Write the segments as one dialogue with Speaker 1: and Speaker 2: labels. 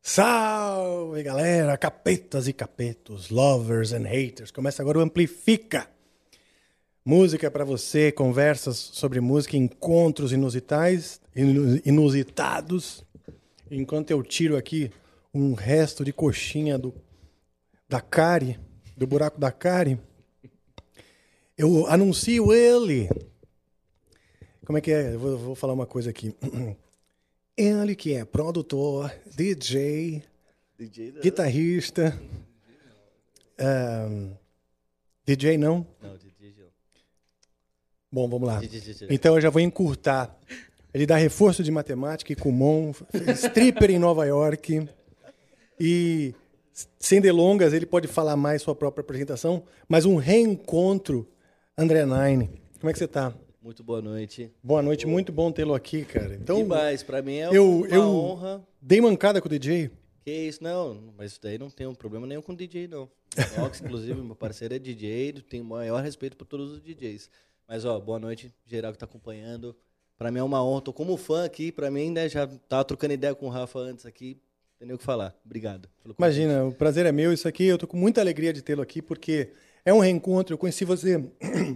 Speaker 1: Salve galera, capetas e capetos, lovers and haters. Começa agora o Amplifica. Música pra você, conversas sobre música, encontros inusitais, inu- inusitados. Enquanto eu tiro aqui um resto de coxinha do da Cari, do buraco da Cari, eu anuncio ele. Como é que é? Eu vou, vou falar uma coisa aqui. Ele que é produtor, DJ, guitarrista. ahn, DJ não?
Speaker 2: Não, de digital.
Speaker 1: Bom, vamos lá.
Speaker 2: de- de- de-
Speaker 1: Então eu já vou encurtar. Ele dá reforço de matemática e Kumon, stripper em Nova York. E sem delongas, ele pode falar mais sua própria apresentação, mas um reencontro, André Nine. Como é que você tá?
Speaker 2: Muito boa noite.
Speaker 1: Boa noite, muito bom tê-lo aqui, cara. Então,
Speaker 2: Demais, pra mim é
Speaker 1: eu,
Speaker 2: uma
Speaker 1: eu
Speaker 2: honra.
Speaker 1: dei mancada com o DJ.
Speaker 2: Que isso, não, mas isso daí não tem um problema nenhum com DJ, não. O Ox, inclusive, meu parceiro é DJ, tem o maior respeito por todos os DJs. Mas, ó, boa noite, geral que tá acompanhando. Pra mim é uma honra, tô como fã aqui, pra mim, né, já tava trocando ideia com o Rafa antes aqui, não tem nem o que falar. Obrigado. pelo convite.
Speaker 1: Imagina, o prazer é meu, isso aqui. Eu tô com muita alegria de tê-lo aqui, porque é um reencontro. Eu conheci você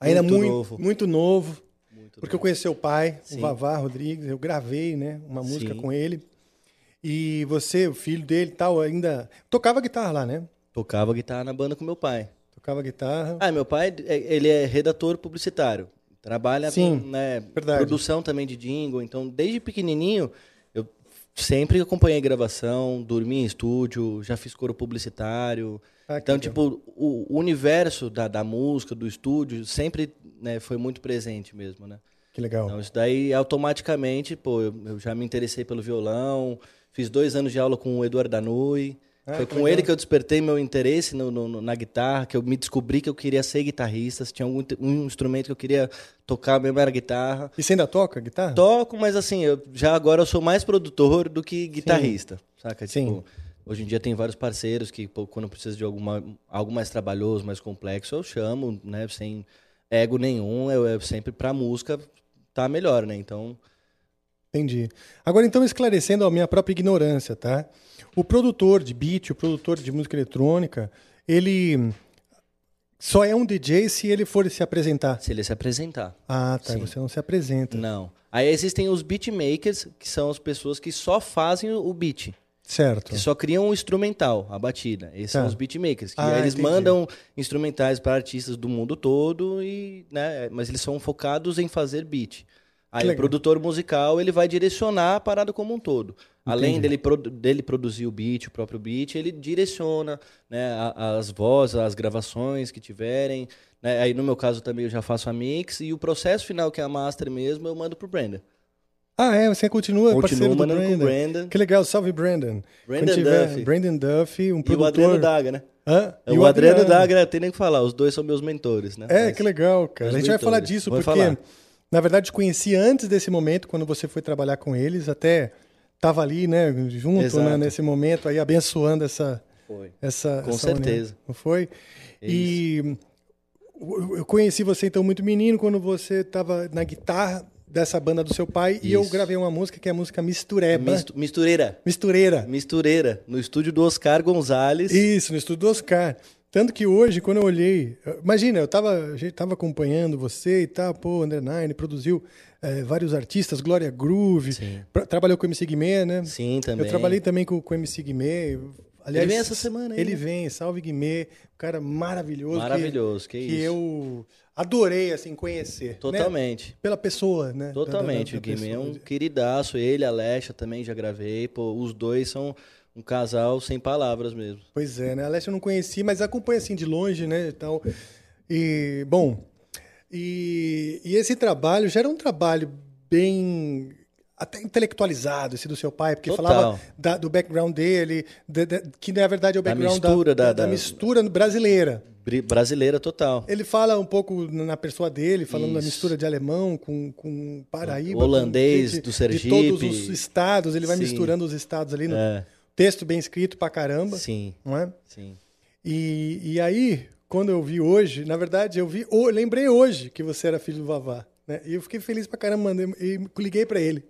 Speaker 1: ainda
Speaker 2: Muito
Speaker 1: muito,
Speaker 2: novo.
Speaker 1: muito novo,
Speaker 2: Muito
Speaker 1: porque eu conheci seu pai,
Speaker 2: Sim.
Speaker 1: o Vavá Rodrigues. Eu gravei, né, uma música
Speaker 2: Sim.
Speaker 1: com ele. E você, o filho dele, e tal, ainda tocava guitarra lá, né?
Speaker 2: Tocava guitarra na banda com meu pai.
Speaker 1: Tocava guitarra.
Speaker 2: Ah, meu pai, é- ele é redator publicitário. Trabalha
Speaker 1: Sim,
Speaker 2: com né,
Speaker 1: verdade.
Speaker 2: produção também de jingle. Então, desde pequenininho, eu sempre acompanhei gravação, dormi em estúdio, já fiz coro publicitário.
Speaker 1: Ah, que
Speaker 2: então,
Speaker 1: legal.
Speaker 2: tipo, o o universo da, da música, do estúdio, sempre né, foi muito presente mesmo, né?
Speaker 1: Que legal.
Speaker 2: Então, isso daí, automaticamente, pô, eu, eu já me interessei pelo violão, fiz dois anos de aula com o Eduardo Danui.
Speaker 1: Ah,
Speaker 2: Foi
Speaker 1: que
Speaker 2: com
Speaker 1: legal.
Speaker 2: ele que eu despertei meu interesse no- no- no- na guitarra, que eu me descobri que eu queria ser guitarrista, se tinha algum te- um instrumento que eu queria tocar mesmo era guitarra.
Speaker 1: E você ainda toca guitarra?
Speaker 2: Toco, mas assim, eu, já agora eu sou mais produtor do que guitarrista, saca?
Speaker 1: Sim.
Speaker 2: Tipo, hoje em dia tem vários parceiros que pô, quando precisa de alguma, algo mais trabalhoso, mais complexo, eu chamo, né? Sem ego nenhum, eu, eu sempre pra música tá melhor, né? Então,
Speaker 1: Entendi. Agora, então, esclarecendo a minha própria ignorância, tá? O produtor de beat, o produtor de música eletrônica, ele só é um DJ se ele for se apresentar.
Speaker 2: se ele se apresentar.
Speaker 1: Ah, tá.
Speaker 2: Sim.
Speaker 1: Você não se apresenta.
Speaker 2: Não. Aí existem os beatmakers, que são as pessoas que só fazem o beat,
Speaker 1: Certo.
Speaker 2: que só criam o instrumental, a batida. Esses
Speaker 1: Tá.
Speaker 2: são os beatmakers, que
Speaker 1: Ah,
Speaker 2: aí eles
Speaker 1: entendi.
Speaker 2: mandam instrumentais para artistas do mundo todo e, né, mas eles são focados em fazer beat. Aí o
Speaker 1: legal.
Speaker 2: produtor musical, ele vai direcionar a parada como um todo. Além
Speaker 1: Entendi.
Speaker 2: dele, produ- dele produzir o beat, o próprio beat, ele direciona né, a- as vozes, as gravações que tiverem. né? Aí no meu caso também eu já faço a mix e o processo final, que é a master mesmo, eu mando pro Brandon.
Speaker 1: Ah, é. Você continua
Speaker 2: Continuo
Speaker 1: parceiro do
Speaker 2: mandando com o
Speaker 1: Brandon.
Speaker 2: Brandon.
Speaker 1: Que legal. Salve, Brandon.
Speaker 2: Brandon
Speaker 1: Quando tiver-
Speaker 2: Duffy.
Speaker 1: Brandon Duffy, um
Speaker 2: E o
Speaker 1: produtor.
Speaker 2: Adriano Daga, né?
Speaker 1: Hã?
Speaker 2: o, Adriano, Daga, tem nem o que falar, os dois são meus mentores, né?
Speaker 1: É,
Speaker 2: Mas-
Speaker 1: que legal, cara. A
Speaker 2: mas
Speaker 1: gente vai
Speaker 2: muito,
Speaker 1: falar
Speaker 2: olha,
Speaker 1: disso
Speaker 2: vou
Speaker 1: porque,
Speaker 2: falar.
Speaker 1: na verdade, te conheci antes desse momento, quando você foi trabalhar com eles, até tava ali, né, junto né,
Speaker 2: Exato.
Speaker 1: nesse momento, aí abençoando essa.
Speaker 2: Foi.
Speaker 1: essa
Speaker 2: Com
Speaker 1: essa união,
Speaker 2: certeza. É
Speaker 1: não foi? E eu eu conheci você, então, muito menino, quando você estava na guitarra dessa banda do seu pai, e eu
Speaker 2: Isso.
Speaker 1: gravei uma música que é a música Mistureba.
Speaker 2: Mistu- Mistureira.
Speaker 1: Mistureira.
Speaker 2: Mistureira. No estúdio do Oscar Gonzalez.
Speaker 1: Isso, no estudo do Oscar. Tanto que hoje, quando eu olhei. Imagina, eu tava, a gente tava acompanhando você e tal, pô, André Nine produziu eh, vários artistas, Glória Groove,
Speaker 2: Sim.
Speaker 1: pra- trabalhou com o MC Guimê, né?
Speaker 2: Sim, também.
Speaker 1: Eu trabalhei também com, com o MC Guimê, Aliás,
Speaker 2: vem essa semana aí,
Speaker 1: Ele
Speaker 2: né?
Speaker 1: vem, salve Guimê, um cara maravilhoso. que-
Speaker 2: Maravilhoso, que
Speaker 1: Que,
Speaker 2: isso.
Speaker 1: eu adorei, assim, conhecer. né?
Speaker 2: Totalmente.
Speaker 1: Pela pessoa, né? Da- da-
Speaker 2: Totalmente,
Speaker 1: da-
Speaker 2: o
Speaker 1: da
Speaker 2: Guimê é um
Speaker 1: pessoa.
Speaker 2: queridaço, ele, a Alexa também já gravei, pô, os dois são um casal sem palavras mesmo.
Speaker 1: Pois é, né? A Leste eu não conheci, mas acompanho assim de longe, né? E tal. E, bom, e, e esse trabalho já era um trabalho bem até intelectualizado, esse do seu pai, porque
Speaker 2: Total.
Speaker 1: falava da- do background dele, da- da- que na verdade é o
Speaker 2: Da
Speaker 1: background
Speaker 2: mistura, da-
Speaker 1: da
Speaker 2: da-
Speaker 1: mistura brasileira.
Speaker 2: Bri- Brasileira total.
Speaker 1: Ele fala um pouco na pessoa dele, falando da
Speaker 2: Isso.
Speaker 1: mistura de alemão com, com Paraíba.
Speaker 2: O holandês
Speaker 1: com- de-
Speaker 2: do
Speaker 1: De
Speaker 2: Sergipe.
Speaker 1: todos os estados, ele vai
Speaker 2: Sim.
Speaker 1: misturando os estados ali no
Speaker 2: É,
Speaker 1: texto bem escrito pra caramba,
Speaker 2: sim,
Speaker 1: não é?
Speaker 2: sim.
Speaker 1: E, e aí, quando eu vi hoje, na verdade, eu vi, ho- lembrei hoje que você era filho do Vavá, né? E eu fiquei feliz pra caramba, mandei, e liguei pra ele.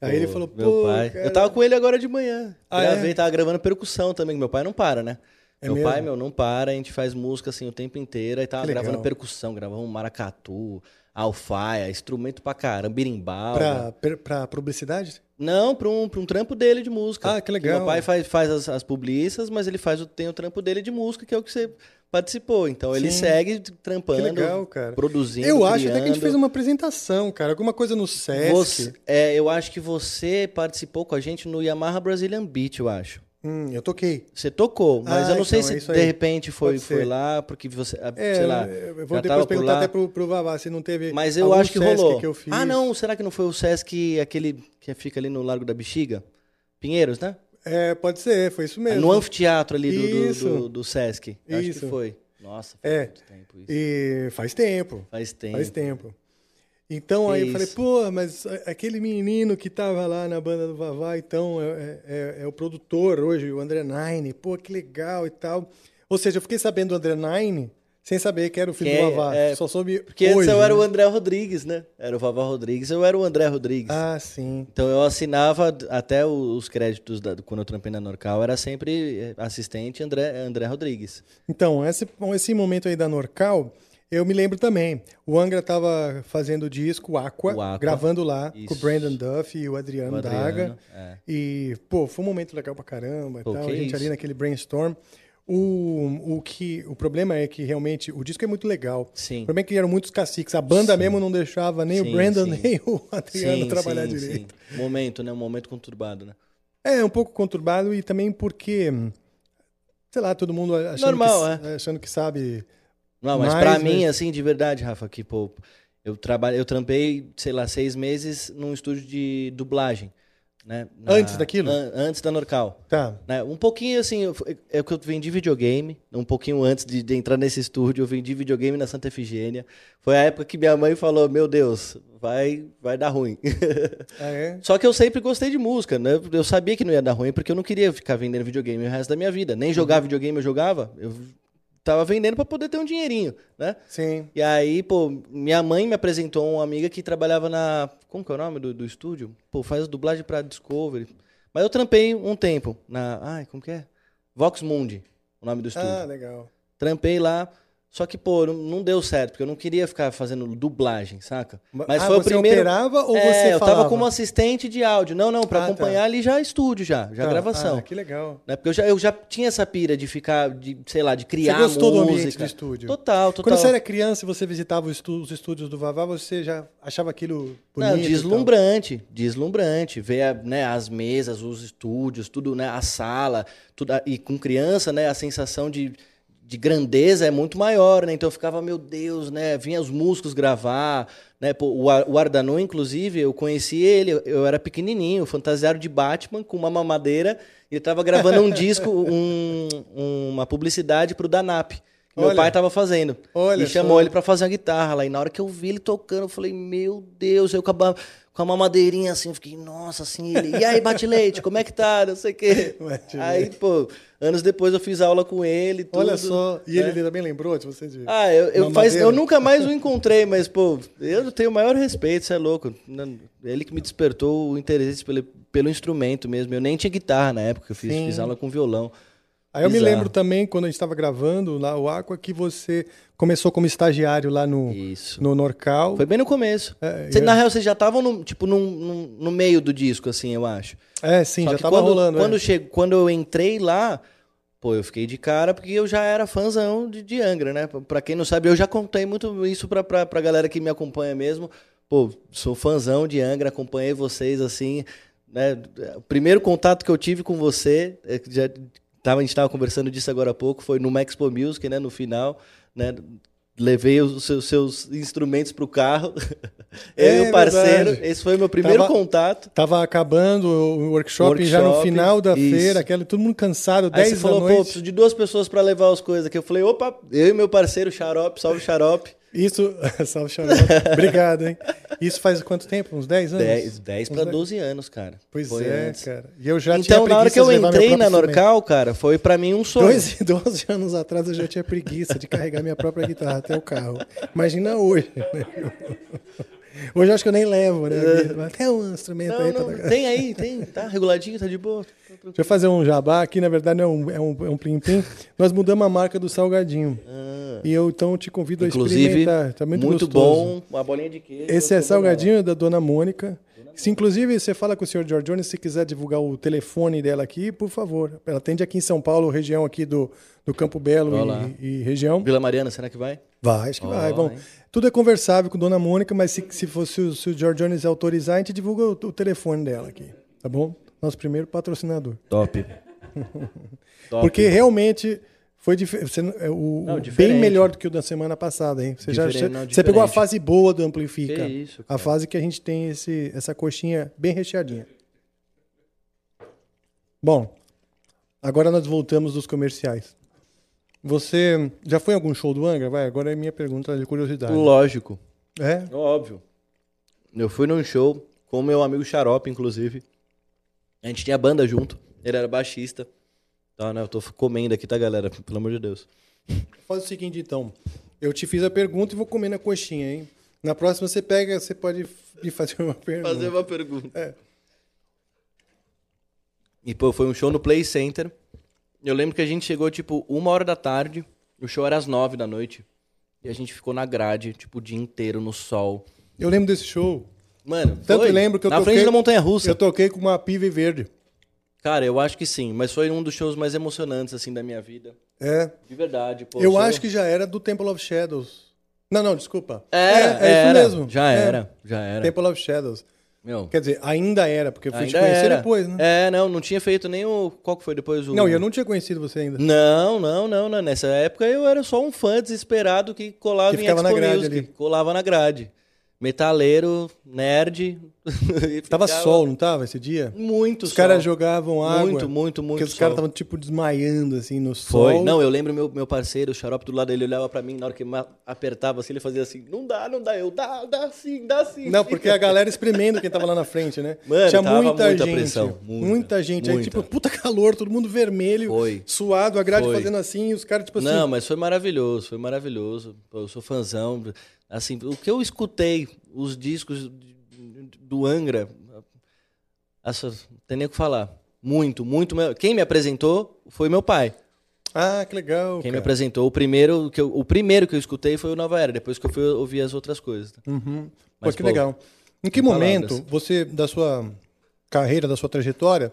Speaker 1: Aí ele falou, pô,
Speaker 2: meu pai.
Speaker 1: cara,
Speaker 2: Eu tava com ele agora de manhã.
Speaker 1: Ah,
Speaker 2: Gravei,
Speaker 1: é?
Speaker 2: tava gravando percussão também, que meu pai não para, né?
Speaker 1: É
Speaker 2: meu
Speaker 1: mesmo?
Speaker 2: pai, meu, não para, a gente faz música assim o tempo inteiro, aí tava
Speaker 1: Que legal.
Speaker 2: gravando percussão, gravamos maracatu, alfaia, instrumento pra caramba, birimbau. né?
Speaker 1: pra, per- pra publicidade?
Speaker 2: Não, pra um, pra um trampo dele de música.
Speaker 1: Ah, que legal.
Speaker 2: Meu pai faz, faz as, as publicistas, mas ele faz o, tem o trampo dele de música, que é o que você participou. Então ele
Speaker 1: Sim.
Speaker 2: segue trampando,
Speaker 1: Que legal, cara.
Speaker 2: produzindo,
Speaker 1: eu acho até que a gente
Speaker 2: criando.
Speaker 1: fez uma apresentação, cara, alguma coisa no SESC.
Speaker 2: Você- é, eu acho que você participou com a gente no Yamaha Brazilian Beat, eu acho.
Speaker 1: Hum, eu toquei.
Speaker 2: Você tocou, mas
Speaker 1: Ah,
Speaker 2: eu não sei
Speaker 1: então, é
Speaker 2: se
Speaker 1: isso
Speaker 2: de
Speaker 1: aí.
Speaker 2: repente foi,
Speaker 1: Pode ser.
Speaker 2: foi lá, porque você, ah,
Speaker 1: É,
Speaker 2: sei lá,
Speaker 1: eu vou
Speaker 2: já
Speaker 1: depois
Speaker 2: tava por
Speaker 1: perguntar
Speaker 2: lá.
Speaker 1: até pro, pro Vavá se não teve
Speaker 2: Mas eu
Speaker 1: algum
Speaker 2: acho que
Speaker 1: SESC
Speaker 2: rolou.
Speaker 1: que eu fiz.
Speaker 2: Ah, não, será que não foi o Sesc, aquele que fica ali no Largo da Bexiga? Pinheiros, né? Ah,
Speaker 1: É, pode ser, foi isso mesmo.
Speaker 2: No anfiteatro ali do, do,
Speaker 1: Isso.
Speaker 2: do, do Sesc. Eu Acho
Speaker 1: Isso.
Speaker 2: que foi. Nossa, faz
Speaker 1: É.
Speaker 2: muito tempo isso.
Speaker 1: E faz tempo.
Speaker 2: é. Faz tempo.
Speaker 1: Faz tempo. Então aí eu falei,
Speaker 2: Isso.
Speaker 1: pô, mas a- aquele menino que tava lá na banda do Vavá, então é, é- é o produtor hoje, o André Nine, pô, que legal e tal. Ou seja, eu fiquei sabendo do André Nine sem saber que era o filho
Speaker 2: Que é-
Speaker 1: do Vavá.
Speaker 2: é,
Speaker 1: Só soube
Speaker 2: Porque
Speaker 1: hoje.
Speaker 2: antes eu era o
Speaker 1: né?
Speaker 2: André Rodrigues, né? Era o Vavá Rodrigues, eu era o André Rodrigues.
Speaker 1: Ah, sim.
Speaker 2: Então eu assinava até o- os créditos da- quando eu trampei na Norcal, era sempre eh, assistente André, André Rodrigues.
Speaker 1: Então, esse, bom, esse momento aí da Norcal, eu me lembro também. O Angra tava fazendo o disco Aqua,
Speaker 2: O Aqua.
Speaker 1: gravando lá com o
Speaker 2: Isso.
Speaker 1: Brandon Duff e o Adriano,
Speaker 2: O
Speaker 1: Daga.
Speaker 2: Adriano, é.
Speaker 1: E, pô, foi um momento legal pra caramba
Speaker 2: Pô,
Speaker 1: e tal.
Speaker 2: que
Speaker 1: A gente
Speaker 2: isso.
Speaker 1: ali naquele brainstorm. O, o, que, o problema é que realmente o disco é muito legal.
Speaker 2: Sim.
Speaker 1: O problema é que eram muitos caciques. A banda mesmo não deixava nem o
Speaker 2: Sim,
Speaker 1: Brandon,
Speaker 2: sim.
Speaker 1: nem o Adriano trabalhar direito.
Speaker 2: sim. Momento, né? Um momento conturbado, né?
Speaker 1: É, um pouco conturbado e também porque, sei lá, todo mundo achando,
Speaker 2: Normal, é.
Speaker 1: que, achando que sabe.
Speaker 2: Não, mas
Speaker 1: Mas, é
Speaker 2: pra mim,
Speaker 1: mas-
Speaker 2: assim, de verdade, Rafa, que, pô, eu trabalhei, eu trampei, sei lá, seis meses num estúdio de dublagem, né? Na-
Speaker 1: Antes daquilo?
Speaker 2: an- antes da Norcal.
Speaker 1: Tá.
Speaker 2: né? Um pouquinho assim, eu- é o que eu vendi videogame, um pouquinho antes de, de entrar nesse estúdio, eu vendi videogame na Santa Efigênia. Foi a época que minha mãe falou: Meu Deus, vai, vai dar ruim.
Speaker 1: Ah, é?
Speaker 2: Só que eu sempre gostei de música, né? Eu sabia que não ia dar ruim, porque eu não queria ficar vendendo videogame o resto da minha vida. Nem jogar videogame eu jogava, eu tava vendendo pra poder ter um dinheirinho, né?
Speaker 1: Sim.
Speaker 2: E aí, pô, minha mãe me apresentou uma amiga que trabalhava na. Como que é o nome do, do estúdio? Pô, faz dublagem pra Discovery. Mas eu trampei um tempo na. Ai, como que é? Vox Mundi, o nome do estúdio.
Speaker 1: Ah, legal.
Speaker 2: Trampei lá. Só que, pô, não, não deu certo, porque eu não queria ficar fazendo dublagem, saca?
Speaker 1: Ma-
Speaker 2: Mas
Speaker 1: ah,
Speaker 2: foi
Speaker 1: você
Speaker 2: o primeiro.
Speaker 1: operava ou
Speaker 2: É,
Speaker 1: você
Speaker 2: eu
Speaker 1: falava?
Speaker 2: tava como assistente de áudio. Não, não, pra
Speaker 1: Ah, tá.
Speaker 2: acompanhar ali já é estúdio, já, já
Speaker 1: Tá.
Speaker 2: gravação.
Speaker 1: Ah, que legal.
Speaker 2: Né? Porque eu já, eu já tinha essa pira de ficar, de, sei lá, de criar
Speaker 1: você gostou
Speaker 2: música.
Speaker 1: do ambiente do estúdio?
Speaker 2: Total, total.
Speaker 1: Quando você era criança e você visitava os estu- os estúdios do Vavá, você já achava aquilo bonito?
Speaker 2: Não,
Speaker 1: e tal?
Speaker 2: deslumbrante, deslumbrante. Ver a, né, as mesas, os estúdios, tudo, né, a sala, tudo, a- e com criança, né, a sensação de, de grandeza é muito maior, né? Então eu ficava, meu Deus, né, vinha os músicos gravar, né? Pô, o, Ar- o Ardanu, inclusive, eu conheci ele, eu- eu era pequenininho, fantasiado de Batman com uma mamadeira, e eu tava gravando um disco, um- uma publicidade pro Danap. que Meu
Speaker 1: Olha.
Speaker 2: pai tava fazendo.
Speaker 1: Olha
Speaker 2: e chamou
Speaker 1: só.
Speaker 2: ele pra fazer a guitarra lá. E na hora que eu vi ele tocando, eu falei, meu Deus, eu com a, ba- com a mamadeirinha assim, eu fiquei, nossa, assim, ele, e aí, bate leite, como é que tá? Não sei o quê.
Speaker 1: Bate
Speaker 2: aí, pô, anos depois eu fiz aula com ele. Tudo,
Speaker 1: Olha só. E
Speaker 2: né?
Speaker 1: ele também lembrou de você? De...
Speaker 2: Ah, eu, eu,
Speaker 1: Uma
Speaker 2: faz, eu
Speaker 1: madeira?
Speaker 2: nunca mais o encontrei, mas, pô, eu tenho o maior respeito, você é louco. Não- Ele que me despertou o interesse pelo, pelo instrumento mesmo. Eu nem tinha guitarra na época, eu fiz,
Speaker 1: Sim.
Speaker 2: fiz aula com violão.
Speaker 1: Aí eu me
Speaker 2: Bizarro.
Speaker 1: lembro também, quando a gente estava gravando lá o Aqua, que você começou como estagiário lá no,
Speaker 2: Isso.
Speaker 1: no Norcal.
Speaker 2: Foi bem no começo.
Speaker 1: É,
Speaker 2: Cê-
Speaker 1: e-
Speaker 2: Na real, vocês já estavam no, tipo, num- num- no meio do disco, assim, eu acho.
Speaker 1: É, sim,
Speaker 2: Só
Speaker 1: já
Speaker 2: que
Speaker 1: estava
Speaker 2: quando,
Speaker 1: rolando.
Speaker 2: Quando,
Speaker 1: é.
Speaker 2: chego, quando eu entrei lá, pô, eu fiquei de cara porque eu já era fãzão de, de Angra, né? Pra- Pra quem não sabe, eu já contei muito isso pra, pra, pra galera que me acompanha mesmo. Pô, sou fãzão de Angra, acompanhei vocês assim. Né? O primeiro contato que eu tive com você, é que já tava, a gente tava conversando disso agora há pouco, foi no Expo Music, né? No final, né? Levei os seus, seus instrumentos pro carro.
Speaker 1: É
Speaker 2: Eu e o parceiro.
Speaker 1: verdade.
Speaker 2: Esse foi o meu primeiro
Speaker 1: Tava-
Speaker 2: contato.
Speaker 1: Tava acabando o workshop, e já no
Speaker 2: Workshop,
Speaker 1: final da
Speaker 2: isso.
Speaker 1: feira, aquela, todo mundo cansado,
Speaker 2: Aí
Speaker 1: 10
Speaker 2: você
Speaker 1: Tipo, da
Speaker 2: falou, pô,
Speaker 1: noite.
Speaker 2: preciso de duas pessoas pra levar as coisas aqui. Eu falei, opa, eu e meu parceiro Xarope, salve Xarope.
Speaker 1: Isso. Salve, Xarope. Obrigado, hein? Isso faz quanto tempo? Uns 10 anos?
Speaker 2: 10, 10 pra
Speaker 1: Uns
Speaker 2: 12 anos, cara.
Speaker 1: Pois
Speaker 2: Foi
Speaker 1: é,
Speaker 2: antes.
Speaker 1: cara. E eu já tinha
Speaker 2: Então, na hora
Speaker 1: preguiça
Speaker 2: que eu
Speaker 1: de levar meu
Speaker 2: entrei na
Speaker 1: próprio instrumento.
Speaker 2: Norcal, cara, foi pra mim um sonho.
Speaker 1: Dois, 12 anos atrás eu já tinha preguiça de carregar minha própria guitarra até o carro. Imagina hoje. né? Hoje eu acho que eu nem levo, né? Até um instrumento
Speaker 2: É. Não,
Speaker 1: aí
Speaker 2: não,
Speaker 1: pra...
Speaker 2: tem aí, tem, tá reguladinho, tá de boa.
Speaker 1: Deixa eu fazer um jabá aqui, na verdade não é um, é um, é um plim-plim. Nós mudamos a marca do salgadinho. E eu então te convido a
Speaker 2: Ah. Inclusive,
Speaker 1: experimentar. Tá muito,
Speaker 2: muito,
Speaker 1: gostoso.
Speaker 2: bom, uma bolinha de queijo.
Speaker 1: Esse é
Speaker 2: eu tô comendo.
Speaker 1: salgadinho da Dona Mônica. Se inclusive você fala com o senhor George Jones, se quiser divulgar o telefone dela aqui, por favor. Ela atende aqui em São Paulo, região aqui do, do Campo Belo
Speaker 2: Olá.
Speaker 1: e, e região.
Speaker 2: Vila Mariana, será que vai?
Speaker 1: Vai, acho que vai.
Speaker 2: Ó,
Speaker 1: Bom,
Speaker 2: hein?
Speaker 1: tudo é conversável com Dona Mônica, mas se, se, fosse, o- se o George Jones autorizar, a gente divulga o, o telefone dela aqui, tá bom? Nosso primeiro patrocinador.
Speaker 2: Top. Top.
Speaker 1: Porque realmente foi dif- você não- é o,
Speaker 2: Não,
Speaker 1: o bem
Speaker 2: diferente.
Speaker 1: melhor do que o da semana passada, hein? Você, já,
Speaker 2: Diferente,
Speaker 1: você-
Speaker 2: não,
Speaker 1: você pegou a
Speaker 2: diferente.
Speaker 1: fase boa do Amplifica.
Speaker 2: Que isso,
Speaker 1: a
Speaker 2: cara.
Speaker 1: fase que a gente tem esse, essa coxinha bem recheadinha. Bom, agora nós voltamos dos comerciais. Você já foi em algum show do Angra? Vai, agora é minha pergunta de curiosidade.
Speaker 2: Lógico.
Speaker 1: É?
Speaker 2: Óbvio. Eu fui num show com o meu amigo Xarope, inclusive. A gente tinha banda junto. Ele era baixista. Tá, né? Eu tô comendo aqui, tá, galera? Pelo amor de Deus.
Speaker 1: Faz o seguinte, então. Eu te fiz a pergunta e vou comer na coxinha, hein? Na próxima você pega, você pode me fazer uma pergunta.
Speaker 2: Fazer uma pergunta. É. E, pô, foi um show no Play Center. Eu lembro que a gente chegou, tipo, uma hora da tarde. O show era às nove da noite. E a gente ficou na grade, tipo, o dia inteiro, no sol.
Speaker 1: Eu lembro desse show.
Speaker 2: Mano,
Speaker 1: Tanto
Speaker 2: foi
Speaker 1: eu lembro que eu
Speaker 2: na
Speaker 1: toquei.
Speaker 2: frente da montanha russa.
Speaker 1: Eu toquei com uma pive verde.
Speaker 2: Cara, eu acho que sim, mas foi um dos shows mais emocionantes, assim, da minha vida.
Speaker 1: É.
Speaker 2: De verdade, pô.
Speaker 1: eu
Speaker 2: sou-
Speaker 1: acho que já era do Temple of Shadows. Não, não, desculpa.
Speaker 2: É,
Speaker 1: é,
Speaker 2: era,
Speaker 1: isso mesmo.
Speaker 2: Já
Speaker 1: É.
Speaker 2: era, já era.
Speaker 1: Temple of Shadows.
Speaker 2: Meu,
Speaker 1: Quer dizer, ainda era, porque eu fui te
Speaker 2: ainda
Speaker 1: conhecer
Speaker 2: era.
Speaker 1: depois, né?
Speaker 2: É, não, não tinha feito nem o... Qual que foi depois? O...
Speaker 1: Não, e eu não tinha conhecido você ainda.
Speaker 2: Não, não, não, não. Nessa época eu era só um fã desesperado que colava
Speaker 1: Que
Speaker 2: em
Speaker 1: ficava
Speaker 2: Expo
Speaker 1: na grade
Speaker 2: Music,
Speaker 1: ali.
Speaker 2: colava na grade. Metaleiro, nerd. e
Speaker 1: Tava
Speaker 2: ficava
Speaker 1: sol, não tava, esse dia?
Speaker 2: Muito
Speaker 1: Os caras
Speaker 2: sol.
Speaker 1: jogavam água.
Speaker 2: Muito, muito, muito
Speaker 1: Porque os caras
Speaker 2: sol.
Speaker 1: estavam, tipo, desmaiando, assim, no sol.
Speaker 2: Foi. Não, eu lembro meu, meu parceiro, o xarope do lado, ele olhava pra mim, na hora que ma- apertava assim, ele fazia assim, não dá, não dá, eu dá, dá sim, dá sim.
Speaker 1: Não,
Speaker 2: fica."
Speaker 1: porque a galera espremendo quem tava lá na frente, né?
Speaker 2: Mano,
Speaker 1: Tinha
Speaker 2: tava
Speaker 1: muita
Speaker 2: muita
Speaker 1: gente.
Speaker 2: pressão,
Speaker 1: muita,
Speaker 2: muita,
Speaker 1: gente. Aí,
Speaker 2: muita.
Speaker 1: tipo, puta calor, todo mundo vermelho,
Speaker 2: Foi.
Speaker 1: suado, a grade
Speaker 2: Foi.
Speaker 1: fazendo assim, e os caras, tipo assim.
Speaker 2: Não, mas foi maravilhoso, foi maravilhoso. Pô, Eu sou fãzão. Assim, o que eu escutei, os discos do Angra, nossa, não tem nem o que falar. Muito, muito. mesmo. Quem me apresentou foi meu pai.
Speaker 1: Ah, que legal.
Speaker 2: Quem me
Speaker 1: cara.
Speaker 2: apresentou. O primeiro, que eu, o primeiro que eu escutei foi o Nova Era, depois que eu fui ouvir as outras coisas. tá?
Speaker 1: Uhum. Pô,
Speaker 2: Mas,
Speaker 1: que
Speaker 2: pô,
Speaker 1: legal. Em que
Speaker 2: sem
Speaker 1: momento
Speaker 2: palavras.
Speaker 1: você, da sua carreira, da sua trajetória,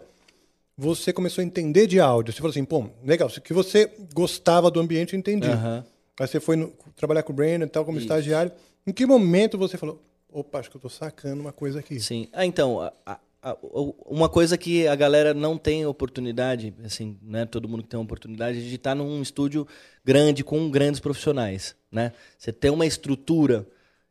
Speaker 1: você começou a entender de áudio? Você falou assim, pô, legal, isso que você gostava do ambiente, eu entendi.
Speaker 2: Aham.
Speaker 1: Aí você foi no- trabalhar com o Brandon e tal, como estagiário. Em que momento você falou, opa, acho que eu tô sacando uma coisa aqui?
Speaker 2: Sim. Ah, então, a- a- a- o- uma coisa que a galera não tem oportunidade, assim, né? Todo mundo que tem oportunidade é de estar num estúdio grande com grandes profissionais, né? Você tem uma estrutura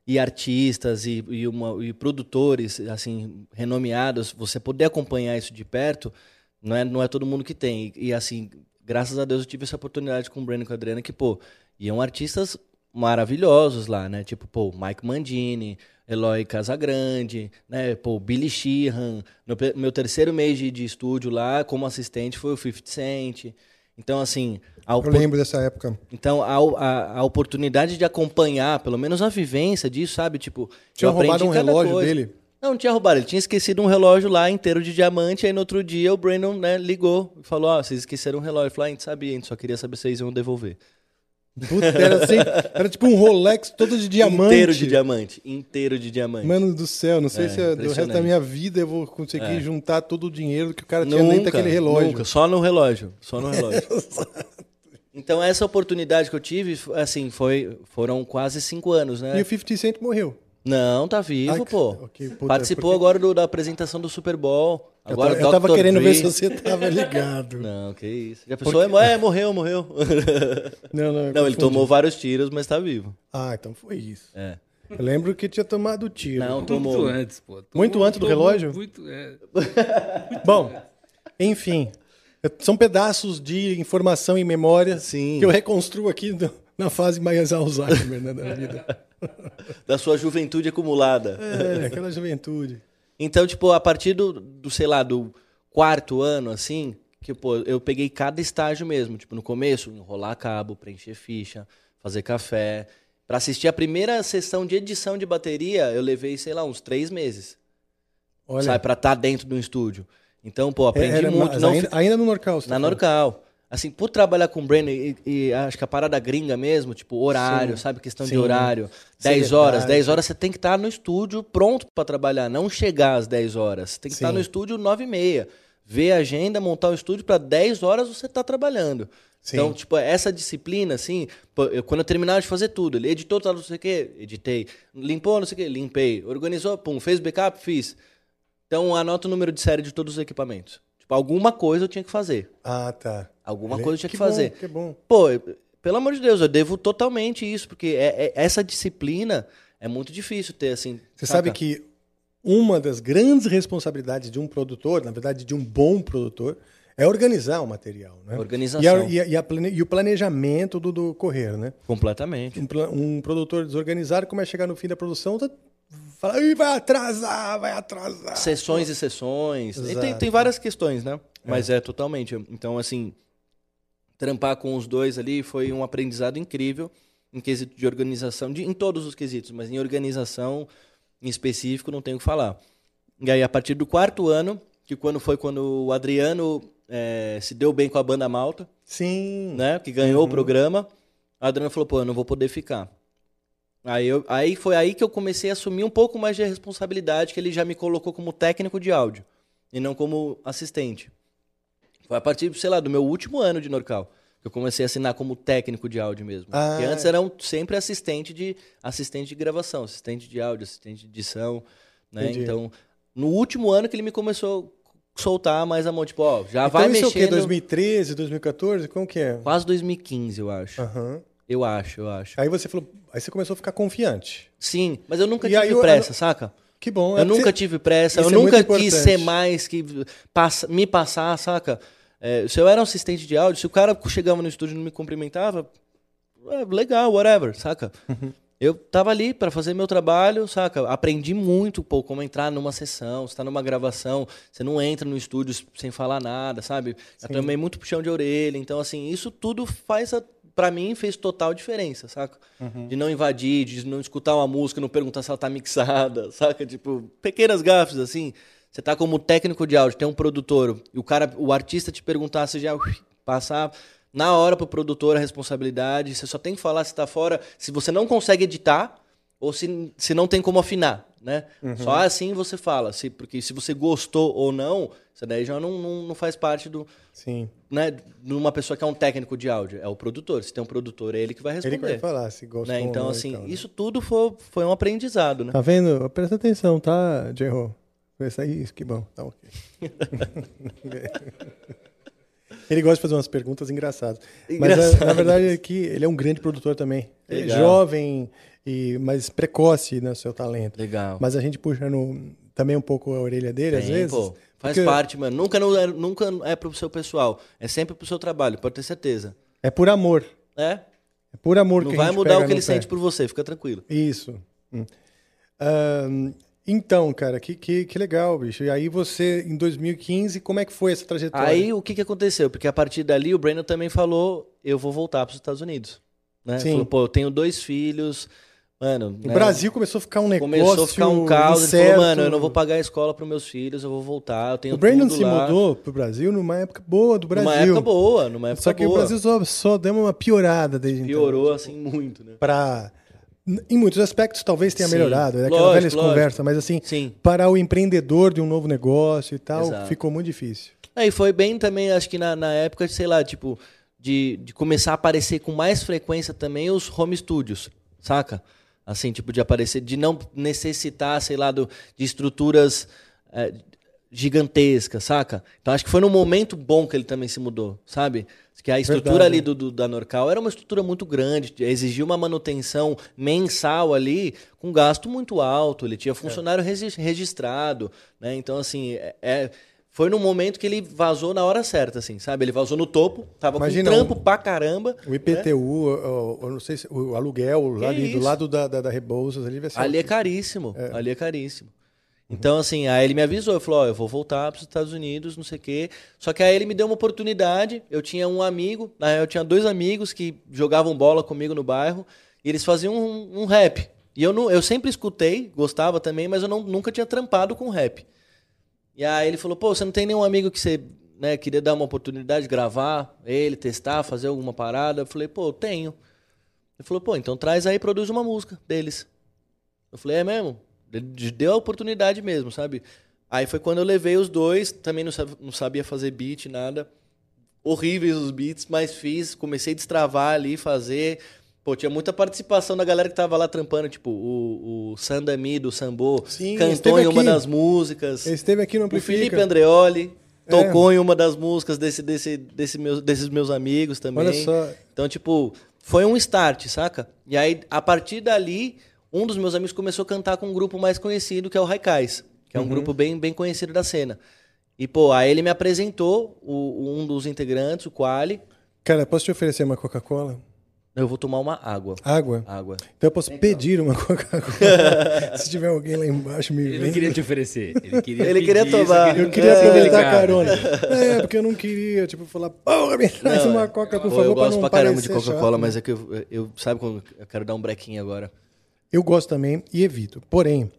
Speaker 2: e artistas e, e, uma- e produtores, assim, renomeados, você poder acompanhar isso de perto, não é, não é todo mundo que tem. E, e, assim, graças a Deus eu tive essa oportunidade com o Breno e com a Adriana, que, pô, iam artistas maravilhosos lá, né? Tipo, pô, Mike Mandini, Eloy Casagrande, né? Pô, Billy Sheehan. No pe- meu terceiro mês de, de estúdio lá, como assistente, foi o 50 Cent. Então, assim, a
Speaker 1: Eu
Speaker 2: opor-
Speaker 1: lembro dessa época.
Speaker 2: então, a, a, a oportunidade de acompanhar, pelo menos a vivência disso, sabe? Tipo,
Speaker 1: Tinha
Speaker 2: eu aprendi
Speaker 1: roubado um
Speaker 2: cada
Speaker 1: relógio
Speaker 2: coisa.
Speaker 1: dele.
Speaker 2: Não, não tinha roubado. Ele tinha esquecido um relógio lá inteiro de diamante. Aí no outro dia o Brandon né, ligou e falou: Ó, vocês esqueceram um relógio. Ele falou: ah, a gente sabia, a gente só queria saber se vocês iam devolver.
Speaker 1: Puta, era, assim, era tipo um Rolex todo de diamante.
Speaker 2: Inteiro de diamante. Inteiro de diamante.
Speaker 1: Mano do céu, não sei
Speaker 2: É,
Speaker 1: se é do resto da
Speaker 2: impressionante. É.
Speaker 1: minha vida eu vou conseguir juntar todo o dinheiro que o cara tinha dentro
Speaker 2: Nunca,
Speaker 1: daquele relógio.
Speaker 2: Nunca, só no relógio, só no relógio. então essa oportunidade que eu tive, assim, foi, foram quase cinco anos, né?
Speaker 1: E o 50 Cent morreu.
Speaker 2: Não, tá vivo,
Speaker 1: Ah, que-
Speaker 2: pô.
Speaker 1: ok, puta,
Speaker 2: Participou
Speaker 1: porque-
Speaker 2: agora do- da apresentação do Super Bowl.
Speaker 1: Eu
Speaker 2: Agora
Speaker 1: tava- eu tava
Speaker 2: Dr.
Speaker 1: querendo ver
Speaker 2: Dre.
Speaker 1: se você tava ligado.
Speaker 2: Não, que isso. Já pensou, é, morreu, morreu.
Speaker 1: Não, não, eu
Speaker 2: Não,
Speaker 1: confundi.
Speaker 2: ele tomou vários tiros, mas tá vivo.
Speaker 1: Ah, então foi isso.
Speaker 2: É.
Speaker 1: Eu lembro que tinha tomado o tiro.
Speaker 2: Não,
Speaker 3: Muito né?
Speaker 2: tomou.
Speaker 3: antes, pô. Tô-
Speaker 1: Muito antes do
Speaker 3: tô-
Speaker 1: relógio?
Speaker 3: Muito, é.
Speaker 1: Bom, enfim. eu- São pedaços de informação e memória
Speaker 2: Sim.
Speaker 1: que eu reconstruo aqui no- na fase mais Alzheimer né, da vida.
Speaker 2: Da sua juventude acumulada.
Speaker 1: É, aquela juventude.
Speaker 2: Então, tipo, a partir do, do, sei lá, do quarto ano, assim, que, pô, eu peguei cada estágio mesmo. Tipo, no começo, enrolar cabo, preencher ficha, fazer café. Pra assistir a primeira sessão de edição de bateria, eu levei, sei lá, uns três meses.
Speaker 1: Olha, É,
Speaker 2: Sabe, pra estar dentro do estúdio. Então, pô, aprendi
Speaker 1: era-
Speaker 2: muito.
Speaker 1: mas
Speaker 2: não
Speaker 1: ainda,
Speaker 2: fi-
Speaker 1: ainda no Norcal. você
Speaker 2: na
Speaker 1: tá falando.
Speaker 2: Norcal. Assim, por trabalhar com o Breno e, e acho que a parada gringa mesmo, tipo, horário,
Speaker 1: Sim.
Speaker 2: sabe? Questão
Speaker 1: Sim.
Speaker 2: de horário. 10 horas.
Speaker 1: Seriedade.
Speaker 2: 10 horas você tem que estar no estúdio pronto pra trabalhar, não chegar às 10 horas. Você tem que
Speaker 1: Sim.
Speaker 2: estar no estúdio 9 e meia. Ver a agenda, montar o estúdio pra 10 horas você tá trabalhando.
Speaker 1: Sim.
Speaker 2: Então, tipo, essa disciplina, assim, pô, eu- quando eu terminava de fazer tudo, ele editou, tal, não sei o quê, editei. Limpou, não sei o quê, limpei. Organizou, pum, fez backup, fiz. Então, anota o número de série de todos os equipamentos. Tipo, alguma coisa eu tinha que fazer.
Speaker 1: Ah, tá.
Speaker 2: Alguma
Speaker 1: Ele-
Speaker 2: coisa eu tinha que,
Speaker 1: bom,
Speaker 2: fazer.
Speaker 1: que bom.
Speaker 2: Pô, eu- pelo amor de Deus, eu devo totalmente isso, porque é- é- essa disciplina é muito difícil ter, assim.
Speaker 1: Você
Speaker 2: saca?
Speaker 1: sabe que uma das grandes responsabilidades de um produtor, na verdade de um bom produtor, é organizar o material, né?
Speaker 2: Organização.
Speaker 1: E, a- e a- e a plane- e o planejamento do, do correr, né?
Speaker 2: Completamente.
Speaker 1: Um, pla- um produtor desorganizado, como é chegar no fim da produção, tá, fala, "Ih, vai atrasar, vai atrasar.
Speaker 2: Sessões e sessões. E tem,
Speaker 1: Exato.
Speaker 2: tem várias questões, né? Mas é totalmente. Então, assim, trampar com os dois ali foi um aprendizado incrível em quesito de organização, de, em todos os quesitos, mas em organização em específico não tenho o que falar. E aí, a partir do quarto ano, que quando foi quando o Adriano eh, se deu bem com a banda malta,
Speaker 1: Sim.
Speaker 2: né, que ganhou
Speaker 1: Uhum.
Speaker 2: o programa, a Adriana falou, pô, eu não vou poder ficar. Aí, eu, aí foi aí que eu comecei a assumir um pouco mais de responsabilidade, que ele já me colocou como técnico de áudio, e não como assistente. Foi a partir, sei lá, do meu último ano de Norcal, que eu comecei a assinar como técnico de áudio mesmo.
Speaker 1: Ah.
Speaker 2: Porque antes era um- sempre assistente de, assistente de gravação, assistente de áudio, assistente de edição, né,
Speaker 1: Entendi.
Speaker 2: então... No último ano que ele me começou a soltar mais a mão, tipo, ó, já
Speaker 1: Então
Speaker 2: vai
Speaker 1: isso é
Speaker 2: mexendo.
Speaker 1: o quê? 2013, 2014? Como que é?
Speaker 2: Quase 2015, eu acho.
Speaker 1: Aham.
Speaker 2: Eu acho, eu acho.
Speaker 1: Aí você falou, aí você começou a ficar confiante.
Speaker 2: Sim, mas eu nunca
Speaker 1: E aí
Speaker 2: tive
Speaker 1: eu-
Speaker 2: pressa, saca?
Speaker 1: Que bom. é
Speaker 2: Eu
Speaker 1: que
Speaker 2: nunca
Speaker 1: você-
Speaker 2: tive pressa,
Speaker 1: Isso
Speaker 2: eu
Speaker 1: é muito
Speaker 2: nunca quis
Speaker 1: importante.
Speaker 2: ser mais que passa- me passar, saca? É, se eu era um assistente de áudio, se o cara chegava no estúdio e não me cumprimentava, é, legal, whatever, saca? Eu tava ali pra fazer meu trabalho, saca? Aprendi muito, pô, como entrar numa sessão, você tá numa gravação, você não entra no estúdio s- sem falar nada, sabe? Eu tomei muito puxão de orelha, então assim, isso tudo faz a Pra mim fez total diferença, saca? De não invadir, de não escutar uma música, não perguntar se ela tá mixada, saca? Tipo, pequenas gafes assim. Você tá como técnico de áudio, tem um produtor, e o cara, o artista te perguntar se já ui, passar na hora pro produtor a responsabilidade, você só tem que falar se tá fora, se você não consegue editar ou se, se não tem como afinar, né?
Speaker 1: Uhum.
Speaker 2: Só assim você fala, se, porque se você gostou ou não, isso daí já não, não, não faz parte do,
Speaker 1: Sim.
Speaker 2: né, de uma pessoa que é um técnico de áudio, é o produtor. Se tem um produtor, é ele que vai responder.
Speaker 1: Ele que vai falar se gostou.
Speaker 2: né?
Speaker 1: ou
Speaker 2: Então,
Speaker 1: não e
Speaker 2: assim,
Speaker 1: tal, né?
Speaker 2: isso tudo foi, foi um aprendizado, né?
Speaker 1: Tá vendo? Presta atenção, tá, J-Ho?
Speaker 2: é
Speaker 1: Presta isso, que bom. Tá ok. ele gosta de fazer umas perguntas engraçadas. Mas, a- na
Speaker 2: Engraçadas.
Speaker 1: verdade, é que ele é um grande produtor também. Ele é
Speaker 2: Legal.
Speaker 1: jovem, e, mas precoce no seu talento.
Speaker 2: Legal.
Speaker 1: Mas a gente puxa no, também um pouco a orelha dele, às
Speaker 2: Tem,
Speaker 1: vezes.
Speaker 2: pô. Faz
Speaker 1: porque
Speaker 2: parte, mano. Nunca, não é, nunca é pro seu pessoal. É sempre pro seu trabalho, pode ter certeza.
Speaker 1: É por amor.
Speaker 2: É?
Speaker 1: É por amor
Speaker 2: Não
Speaker 1: que a
Speaker 2: vai
Speaker 1: gente
Speaker 2: mudar
Speaker 1: pega
Speaker 2: o que
Speaker 1: no
Speaker 2: ele
Speaker 1: pé.
Speaker 2: sente por você, fica tranquilo.
Speaker 1: Isso. Hum. Ahn, então, cara, que, que, que legal, bicho. E aí você, em 2015, como é que foi essa trajetória?
Speaker 2: Aí o que, que aconteceu? Porque a partir dali o Brandon também falou: eu vou voltar para os Estados Unidos. Né?
Speaker 1: Sim.
Speaker 2: Falou, pô, eu tenho dois filhos, Mano, né,
Speaker 1: O Brasil começou a ficar um negócio
Speaker 2: começou a ficar um caos. Ele
Speaker 1: incerto.
Speaker 2: falou, mano, eu não vou pagar a escola para meus filhos, eu vou voltar, eu tenho
Speaker 1: O Brandon
Speaker 2: tudo
Speaker 1: se
Speaker 2: lá.
Speaker 1: mudou pro Brasil numa época boa do Brasil.
Speaker 2: Numa época boa, numa época
Speaker 1: Só que
Speaker 2: boa.
Speaker 1: o Brasil só, só deu uma piorada desde
Speaker 2: Piorou,
Speaker 1: então.
Speaker 2: assim, muito, né?
Speaker 1: Pra, em muitos aspectos talvez tenha
Speaker 2: Sim.
Speaker 1: melhorado, é aquela
Speaker 2: Lógico,
Speaker 1: velha
Speaker 2: lógico.
Speaker 1: conversa, mas assim,
Speaker 2: Sim.
Speaker 1: para o empreendedor de um novo negócio e tal,
Speaker 2: Exato.
Speaker 1: ficou muito difícil.
Speaker 2: Aí foi bem também, acho que na, na época, sei lá, tipo, de, de começar a aparecer com mais frequência também os home studios, saca? Assim, tipo, de aparecer, de não necessitar, sei lá, do, de estruturas eh, gigantescas, saca? Então acho que foi num momento bom que ele também se mudou, sabe? Que a estrutura
Speaker 1: Verdade.
Speaker 2: ali do, do- da Norcal era uma estrutura muito grande, exigia uma manutenção mensal ali com gasto muito alto, ele
Speaker 1: É.
Speaker 2: tinha funcionário resi- registrado, né? Então, assim, é- é- foi num momento que ele vazou na hora certa, assim, sabe? Ele vazou no topo, tava
Speaker 1: Imagina
Speaker 2: com trampo
Speaker 1: um-
Speaker 2: pra caramba. né?
Speaker 1: O IPTU, o- o- eu não sei se o aluguel
Speaker 2: É? Que
Speaker 1: ali do
Speaker 2: isso?
Speaker 1: lado da, da, da Rebouças ali vai ser
Speaker 2: Ali é
Speaker 1: altíssimo.
Speaker 2: caríssimo, ali é caríssimo. Então, assim, aí ele me avisou, eu falou, ó, eu vou voltar para os Estados Unidos, não sei o quê. Só que aí ele me deu uma oportunidade, eu tinha um amigo, na real eu tinha dois amigos que jogavam bola comigo no bairro, e eles faziam um, um rap. E eu, não, eu sempre escutei, gostava também, mas eu não- nunca tinha trampado com rap. E aí ele falou, pô, você não tem nenhum amigo que você né, queria dar uma oportunidade, gravar ele, testar, fazer alguma parada? Eu falei, pô, tenho. Ele falou, pô, então traz aí e produz uma música deles. Eu falei, é mesmo? Ele de- deu a oportunidade mesmo, sabe? Aí foi quando eu levei os dois, também não, sab- não sabia fazer beat, nada. Horríveis os beats, mas fiz, comecei a destravar ali, fazer. Pô, tinha muita participação da galera que tava lá trampando, tipo, o, o Sandami do Sambô
Speaker 1: Sim,
Speaker 2: cantou
Speaker 1: esteve
Speaker 2: em uma
Speaker 1: aqui.
Speaker 2: das músicas.
Speaker 1: Ele esteve aqui no
Speaker 2: O
Speaker 1: Amplifica.
Speaker 2: Felipe Andreoli
Speaker 1: É.
Speaker 2: tocou em uma das músicas desse, desse, desse meus, desses meus amigos também.
Speaker 1: Olha só.
Speaker 2: Então, tipo, foi um start, saca? E aí, a partir dali, um dos meus amigos começou a cantar com um grupo mais conhecido, que é o Raikais, que
Speaker 1: Uhum.
Speaker 2: é um grupo bem, bem conhecido da cena. E, pô, aí ele me apresentou o- um dos integrantes, o Quali.
Speaker 1: Cara, posso te oferecer uma Coca-Cola?
Speaker 2: Eu vou tomar uma água.
Speaker 1: Água?
Speaker 2: Água.
Speaker 1: Então eu posso pedir uma Coca-Cola. Se tiver alguém lá embaixo me
Speaker 3: Ele não
Speaker 1: vendo.
Speaker 3: queria te oferecer. Ele queria,
Speaker 2: Ele queria
Speaker 3: pedir, só
Speaker 2: tomar.
Speaker 3: ele
Speaker 1: Eu
Speaker 3: não
Speaker 1: queria
Speaker 3: quis,
Speaker 1: aproveitar a
Speaker 3: cara.
Speaker 1: carona. É, porque eu não queria, tipo, falar, porra, me traz
Speaker 2: Não,
Speaker 1: uma coca, por
Speaker 2: Pô,
Speaker 1: favor,
Speaker 2: eu
Speaker 1: pra
Speaker 2: gosto
Speaker 1: não
Speaker 2: pra caramba de
Speaker 1: parecer chato.
Speaker 2: Coca-Cola,
Speaker 1: né?"
Speaker 2: mas é que eu, eu sabe quando eu quero dar um brequinho agora.
Speaker 1: Eu gosto também e evito. Porém,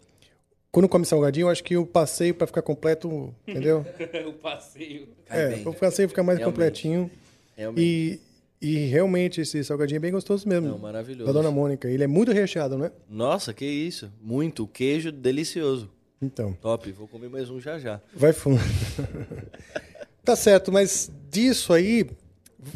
Speaker 1: quando come salgadinho, eu acho que o passeio pra ficar completo, entendeu?
Speaker 3: o passeio.
Speaker 1: é, o passeio fica mais
Speaker 2: Tá Realmente.
Speaker 1: completinho.
Speaker 2: Realmente.
Speaker 1: E, e realmente esse salgadinho é bem gostoso mesmo.
Speaker 2: Não, maravilhoso.
Speaker 1: Da Dona Mônica. Ele é muito recheado, não é?
Speaker 2: Nossa, que isso. Muito. Queijo delicioso.
Speaker 1: Então,
Speaker 2: Top. Vou comer mais um já já.
Speaker 1: vai fundo. tá certo, mas disso aí,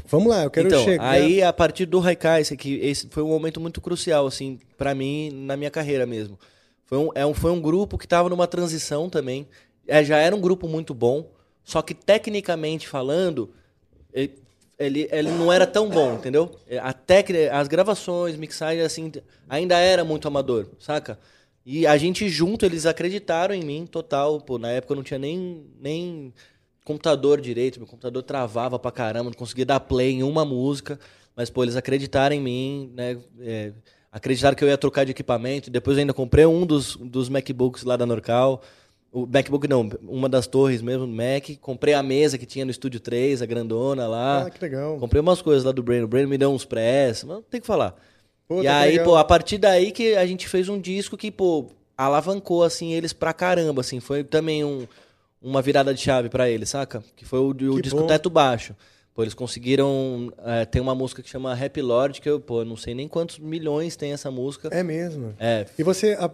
Speaker 1: vamos lá, eu quero
Speaker 2: então,
Speaker 1: chegar...
Speaker 2: aí a partir do Haikai, esse aqui, esse foi um momento muito crucial, assim, pra mim, na minha carreira mesmo. Foi um, é um, foi um grupo que tava numa transição também. É, já era um grupo muito bom, só que tecnicamente falando, ele, ele, ele não era tão bom, entendeu? É, A técnica, as gravações, mixagem, assim, ainda era muito amador, saca? E a gente junto, eles acreditaram em mim total. Pô, na época eu não tinha nem, nem computador direito, meu computador travava pra caramba, não conseguia dar play em uma música. Mas, pô, eles acreditaram em mim, né? É, acreditaram que eu ia trocar de equipamento. Depois eu ainda comprei um dos, dos MacBooks lá da Norcal. O MacBook não, uma das torres mesmo, do Mac. Comprei a mesa que tinha no Estúdio 3, a grandona lá.
Speaker 1: Ah, que legal.
Speaker 2: Comprei umas coisas lá do Breno. O Breno me deu uns press, mas não tem o que falar.
Speaker 1: Pô,
Speaker 2: e
Speaker 1: tá
Speaker 2: aí,
Speaker 1: legal.
Speaker 2: pô, a partir daí que a gente fez um disco que, pô, alavancou, assim, eles pra caramba, assim. Foi também um, uma virada de chave pra eles, saca? Que foi o, o
Speaker 1: Que
Speaker 2: disco
Speaker 1: bom.
Speaker 2: Teto Baixo. Pô, eles conseguiram... eh, tem uma música que chama Happy Lord, que eu, pô, eu não sei nem quantos milhões tem essa música.
Speaker 1: É mesmo.
Speaker 2: É,
Speaker 1: E você a-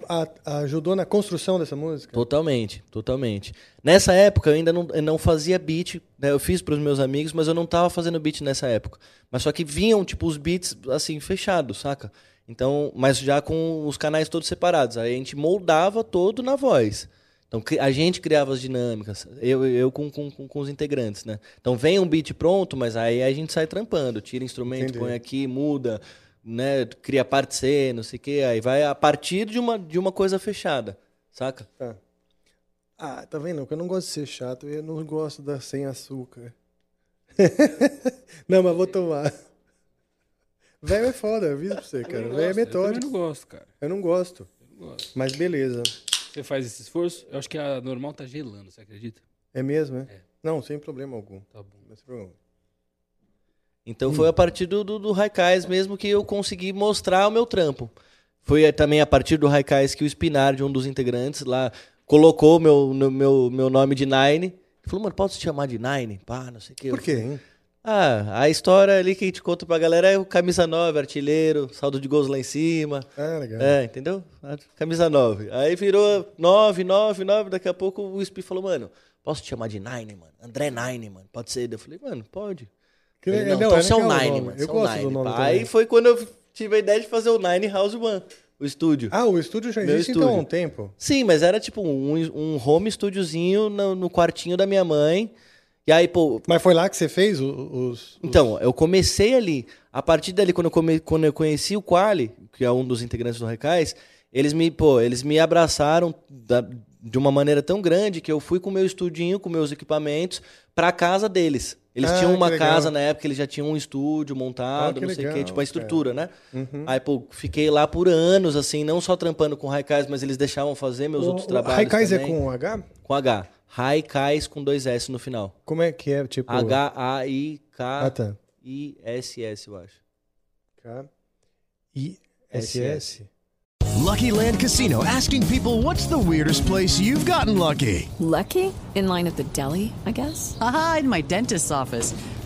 Speaker 1: a- ajudou na construção dessa música?
Speaker 2: Totalmente, totalmente. Nessa época eu ainda não, eu não fazia beat, né? Eu fiz pros meus amigos, mas eu não tava fazendo beat nessa época. Mas só que vinham, tipo, os beats, assim, fechados, saca? Então, mas já com os canais todos separados. Aí a gente moldava todo na voz. Então cri- a gente criava as dinâmicas, eu, eu com, com, com- com os integrantes, né? Então vem um beat pronto, mas aí a gente sai trampando, tira instrumento,
Speaker 1: Entendi.
Speaker 2: põe aqui, muda, né? Cria parte C, não sei o quê. Aí vai a partir de uma, de uma coisa fechada, saca?
Speaker 1: Tá. Ah, tá vendo? Eu não gosto de ser chato, eu não gosto da sem açúcar. não, mas vou tomar. Velho é foda, eu aviso pra você, cara. Velho é
Speaker 3: Eu também
Speaker 1: metódico.
Speaker 3: não gosto, cara.
Speaker 1: Eu não gosto. Mas beleza.
Speaker 3: Você faz esse esforço? Eu acho que a normal tá gelando, você acredita?
Speaker 1: É mesmo, é? Não, sem problema algum.
Speaker 3: Tá bom.
Speaker 1: Não tem problema. Hum.
Speaker 2: Então foi a partir do, do, do Raikais mesmo que eu consegui mostrar o meu trampo. Foi eh, também a partir do Raikais que o Spinardi, um dos integrantes lá, colocou meu, no- meu, meu nome de Nine. Ele falou, mano, posso te chamar de Nine? Pá, não sei o quê.
Speaker 1: Por quê, hein?
Speaker 2: Ah, a história ali que a gente conta pra galera é o camisa 9, artilheiro, saldo de gols lá em cima.
Speaker 1: Ah, legal.
Speaker 2: É, entendeu? A Camisa 9. Aí virou 9, 9, 9. Daqui a pouco o Spi falou, mano, posso te chamar de Nine, mano? André Nine, mano. Pode ser? Eu falei, mano, pode.
Speaker 1: Que
Speaker 2: Ele,
Speaker 1: legal,
Speaker 2: não, então
Speaker 1: é
Speaker 2: você é o
Speaker 1: legal o
Speaker 2: Nine,
Speaker 1: nome.
Speaker 2: mano.
Speaker 1: Eu
Speaker 2: você é o
Speaker 1: gosto do
Speaker 2: Nine,
Speaker 1: nome
Speaker 2: pá.
Speaker 1: também.
Speaker 2: Aí foi quando eu tive a ideia de fazer o Nine House One, o estúdio.
Speaker 1: Ah, o estúdio já
Speaker 2: Meu
Speaker 1: existe então há
Speaker 2: estúdio.
Speaker 1: um tempo.
Speaker 2: Sim, mas era tipo um, um home estúdiozinho no, no quartinho da minha mãe. E aí, pô,
Speaker 1: Mas foi lá que você fez o- os.
Speaker 2: então, eu comecei ali. A partir dali, quando eu, come- quando eu conheci o Quali, que é um dos integrantes do Recais, eles me, pô, eles me abraçaram da- de uma maneira tão grande que eu fui com o meu estudinho, com meus equipamentos, pra casa deles. Eles
Speaker 1: Ah,
Speaker 2: tinham
Speaker 1: que
Speaker 2: uma
Speaker 1: legal.
Speaker 2: casa na época, eles já tinham um estúdio montado,
Speaker 1: Ah, que
Speaker 2: não sei o quê,
Speaker 1: legal,
Speaker 2: tipo a
Speaker 1: cara. Uhum.
Speaker 2: estrutura, né? Aí, pô, fiquei lá por anos, assim, não só trampando com o Raikais, mas eles deixavam fazer meus outros trabalhos.
Speaker 1: Raikais é
Speaker 2: também.
Speaker 1: com H?
Speaker 2: Com H. Raikais com dois S no final.
Speaker 1: Como é que é? Tipo.
Speaker 2: H-A-I-K.
Speaker 1: Ah, tá.
Speaker 2: ISS, eu acho.
Speaker 1: K. I. S. S.
Speaker 4: Lucky Land Casino asking people what's the weirdest place you've gotten lucky?
Speaker 5: Lucky? In line at the deli, I guess?
Speaker 6: Aha, in my dentist's office.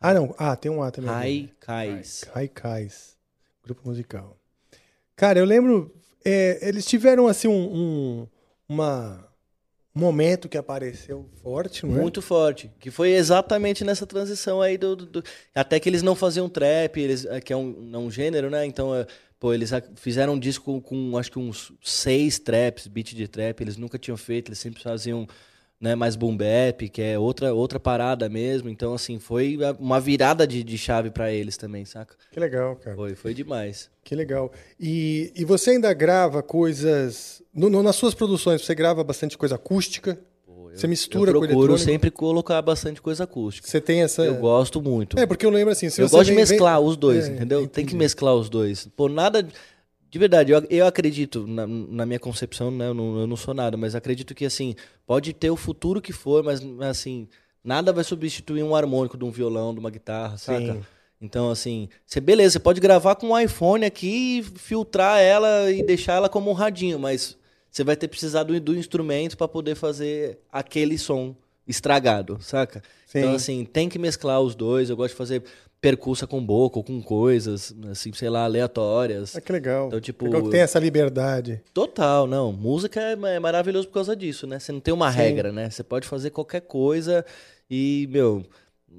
Speaker 1: Ah, não. Ah, tem um A também.
Speaker 2: Raikais.
Speaker 1: Raikais, grupo musical. Cara, eu lembro, é, eles tiveram assim um, um uma- um momento que apareceu forte, não é?
Speaker 2: Muito forte. Que foi exatamente nessa transição aí do. do- do- Até que eles não faziam trap, eles, é, que é um, é um gênero, né? Então, é, pô, eles a- fizeram um disco com, acho que uns seis traps, beat de trap, eles nunca tinham feito, eles sempre faziam. Né, mais boom bap, que é outra, outra parada mesmo. Então, assim, foi a- uma virada de, de chave pra eles também, saca?
Speaker 1: Que legal, cara.
Speaker 2: Foi, foi demais.
Speaker 1: Que legal. E, e você ainda grava coisas no- no- nas suas produções? Você grava bastante coisa acústica? você mistura
Speaker 2: eu
Speaker 1: com
Speaker 2: procuro
Speaker 1: eletrônico?
Speaker 2: sempre colocar bastante coisa acústica.
Speaker 1: Você tem essa?
Speaker 2: Eu gosto muito.
Speaker 1: É porque eu lembro assim. se
Speaker 2: eu
Speaker 1: você
Speaker 2: gosto de
Speaker 1: vem- vem-
Speaker 2: mesclar os dois,
Speaker 1: É,
Speaker 2: entendeu? Tem que
Speaker 1: entendi.
Speaker 2: mesclar os dois. Pô, nada. De verdade, eu, eu acredito, na, na minha concepção, né? Eu não, eu não sou nada, mas acredito que assim, pode ter o futuro que for, mas assim, nada vai substituir um harmônico de um violão, de uma guitarra,
Speaker 1: Sim.
Speaker 2: saca? Então, assim, você, beleza, você pode gravar com um iPhone aqui e filtrar ela e deixar ela como um radinho, mas você vai ter precisado do, do instrumento para poder fazer aquele som estragado, saca?
Speaker 1: Sim.
Speaker 2: Então, assim, tem que mesclar os dois. Eu gosto de fazer percursa com boca ou com coisas, assim, sei lá, aleatórias.
Speaker 1: Ah, que legal.
Speaker 2: Então, tipo,
Speaker 1: Legal que tem essa liberdade.
Speaker 2: Total, não. Música é, ma- é maravilhoso por causa disso, né? Você não tem uma regra, né? Você pode fazer qualquer coisa e, meu,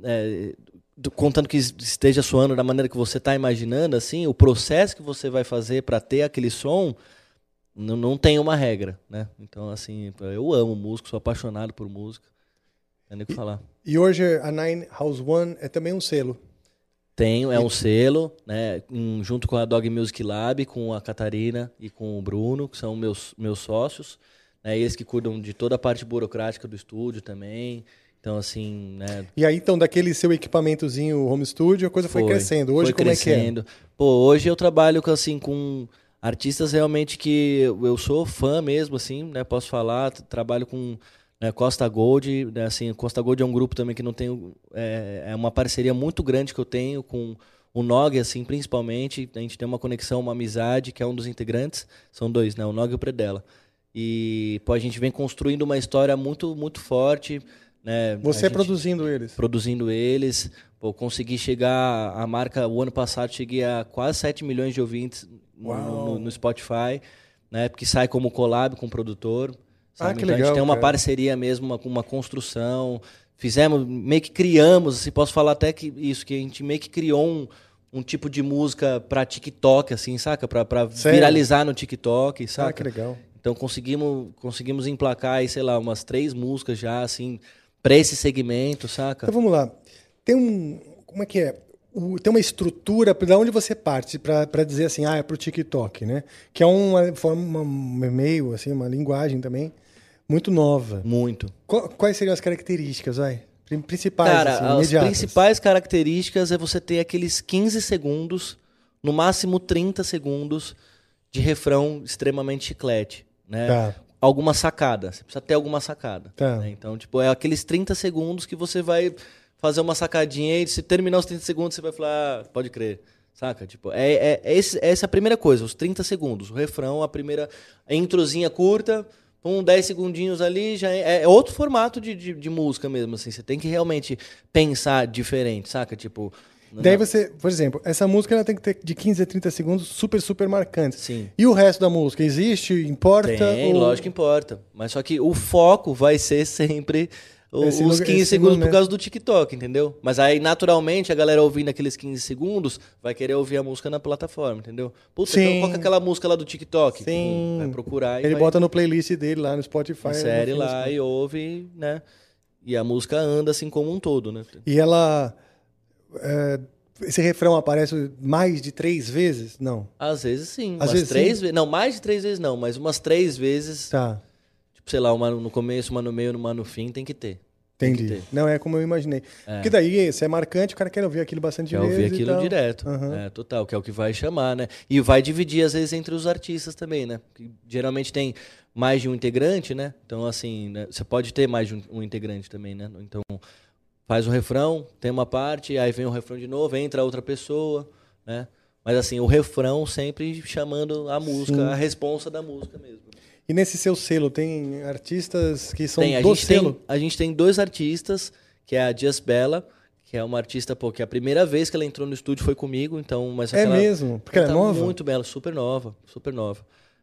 Speaker 2: é, do- contando que es- esteja soando da maneira que você tá imaginando, assim, o processo que você vai fazer para ter aquele som não, não tem uma regra, né? Então, assim, eu amo música, sou apaixonado por música. Não tem nem o que falar.
Speaker 1: E hoje a Nine House One é também um selo.
Speaker 2: Tenho, é um selo, né? em- junto com a Dog Music Lab, com a Catarina e com o Bruno, que são meus, meus sócios. Né, eles que cuidam de toda a parte burocrática do estúdio também. Então, assim, né?
Speaker 1: E aí, então, daquele seu equipamentozinho home studio, a coisa foi, crescendo. Hoje,
Speaker 2: foi
Speaker 1: como é
Speaker 2: crescendo. Pô, hoje eu trabalho com, assim, com artistas realmente que eu eu sou fã mesmo, assim, né? Posso falar, t- trabalho com né, Costa Gold, né, assim, Costa Gold é um grupo também que não tenho. É, é uma parceria muito grande que eu tenho com o Nog, assim, principalmente. A gente tem uma conexão, uma amizade, que é um dos integrantes. São dois, né? O Nog e o Predella. E, pô, a gente vem construindo uma história muito, muito forte. Né?
Speaker 1: que é?
Speaker 2: A
Speaker 1: Você é
Speaker 2: gente-
Speaker 1: produzindo eles.
Speaker 2: produzindo eles. Pô, consegui chegar a marca o ano passado, cheguei a quase 7 milhões de ouvintes no,
Speaker 1: Uau.
Speaker 2: no- no Spotify, né? Porque sai como collab com o produtor.
Speaker 1: Ah,
Speaker 2: sabe?
Speaker 1: que
Speaker 2: então a
Speaker 1: legal,
Speaker 2: gente tem uma
Speaker 1: cara.
Speaker 2: parceria mesmo, uma, uma construção. fizemos, meio que criamos, assim, posso falar até que isso, que a gente meio que criou um, um tipo de música pra TikTok, assim, saca? Pra, pra
Speaker 1: Sério?
Speaker 2: viralizar no TikTok,
Speaker 1: Ah,
Speaker 2: saca?
Speaker 1: que legal.
Speaker 2: Então conseguimos, conseguimos emplacar aí, sei lá, umas três músicas já, assim, pra esse segmento, saca?
Speaker 1: Então vamos lá. Tem um. Como é que é? O- tem uma estrutura da onde você parte para dizer assim, ah, é pro TikTok, né? Que é uma forma, um meio, assim, uma linguagem também muito nova.
Speaker 2: Muito.
Speaker 1: Qu- Quais seriam as características, vai? Prin- Principais,
Speaker 2: Cara,
Speaker 1: assim,
Speaker 2: as
Speaker 1: imediatas.
Speaker 2: principais características é você ter aqueles 15 segundos, no máximo 30 segundos, de refrão extremamente chiclete, né?
Speaker 1: Tá.
Speaker 2: Alguma sacada. Você precisa ter alguma sacada.
Speaker 1: Tá.
Speaker 2: né? Então, tipo, é aqueles 30 segundos que você vai fazer uma sacadinha e se terminar os 30 segundos, você vai falar, ah, pode crer. Saca? Tipo, é, é, é esse- essa é a primeira coisa, os 30 segundos. O refrão, a primeira a introzinha curta, um 10 segundinhos ali, já é, é outro formato de, de, de música mesmo, assim. Você tem que realmente pensar diferente, saca? Tipo.
Speaker 1: Daí você, por exemplo, essa música ela tem que ter de 15 a 30 segundos super, super marcantes.
Speaker 2: Sim.
Speaker 1: E o resto da música existe? Importa?
Speaker 2: Tem,
Speaker 1: ou-
Speaker 2: lógico que importa. Mas só que o foco vai ser sempre o- os
Speaker 1: Esse lugar-
Speaker 2: 15
Speaker 1: esse
Speaker 2: segundos
Speaker 1: momento.
Speaker 2: por causa do TikTok, entendeu? Mas aí, naturalmente, a galera ouvindo aqueles 15 segundos vai querer ouvir a música na plataforma, entendeu? Putz,
Speaker 1: Sim.
Speaker 2: então qual que é aquela música lá do TikTok? Tipo,
Speaker 1: Sim.
Speaker 2: Vai procurar e
Speaker 1: Ele
Speaker 2: vai
Speaker 1: bota no playlist dele lá no Spotify.
Speaker 2: insere
Speaker 1: no fim das
Speaker 2: lá e ouve, né? E a música anda assim como um todo, né?
Speaker 1: E ela. é, esse refrão aparece mais de três vezes? Não.
Speaker 2: Às vezes sim,
Speaker 1: Às
Speaker 2: umas
Speaker 1: vezes,
Speaker 2: três
Speaker 1: sim.
Speaker 2: vezes. Não, mais de três vezes não, mas umas três vezes,
Speaker 1: Tá,
Speaker 2: tipo, sei lá, uma no começo, uma no meio, uma no fim, tem que ter. Tem que
Speaker 1: entendi.
Speaker 2: ter.
Speaker 1: Não é como eu imaginei. Porque daí, se é marcante, o cara quer ouvir aquilo bastante
Speaker 2: Quer
Speaker 1: vezes.
Speaker 2: ouvir
Speaker 1: e
Speaker 2: aquilo
Speaker 1: tal.
Speaker 2: direto.
Speaker 1: Aham.
Speaker 2: É, total, que é o que vai chamar, né? E vai dividir, às vezes, entre os artistas também, né? Que geralmente tem mais de um integrante, né? Então, assim, né, você pode ter mais de um, um integrante também, né? Então, faz o refrão, tem uma parte, aí vem o refrão de novo, entra outra pessoa, né? Mas, assim, o refrão sempre chamando a música, a responsa da música mesmo. né?
Speaker 1: E nesse seu selo, tem artistas que são
Speaker 2: Tem, a
Speaker 1: do
Speaker 2: gente
Speaker 1: selo?
Speaker 2: tem, um- a gente tem dois artistas, que é a Just Bella, que é uma artista, pô, que a primeira vez que ela entrou no estúdio foi comigo, então, mas
Speaker 1: É
Speaker 2: aquela-
Speaker 1: mesmo? Porque ela é
Speaker 2: tá
Speaker 1: nova?
Speaker 2: muito bela, super nova, super nova.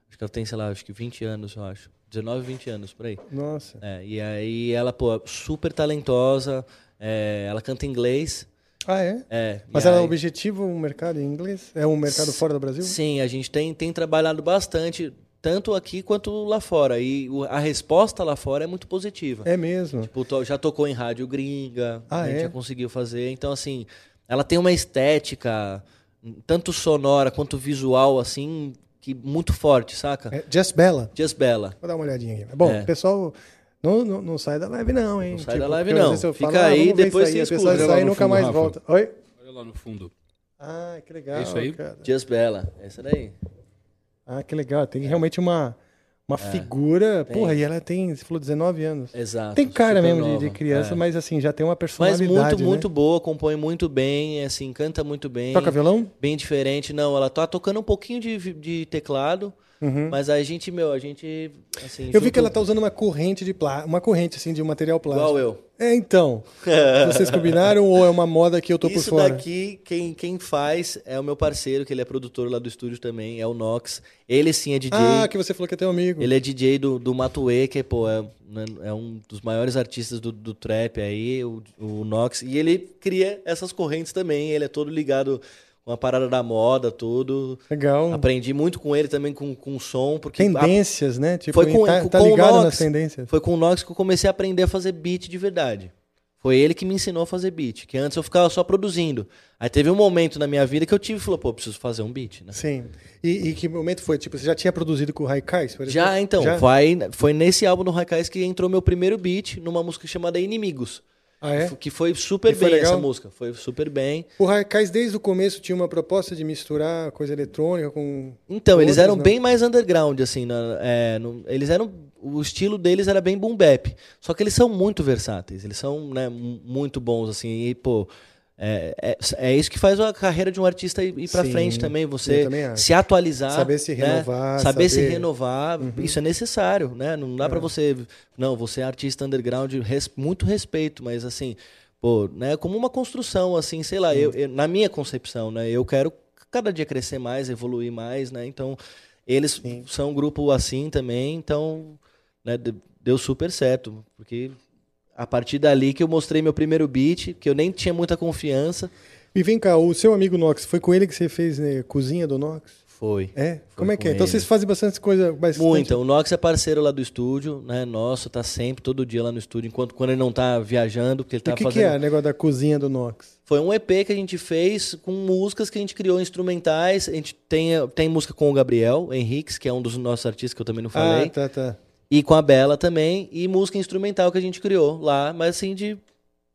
Speaker 2: Acho que ela tem, sei lá, acho que 20 anos, eu acho. 19, 20 anos, por aí.
Speaker 1: Nossa.
Speaker 2: É, e aí ela, pô, super talentosa, é, ela canta inglês.
Speaker 1: Ah, é?
Speaker 2: É,
Speaker 1: Mas
Speaker 2: e
Speaker 1: ela
Speaker 2: aí-
Speaker 1: objetiva o mercado em inglês? É um mercado fora do Brasil?
Speaker 2: Sim, a gente tem, tem trabalhado bastante, tanto aqui quanto lá fora. E o- a resposta lá fora é muito positiva.
Speaker 1: É mesmo.
Speaker 2: Tipo, to- já tocou em rádio gringa,
Speaker 1: Ah,
Speaker 2: a gente
Speaker 1: é?
Speaker 2: já conseguiu fazer. Então, assim, ela tem uma estética, tanto sonora quanto visual, assim, que muito forte, saca?
Speaker 1: É Just Bella.
Speaker 2: Just Bella.
Speaker 1: Vou dar uma olhadinha aqui. Bom,
Speaker 2: É.
Speaker 1: pessoal, não, não, não sai da live não, hein? Tipo, Não
Speaker 2: sai da live, não. Fica
Speaker 1: ah,
Speaker 2: aí, depois você
Speaker 1: A pessoa
Speaker 2: escuta.
Speaker 1: sai e
Speaker 3: Olha lá no
Speaker 1: nunca
Speaker 3: fundo,
Speaker 1: mais
Speaker 3: Rafa.
Speaker 1: volta. Oi?
Speaker 3: Olha lá no fundo.
Speaker 1: Ah, que legal,
Speaker 3: É isso aí.
Speaker 1: cara.
Speaker 2: Just Bella. Essa daí.
Speaker 1: Ah, que legal. Tem realmente uma, uma figura. Porra, e ela tem, você falou 19 anos.
Speaker 2: É. Exato.
Speaker 1: Tem cara
Speaker 2: super
Speaker 1: mesmo de-
Speaker 2: nova.
Speaker 1: de, criança,
Speaker 2: É.
Speaker 1: mas assim, já tem uma
Speaker 2: Mas
Speaker 1: personalidade.
Speaker 2: muito,
Speaker 1: né?
Speaker 2: muito boa, compõe muito bem, assim, canta muito bem.
Speaker 1: Toca violão?
Speaker 2: Bem diferente. Não, ela tá tocando um pouquinho de, vi- de teclado, mas a gente, meu, a gente, assim...
Speaker 1: Uhum. Eu vi que
Speaker 2: junto-
Speaker 1: ela tá usando uma corrente de plástico, uma corrente assim de material plástico.
Speaker 2: Igual eu.
Speaker 1: É, então. Vocês combinaram ou é uma moda que eu tô
Speaker 2: Isso
Speaker 1: por fora?
Speaker 2: daqui, quem, quem faz é o meu parceiro, que ele é produtor lá do estúdio também, é o Nox. Ele sim é DJ.
Speaker 1: Ah, que você falou que é teu amigo.
Speaker 2: Ele é DJ do, do Matuê, que pô, é, né, é um dos maiores artistas do, do trap aí, o, o Nox. E ele cria essas correntes também. Ele é todo ligado com a parada da moda, tudo.
Speaker 1: Legal.
Speaker 2: Aprendi muito com ele também, com, com o som, porque. a-
Speaker 1: Tendências, né? Tipo,
Speaker 2: foi com,
Speaker 1: tá,
Speaker 2: com-
Speaker 1: tá
Speaker 2: com o
Speaker 1: ligado
Speaker 2: Nox,
Speaker 1: nas tendências.
Speaker 2: Foi com o Nox que eu comecei a aprender a fazer beat de verdade. Foi ele que me ensinou a fazer beat, que antes eu ficava só produzindo. Aí teve um momento na minha vida que eu tive e falei, pô, preciso fazer um beat, né?
Speaker 1: Sim. E, e que momento foi? Tipo, você já tinha produzido com o Raikais? por exemplo?
Speaker 2: Já, então, Vai, foi nesse álbum do Raikais que entrou meu primeiro beat numa música chamada Inimigos.
Speaker 1: Ah, é?
Speaker 2: Que foi super
Speaker 1: E foi
Speaker 2: bem essa
Speaker 1: legal?
Speaker 2: música, foi super bem.
Speaker 1: O Raikais, desde o começo, tinha uma proposta de misturar coisa eletrônica com.
Speaker 2: Então,
Speaker 1: com
Speaker 2: eles
Speaker 1: outras,
Speaker 2: eram
Speaker 1: não?
Speaker 2: bem mais underground, assim. na- é, no- eles eram. O estilo deles era bem boom bap. Só que eles são muito versáteis, eles são né, mu- muito bons, assim. E, pô, é, é- é isso que faz a carreira de um artista ir, ir pra
Speaker 1: Sim,
Speaker 2: frente também. Você
Speaker 1: eu também acho.
Speaker 2: se atualizar.
Speaker 1: Saber se
Speaker 2: né,
Speaker 1: renovar,
Speaker 2: Saber, se
Speaker 1: saber- Uhum. É.
Speaker 2: renovar. Isso é necessário, né? Não dá pra você. Não, você é artista underground, res- muito respeito, mas assim. Pô, né, como uma construção, assim, sei lá, eu, eu- na minha concepção, né, eu quero cada dia crescer mais, evoluir mais, né, então eles são um grupo assim também, então, né, de- deu super certo, porque A partir dali que eu mostrei meu primeiro beat, que eu nem tinha muita confiança.
Speaker 1: E vem cá, o seu amigo Nox, foi com ele que você fez né, cozinha do Nox?
Speaker 2: Foi.
Speaker 1: É?
Speaker 2: Foi
Speaker 1: Como é que é?
Speaker 2: com
Speaker 1: Então
Speaker 2: ele.
Speaker 1: vocês fazem bastante coisa. Bastante...
Speaker 2: Muita. O Nox é parceiro lá do estúdio, né? Nosso, tá sempre, todo dia lá no estúdio, enquanto quando ele não tá viajando, porque ele
Speaker 1: E
Speaker 2: tá
Speaker 1: o que, que
Speaker 2: fazendo.
Speaker 1: é o negócio da cozinha do Nox?
Speaker 2: Foi um EP que a gente fez com músicas que a gente criou instrumentais. A gente tem, tem música com o Gabriel Henriques, que é um dos nossos artistas que eu também não falei.
Speaker 1: Ah, tá, tá.
Speaker 2: E com a Bela também. E música instrumental que a gente criou lá, mas assim, de,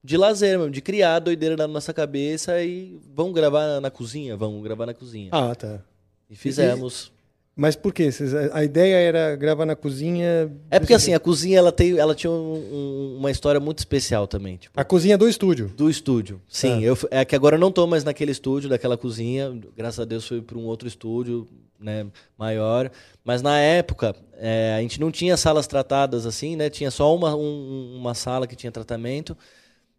Speaker 2: de lazer mesmo, de criar a doideira na nossa cabeça e vamos gravar na, na cozinha? Vamos gravar na cozinha.
Speaker 1: Ah, tá.
Speaker 2: e fizemos.
Speaker 1: Mas por quê? Vocês- a- a ideia era gravar na cozinha.
Speaker 2: É porque assim, a cozinha ela, tem, ela tinha um- um- uma história muito especial também. Tipo,
Speaker 1: A cozinha do estúdio.
Speaker 2: Do estúdio. Sim, eu, f- é que agora eu não tô mais naquele estúdio, daquela cozinha. Graças a Deus fui para um outro estúdio, né, maior. Mas na época, é, a gente não tinha salas tratadas assim, né? Tinha só uma, um- uma sala que tinha tratamento.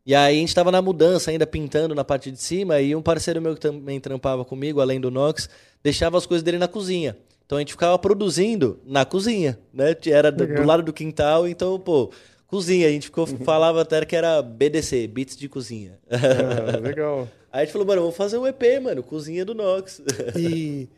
Speaker 2: E aí a gente estava na mudança ainda, pintando na parte de cima, e um parceiro meu que também trampava comigo, além do Nox, deixava as coisas dele na cozinha. Então a gente ficava produzindo na cozinha, né? Era do, do lado do quintal, então, pô, cozinha. A gente ficou, falava até que era BDC, Beats de Cozinha.
Speaker 1: Ah, legal.
Speaker 2: aí a gente falou, mano, vamos fazer um EP, mano, Cozinha do Nox.
Speaker 1: E,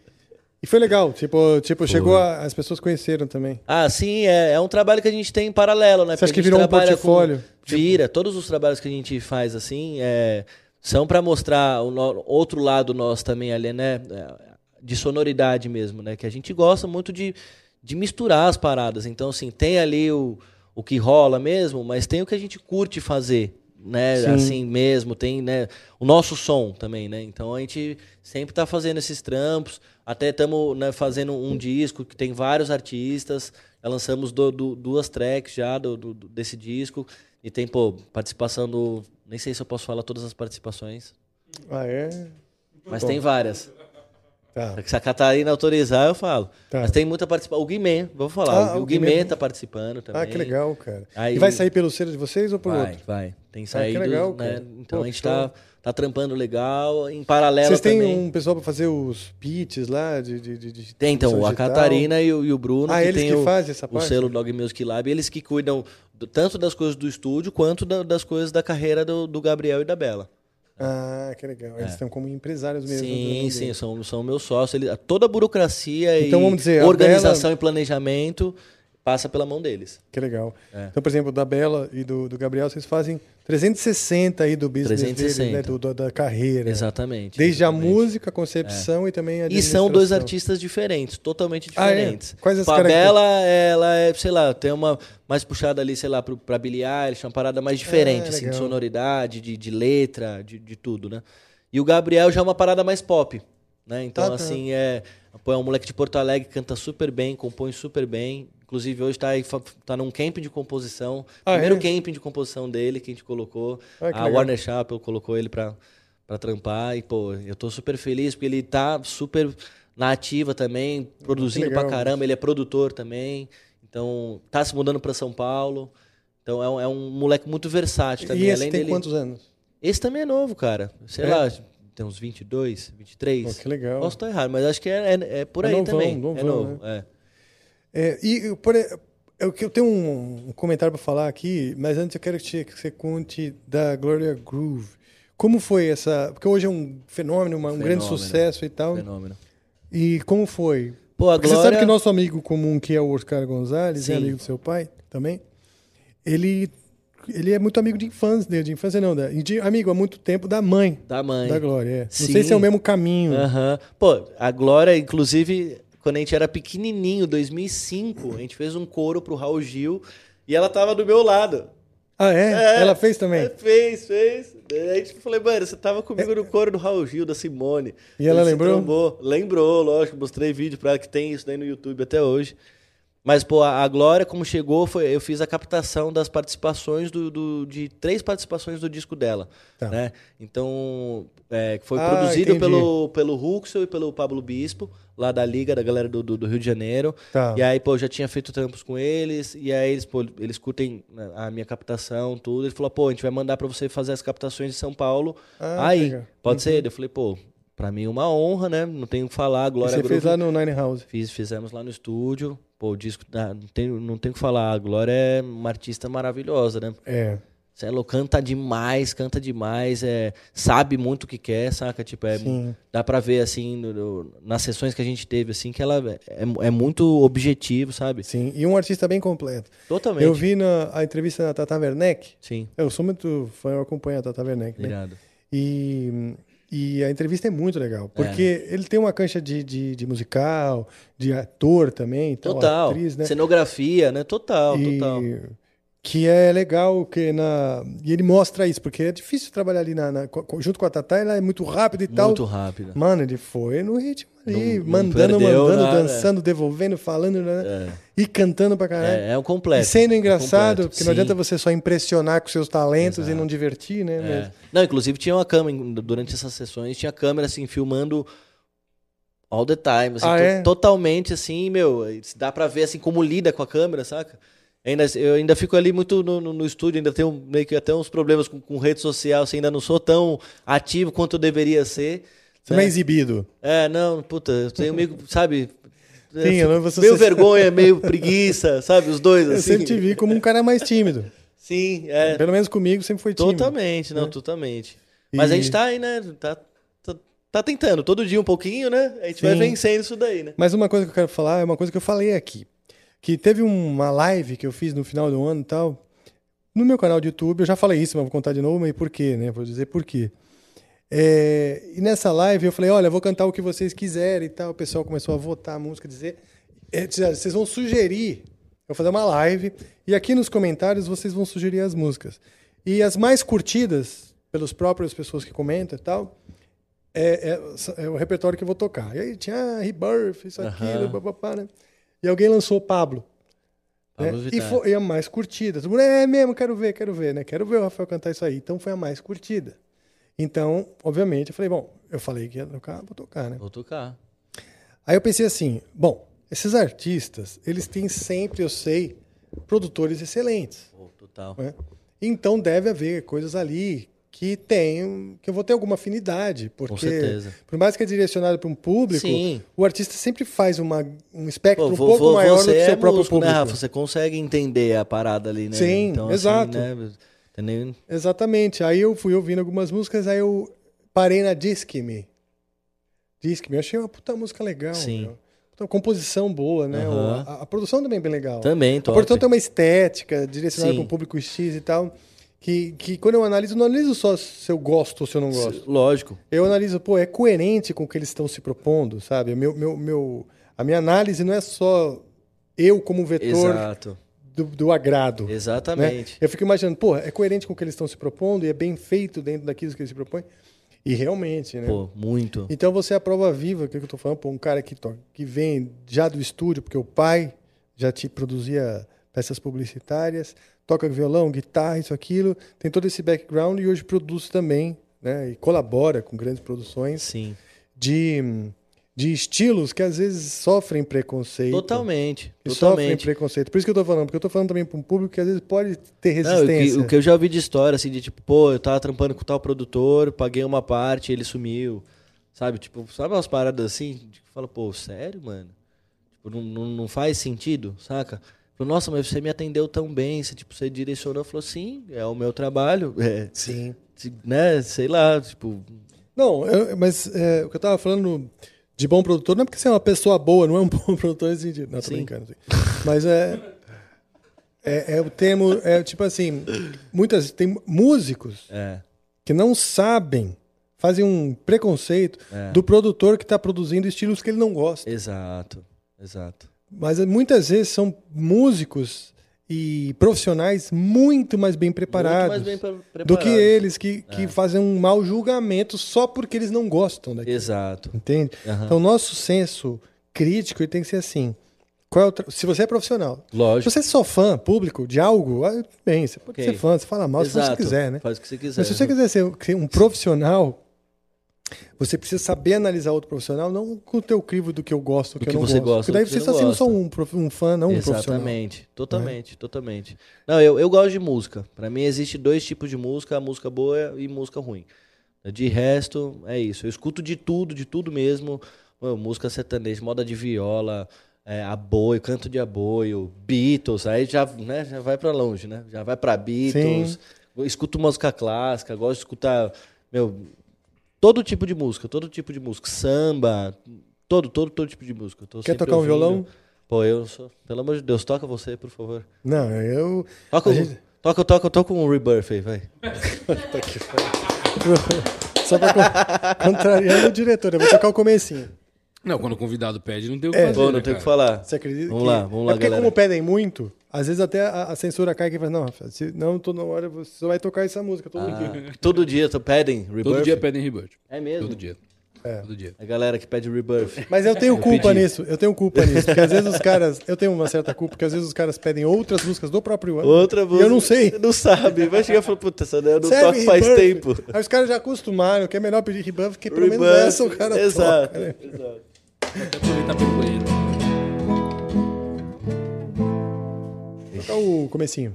Speaker 1: e foi legal. Tipo, tipo chegou a- as pessoas conheceram também.
Speaker 2: Ah, sim, é, é um trabalho que a gente tem em paralelo, né?
Speaker 1: Você acha
Speaker 2: Porque
Speaker 1: que
Speaker 2: a gente
Speaker 1: virou um
Speaker 2: trabalha com-
Speaker 1: portfólio?
Speaker 2: Vira. Todos os trabalhos que a gente faz assim é, são para mostrar o no- outro lado nosso também ali, né? É, De sonoridade mesmo, né? Que a gente gosta muito de, de misturar as paradas. Então, assim, tem ali o, o que rola mesmo, mas tem o que a gente curte fazer, né? Assim mesmo, tem né? o nosso som também, né? Então a gente sempre tá fazendo esses trampos. Até estamos fazendo um disco que tem vários artistas. Já lançamos do- du- duas tracks já do- do- do- desse disco. E tem, pô, participação do. Nem sei se eu posso falar todas as participações,
Speaker 1: Ah, é?
Speaker 2: mas tem várias. É
Speaker 1: Tá.
Speaker 2: Se a Catarina autorizar, eu falo.
Speaker 1: Tá.
Speaker 2: Mas tem muita participação. O Guimê, vamos falar.
Speaker 1: Ah,
Speaker 2: o,
Speaker 1: o
Speaker 2: Guimê,
Speaker 1: Guimê.
Speaker 2: tá participando também.
Speaker 1: Ah, que legal, cara.
Speaker 2: Aí-
Speaker 1: E vai sair pelo selo de vocês ou por
Speaker 2: Vai,
Speaker 1: outro?
Speaker 2: vai. Tem saído,
Speaker 1: Ah, legal,
Speaker 2: né?
Speaker 1: cara.
Speaker 2: Então
Speaker 1: Pô,
Speaker 2: a gente
Speaker 1: show.
Speaker 2: tá, tá trampando legal. Em paralelo
Speaker 1: Vocês têm
Speaker 2: também.
Speaker 1: um pessoal pra fazer os pitches lá de. de, de, de
Speaker 2: Tem, então,
Speaker 1: produção
Speaker 2: a
Speaker 1: digital?
Speaker 2: Catarina e o, e o Bruno,
Speaker 1: Ah,
Speaker 2: que
Speaker 1: eles
Speaker 2: tem
Speaker 1: que
Speaker 2: o,
Speaker 1: fazem essa
Speaker 2: o
Speaker 1: parte?
Speaker 2: selo Dog Music Lab, eles que cuidam do- tanto das coisas do estúdio quanto da- das coisas da carreira do, do Gabriel e da Bela.
Speaker 1: Ah, que legal. Eles estão como empresários mesmo.
Speaker 2: É. Sim,
Speaker 1: né?
Speaker 2: sim, são, são meus sócios. Ele, toda a burocracia
Speaker 1: Então,
Speaker 2: e
Speaker 1: vamos dizer, a
Speaker 2: organização e planejamento passa pela mão deles.
Speaker 1: Que legal.
Speaker 2: É.
Speaker 1: Então, por exemplo, da Bela e do, do Gabriel, vocês fazem 360 aí do business
Speaker 2: 360.
Speaker 1: deles, né? Do, do- da carreira.
Speaker 2: Exatamente.
Speaker 1: Desde a
Speaker 2: exatamente. É.
Speaker 1: música, a concepção e também a
Speaker 2: E são dois
Speaker 1: administração.
Speaker 2: artistas diferentes, totalmente
Speaker 1: Ah, é?
Speaker 2: diferentes.
Speaker 1: Quais as
Speaker 2: Fabela, ela é, sei lá, tem uma mais puxada ali, sei lá, pro, pra Billie Eilish, uma parada mais diferente,
Speaker 1: Ah,
Speaker 2: assim, de
Speaker 1: legal.
Speaker 2: sonoridade, de, de letra, de, de tudo, né? E o Gabriel já é uma parada mais pop, né? Então,
Speaker 1: Ah, tá.
Speaker 2: assim, é, pô, é um moleque de Porto Alegre, canta super bem, compõe super bem. Inclusive, hoje tá, aí, fa- tá num camping de composição.
Speaker 1: Ah,
Speaker 2: primeiro
Speaker 1: é?
Speaker 2: camping de composição dele que a gente colocou.
Speaker 1: Ah, que
Speaker 2: a
Speaker 1: legal.
Speaker 2: Warner Chappell colocou ele pra, pra trampar. E, pô, eu tô super feliz porque ele tá super na ativa também, produzindo pra
Speaker 1: legal.
Speaker 2: caramba. Ele é produtor também. Então, tá se mudando pra São Paulo. Então, é um, é um moleque muito versátil também.
Speaker 1: E esse
Speaker 2: né? além
Speaker 1: tem
Speaker 2: dele...
Speaker 1: quantos anos?
Speaker 2: Esse também é novo, cara. Sei
Speaker 1: É?
Speaker 2: lá, tem uns 22, 23.
Speaker 1: Pô, que legal.
Speaker 2: Posso estar errado, mas acho que é, é- é por
Speaker 1: É
Speaker 2: aí
Speaker 1: novão,
Speaker 2: também. é
Speaker 1: novão, né?
Speaker 2: novo, é.
Speaker 1: É, e eu, por, eu, eu tenho um, um comentário para falar aqui, mas antes eu quero que, que você conte da Gloria Groove. Como foi essa? Porque hoje é um fenômeno, uma- um grande
Speaker 2: Fenômeno.
Speaker 1: sucesso e tal.
Speaker 2: Fenômeno.
Speaker 1: E como foi?
Speaker 2: Pô, a
Speaker 1: Porque
Speaker 2: Glória...
Speaker 1: Você sabe que nosso amigo comum, que é o Oscar Gonzalez, é
Speaker 2: Sim.
Speaker 1: amigo do seu pai também, ele, ele é muito amigo de infância, né? de infância não, da- de amigo há muito tempo da mãe
Speaker 2: Da mãe.
Speaker 1: da Glória. é.
Speaker 2: Sim.
Speaker 1: Não sei se é o mesmo caminho.
Speaker 2: Aham. Pô, a Glória, inclusive, quando a gente era pequenininho, 2005, a gente fez um coro pro Raul Gil e ela tava do meu lado.
Speaker 1: Ah, é? Ela fez também? É.
Speaker 2: É, fez, fez. Aí a gente falei, mano, você tava comigo no coro do Raul Gil, da Simone.
Speaker 1: E ela
Speaker 2: Ele se
Speaker 1: lembrou?
Speaker 2: trombou. Lembrou, lógico. Mostrei vídeo pra ela que tem isso daí no YouTube até hoje. Mas, pô, a a Glória, como chegou, foi, eu fiz a captação das participações do, do- de três participações do disco dela.
Speaker 1: Tá.
Speaker 2: Né? Então, é, que foi
Speaker 1: Ah,
Speaker 2: produzido
Speaker 1: entendi.
Speaker 2: pelo, pelo Huxel e pelo Pablo Bispo, lá da Liga, da galera do, do- do Rio de Janeiro.
Speaker 1: Tá.
Speaker 2: E aí, pô, eu já tinha feito trampos com eles, e aí eles, pô, eles curtem né, a minha captação, tudo. Ele falou, pô, a gente vai mandar pra você fazer as captações de São Paulo.
Speaker 1: Ah,
Speaker 2: aí,
Speaker 1: legal.
Speaker 2: pode ser? Eu falei, pô, pra mim é uma honra, né? Não tenho o que falar,
Speaker 1: E
Speaker 2: Glória
Speaker 1: você fez
Speaker 2: Groove
Speaker 1: lá no Nine House.
Speaker 2: Fiz- fizemos lá no estúdio. Pô, o disco, ah, não tem não tem o que falar. A Glória é uma artista maravilhosa, né?
Speaker 1: É.
Speaker 2: Você é louco, canta demais, canta demais, é, sabe muito o que quer, saca? Tipo, é, dá pra ver, assim, no- no- nas sessões que a gente teve, assim, que ela é, é muito objetivo, sabe?
Speaker 1: Sim, e um artista bem completo.
Speaker 2: Totalmente.
Speaker 1: Eu vi na a entrevista da Tata Werneck.
Speaker 2: Sim.
Speaker 1: Eu sou muito fã, eu acompanho a Tata Werneck, né?
Speaker 2: Obrigado.
Speaker 1: E, e a entrevista é muito legal, porque
Speaker 2: É.
Speaker 1: ele tem uma cancha de, de, de musical, de ator também, então
Speaker 2: Total.
Speaker 1: atriz, né?
Speaker 2: Cenografia, né? Total,
Speaker 1: E-
Speaker 2: total.
Speaker 1: Que é legal que na e ele mostra isso, porque é difícil trabalhar ali na, na- co- junto com a Tatá, ela é muito rápida e tal.
Speaker 2: Muito rápido.
Speaker 1: Mano, ele foi no ritmo ali,
Speaker 2: Não- não
Speaker 1: mandando,
Speaker 2: perdeu
Speaker 1: mandando,
Speaker 2: nada. é.
Speaker 1: dançando, devolvendo, falando né? e cantando pra caralho.
Speaker 2: É, é o completo.
Speaker 1: E sendo
Speaker 2: é o
Speaker 1: engraçado,
Speaker 2: completo.
Speaker 1: porque não adianta
Speaker 2: Sim.
Speaker 1: você só impressionar com seus talentos e não divertir, né?
Speaker 2: É.
Speaker 1: Mas-
Speaker 2: Não, inclusive tinha uma câmera, em- durante essas sessões, tinha câmera, assim, filmando all the time, assim,
Speaker 1: Ah,
Speaker 2: to-
Speaker 1: é?
Speaker 2: totalmente, assim, meu, dá pra ver, assim, como lida com a câmera, saca? Ainda, eu ainda fico ali muito no, no- no estúdio, ainda tenho meio que até uns problemas com, com rede social, assim, ainda não sou tão ativo quanto eu deveria ser. né?
Speaker 1: Você não é exibido.
Speaker 2: É, não, puta, eu tenho meio, sabe... eu
Speaker 1: Sim, eu
Speaker 2: fico
Speaker 1: não- você-
Speaker 2: meio vergonha, meio preguiça, sabe? Os dois,
Speaker 1: Eu
Speaker 2: assim.
Speaker 1: sempre te vi como um cara mais tímido.
Speaker 2: Sim, é.
Speaker 1: Pelo menos comigo sempre foi tímido.
Speaker 2: Totalmente, não, totalmente. Mas a
Speaker 1: É. E-
Speaker 2: gente tá aí, né? Tá, tá, tá tentando, todo dia um pouquinho, né? A gente vai
Speaker 1: Sim.
Speaker 2: vencendo isso daí, né?
Speaker 1: Mas uma coisa que eu quero falar é uma coisa que eu falei aqui. Que teve uma live que eu fiz no final do ano e tal. No meu canal do YouTube, eu já falei isso, mas vou contar de novo, mas por quê, né? Vou dizer por quê. É, e nessa live eu falei, olha, eu vou cantar o que vocês quiserem e tal. O pessoal começou a votar a música, dizer. é, disseram, vocês vão sugerir. Eu vou fazer uma live. E aqui nos comentários vocês vão sugerir as músicas. E as mais curtidas, pelas próprias pessoas que comentam e tal, é, é- é o repertório que eu vou tocar. E aí tinha ah, Rebirth, isso, aquilo, papapá, né? E alguém lançou Pablo. né?
Speaker 2: Pablo
Speaker 1: E
Speaker 2: Vittar.
Speaker 1: foi e a mais curtida. Todo mundo, é mesmo, quero ver, quero ver, né? Quero ver o Rafael cantar isso aí. Então foi a mais curtida. Então, obviamente, eu falei, bom, eu falei que ia tocar, vou tocar, né?
Speaker 2: Vou tocar.
Speaker 1: Aí eu pensei assim, bom, esses artistas, eles têm sempre, eu sei, produtores excelentes.
Speaker 2: Pô, total.
Speaker 1: né? Então deve haver coisas ali que tem, que eu vou ter alguma afinidade, porque
Speaker 2: certeza.
Speaker 1: por mais que é direcionado para um público,
Speaker 2: Sim.
Speaker 1: o artista sempre faz uma, um espectro
Speaker 2: Pô,
Speaker 1: um
Speaker 2: vo-
Speaker 1: pouco
Speaker 2: vo-
Speaker 1: maior do
Speaker 2: você
Speaker 1: que o seu
Speaker 2: é
Speaker 1: próprio
Speaker 2: músico, né,
Speaker 1: público.
Speaker 2: Rafa? Você consegue entender a parada ali, né?
Speaker 1: Sim,
Speaker 2: assim,
Speaker 1: exato.
Speaker 2: né? Entendeu?
Speaker 1: Exatamente. Aí eu fui ouvindo algumas músicas, aí eu parei na Disque Me. Disque Me, eu achei uma puta música legal.
Speaker 2: Sim.
Speaker 1: meu. Puta composição boa, né?
Speaker 2: Aham.
Speaker 1: A, a produção também é bem legal.
Speaker 2: Também,
Speaker 1: A
Speaker 2: top.
Speaker 1: produção tem uma estética direcionada
Speaker 2: Sim.
Speaker 1: para um público X e tal, que, que quando eu analiso, eu não analiso só se eu gosto ou se eu não gosto.
Speaker 2: Lógico.
Speaker 1: Eu analiso, pô, é coerente com o que eles estão se propondo, sabe? Meu, meu, meu, a minha análise não é só eu como vetor
Speaker 2: Exato.
Speaker 1: do, do agrado. né?
Speaker 2: Exatamente.
Speaker 1: Eu fico imaginando, pô, é coerente com o que eles estão se propondo e é bem feito dentro daquilo que eles se propõem. E realmente, né?
Speaker 2: Pô, muito.
Speaker 1: Então você é a prova viva, o que eu tô falando, pô, um cara que, to- que vem já do estúdio, porque o pai já te produzia peças publicitárias, toca violão, guitarra, isso, aquilo, tem todo esse background e hoje produz também, né? E colabora com grandes produções
Speaker 2: Sim.
Speaker 1: de, de estilos que às vezes sofrem preconceito.
Speaker 2: Totalmente.
Speaker 1: Que sofrem
Speaker 2: Totalmente.
Speaker 1: preconceito. Por isso que eu tô falando, porque eu tô falando também para um público que às vezes pode ter
Speaker 2: Não, o, que,
Speaker 1: resistência.
Speaker 2: o que eu já ouvi de história, assim, de tipo, pô, eu tava trampando com tal produtor, paguei uma parte, ele sumiu. Sabe? Tipo, sabe umas paradas assim? de que fala, pô, sério, mano? Tipo, não, não, não faz sentido, saca? Falou, Nossa, mas você me atendeu tão bem, você, tipo, você direcionou, falou, sim, é o meu trabalho. É,
Speaker 1: Sim.
Speaker 2: se- né, sei lá, tipo.
Speaker 1: Não, eu- mas é, o que eu tava falando de bom produtor não é porque você é uma pessoa boa, não é um bom produtor nesse sentido. Não, tô
Speaker 2: Sim.
Speaker 1: brincando. sim. Mas é, é. é o termo. É tipo assim. Muitas. Tem músicos
Speaker 2: É,
Speaker 1: que não sabem, fazem um preconceito
Speaker 2: É.
Speaker 1: do produtor que tá produzindo estilos que ele não gosta.
Speaker 2: exato, exato.
Speaker 1: Mas eh, muitas vezes são músicos e profissionais muito mais bem preparados,
Speaker 2: mais bem pre-
Speaker 1: do que
Speaker 2: preparados. É.
Speaker 1: eles que, que fazem um mau julgamento só porque eles não gostam daquilo.
Speaker 2: Exato.
Speaker 1: Entende? Então, o nosso senso crítico ele tem que ser assim. Qual é o tra- Se você é profissional.
Speaker 2: Lógico.
Speaker 1: Se você é só fã público de algo, ah, bem, você pode
Speaker 2: Ok.
Speaker 1: ser fã, você fala mal se você
Speaker 2: Exato.
Speaker 1: quiser, né?
Speaker 2: Faz o que você quiser.
Speaker 1: Mas se você quiser ser ser um profissional, você precisa saber analisar outro profissional, não com o teu crivo do que eu gosto, do que,
Speaker 2: que
Speaker 1: eu não
Speaker 2: você
Speaker 1: gosto. Porque
Speaker 2: gosta,
Speaker 1: daí
Speaker 2: do que
Speaker 1: você
Speaker 2: você
Speaker 1: está
Speaker 2: não
Speaker 1: sendo só
Speaker 2: gosta.
Speaker 1: um, prof- um fã, não um profissional.
Speaker 2: Exatamente, totalmente, totalmente. Não, eu, eu gosto de música. Pra mim existe dois tipos de música, a música boa e música ruim. De resto, é isso. Eu escuto de tudo, de tudo mesmo. Mano, música sertaneja, moda de viola, é, aboio, canto de aboio, Beatles, aí já, né, já vai pra longe, né? Já vai pra Beatles,
Speaker 1: Sim.
Speaker 2: Eu escuto música clássica, gosto de escutar, meu, todo tipo de música, todo tipo de música, samba, todo, todo, todo tipo de música. Eu tô
Speaker 1: Quer
Speaker 2: sempre
Speaker 1: tocar um
Speaker 2: ouvindo.
Speaker 1: violão?
Speaker 2: Pô, eu sou, pelo amor de Deus, toca você, por favor.
Speaker 1: Não, eu.
Speaker 2: Toca,
Speaker 1: a
Speaker 2: o-
Speaker 1: gente-
Speaker 2: toca, toca, toca um rebirth aí, vai.
Speaker 1: Só pra con- contrariar o diretor, eu vou tocar o comecinho.
Speaker 3: Não, quando o convidado pede, não
Speaker 1: É.
Speaker 3: tem o que fazer.
Speaker 2: Pô,
Speaker 3: né,
Speaker 2: não tem o que
Speaker 3: cara?
Speaker 2: falar.
Speaker 1: Você acredita?
Speaker 2: Vamos
Speaker 1: que-
Speaker 2: lá, vamos lá,
Speaker 1: é porque
Speaker 2: galera.
Speaker 1: como pedem muito, às vezes até a, a censura cai e fala, não, Rafael, se não tô na hora, você só vai tocar essa música todo
Speaker 2: Ah.
Speaker 1: dia.
Speaker 2: Todo dia tô- pedem rebirth.
Speaker 3: Todo dia pedem rebirth.
Speaker 2: É mesmo?
Speaker 3: Todo dia.
Speaker 1: É.
Speaker 3: Todo dia.
Speaker 2: A galera que pede rebirth.
Speaker 1: Mas eu tenho culpa
Speaker 2: pedi.
Speaker 1: nisso, eu tenho culpa nisso, porque às vezes os caras, eu tenho uma certa culpa, porque às vezes os caras pedem outras músicas do próprio ano.
Speaker 2: Outra música.
Speaker 1: E eu não sei.
Speaker 2: Não sabe. Vai chegar e falar, puta, essa daí eu não
Speaker 1: Serve
Speaker 2: toco faz
Speaker 1: rebuff.
Speaker 2: tempo.
Speaker 1: Aí os caras já acostumaram, que é melhor pedir rebuff, que pelo menos
Speaker 2: Rebuff,
Speaker 1: essa o cara
Speaker 2: Exato.
Speaker 1: toca, né?
Speaker 2: exato.
Speaker 3: Aproveitar pro banheiro.
Speaker 1: Tocar Então, o comecinho.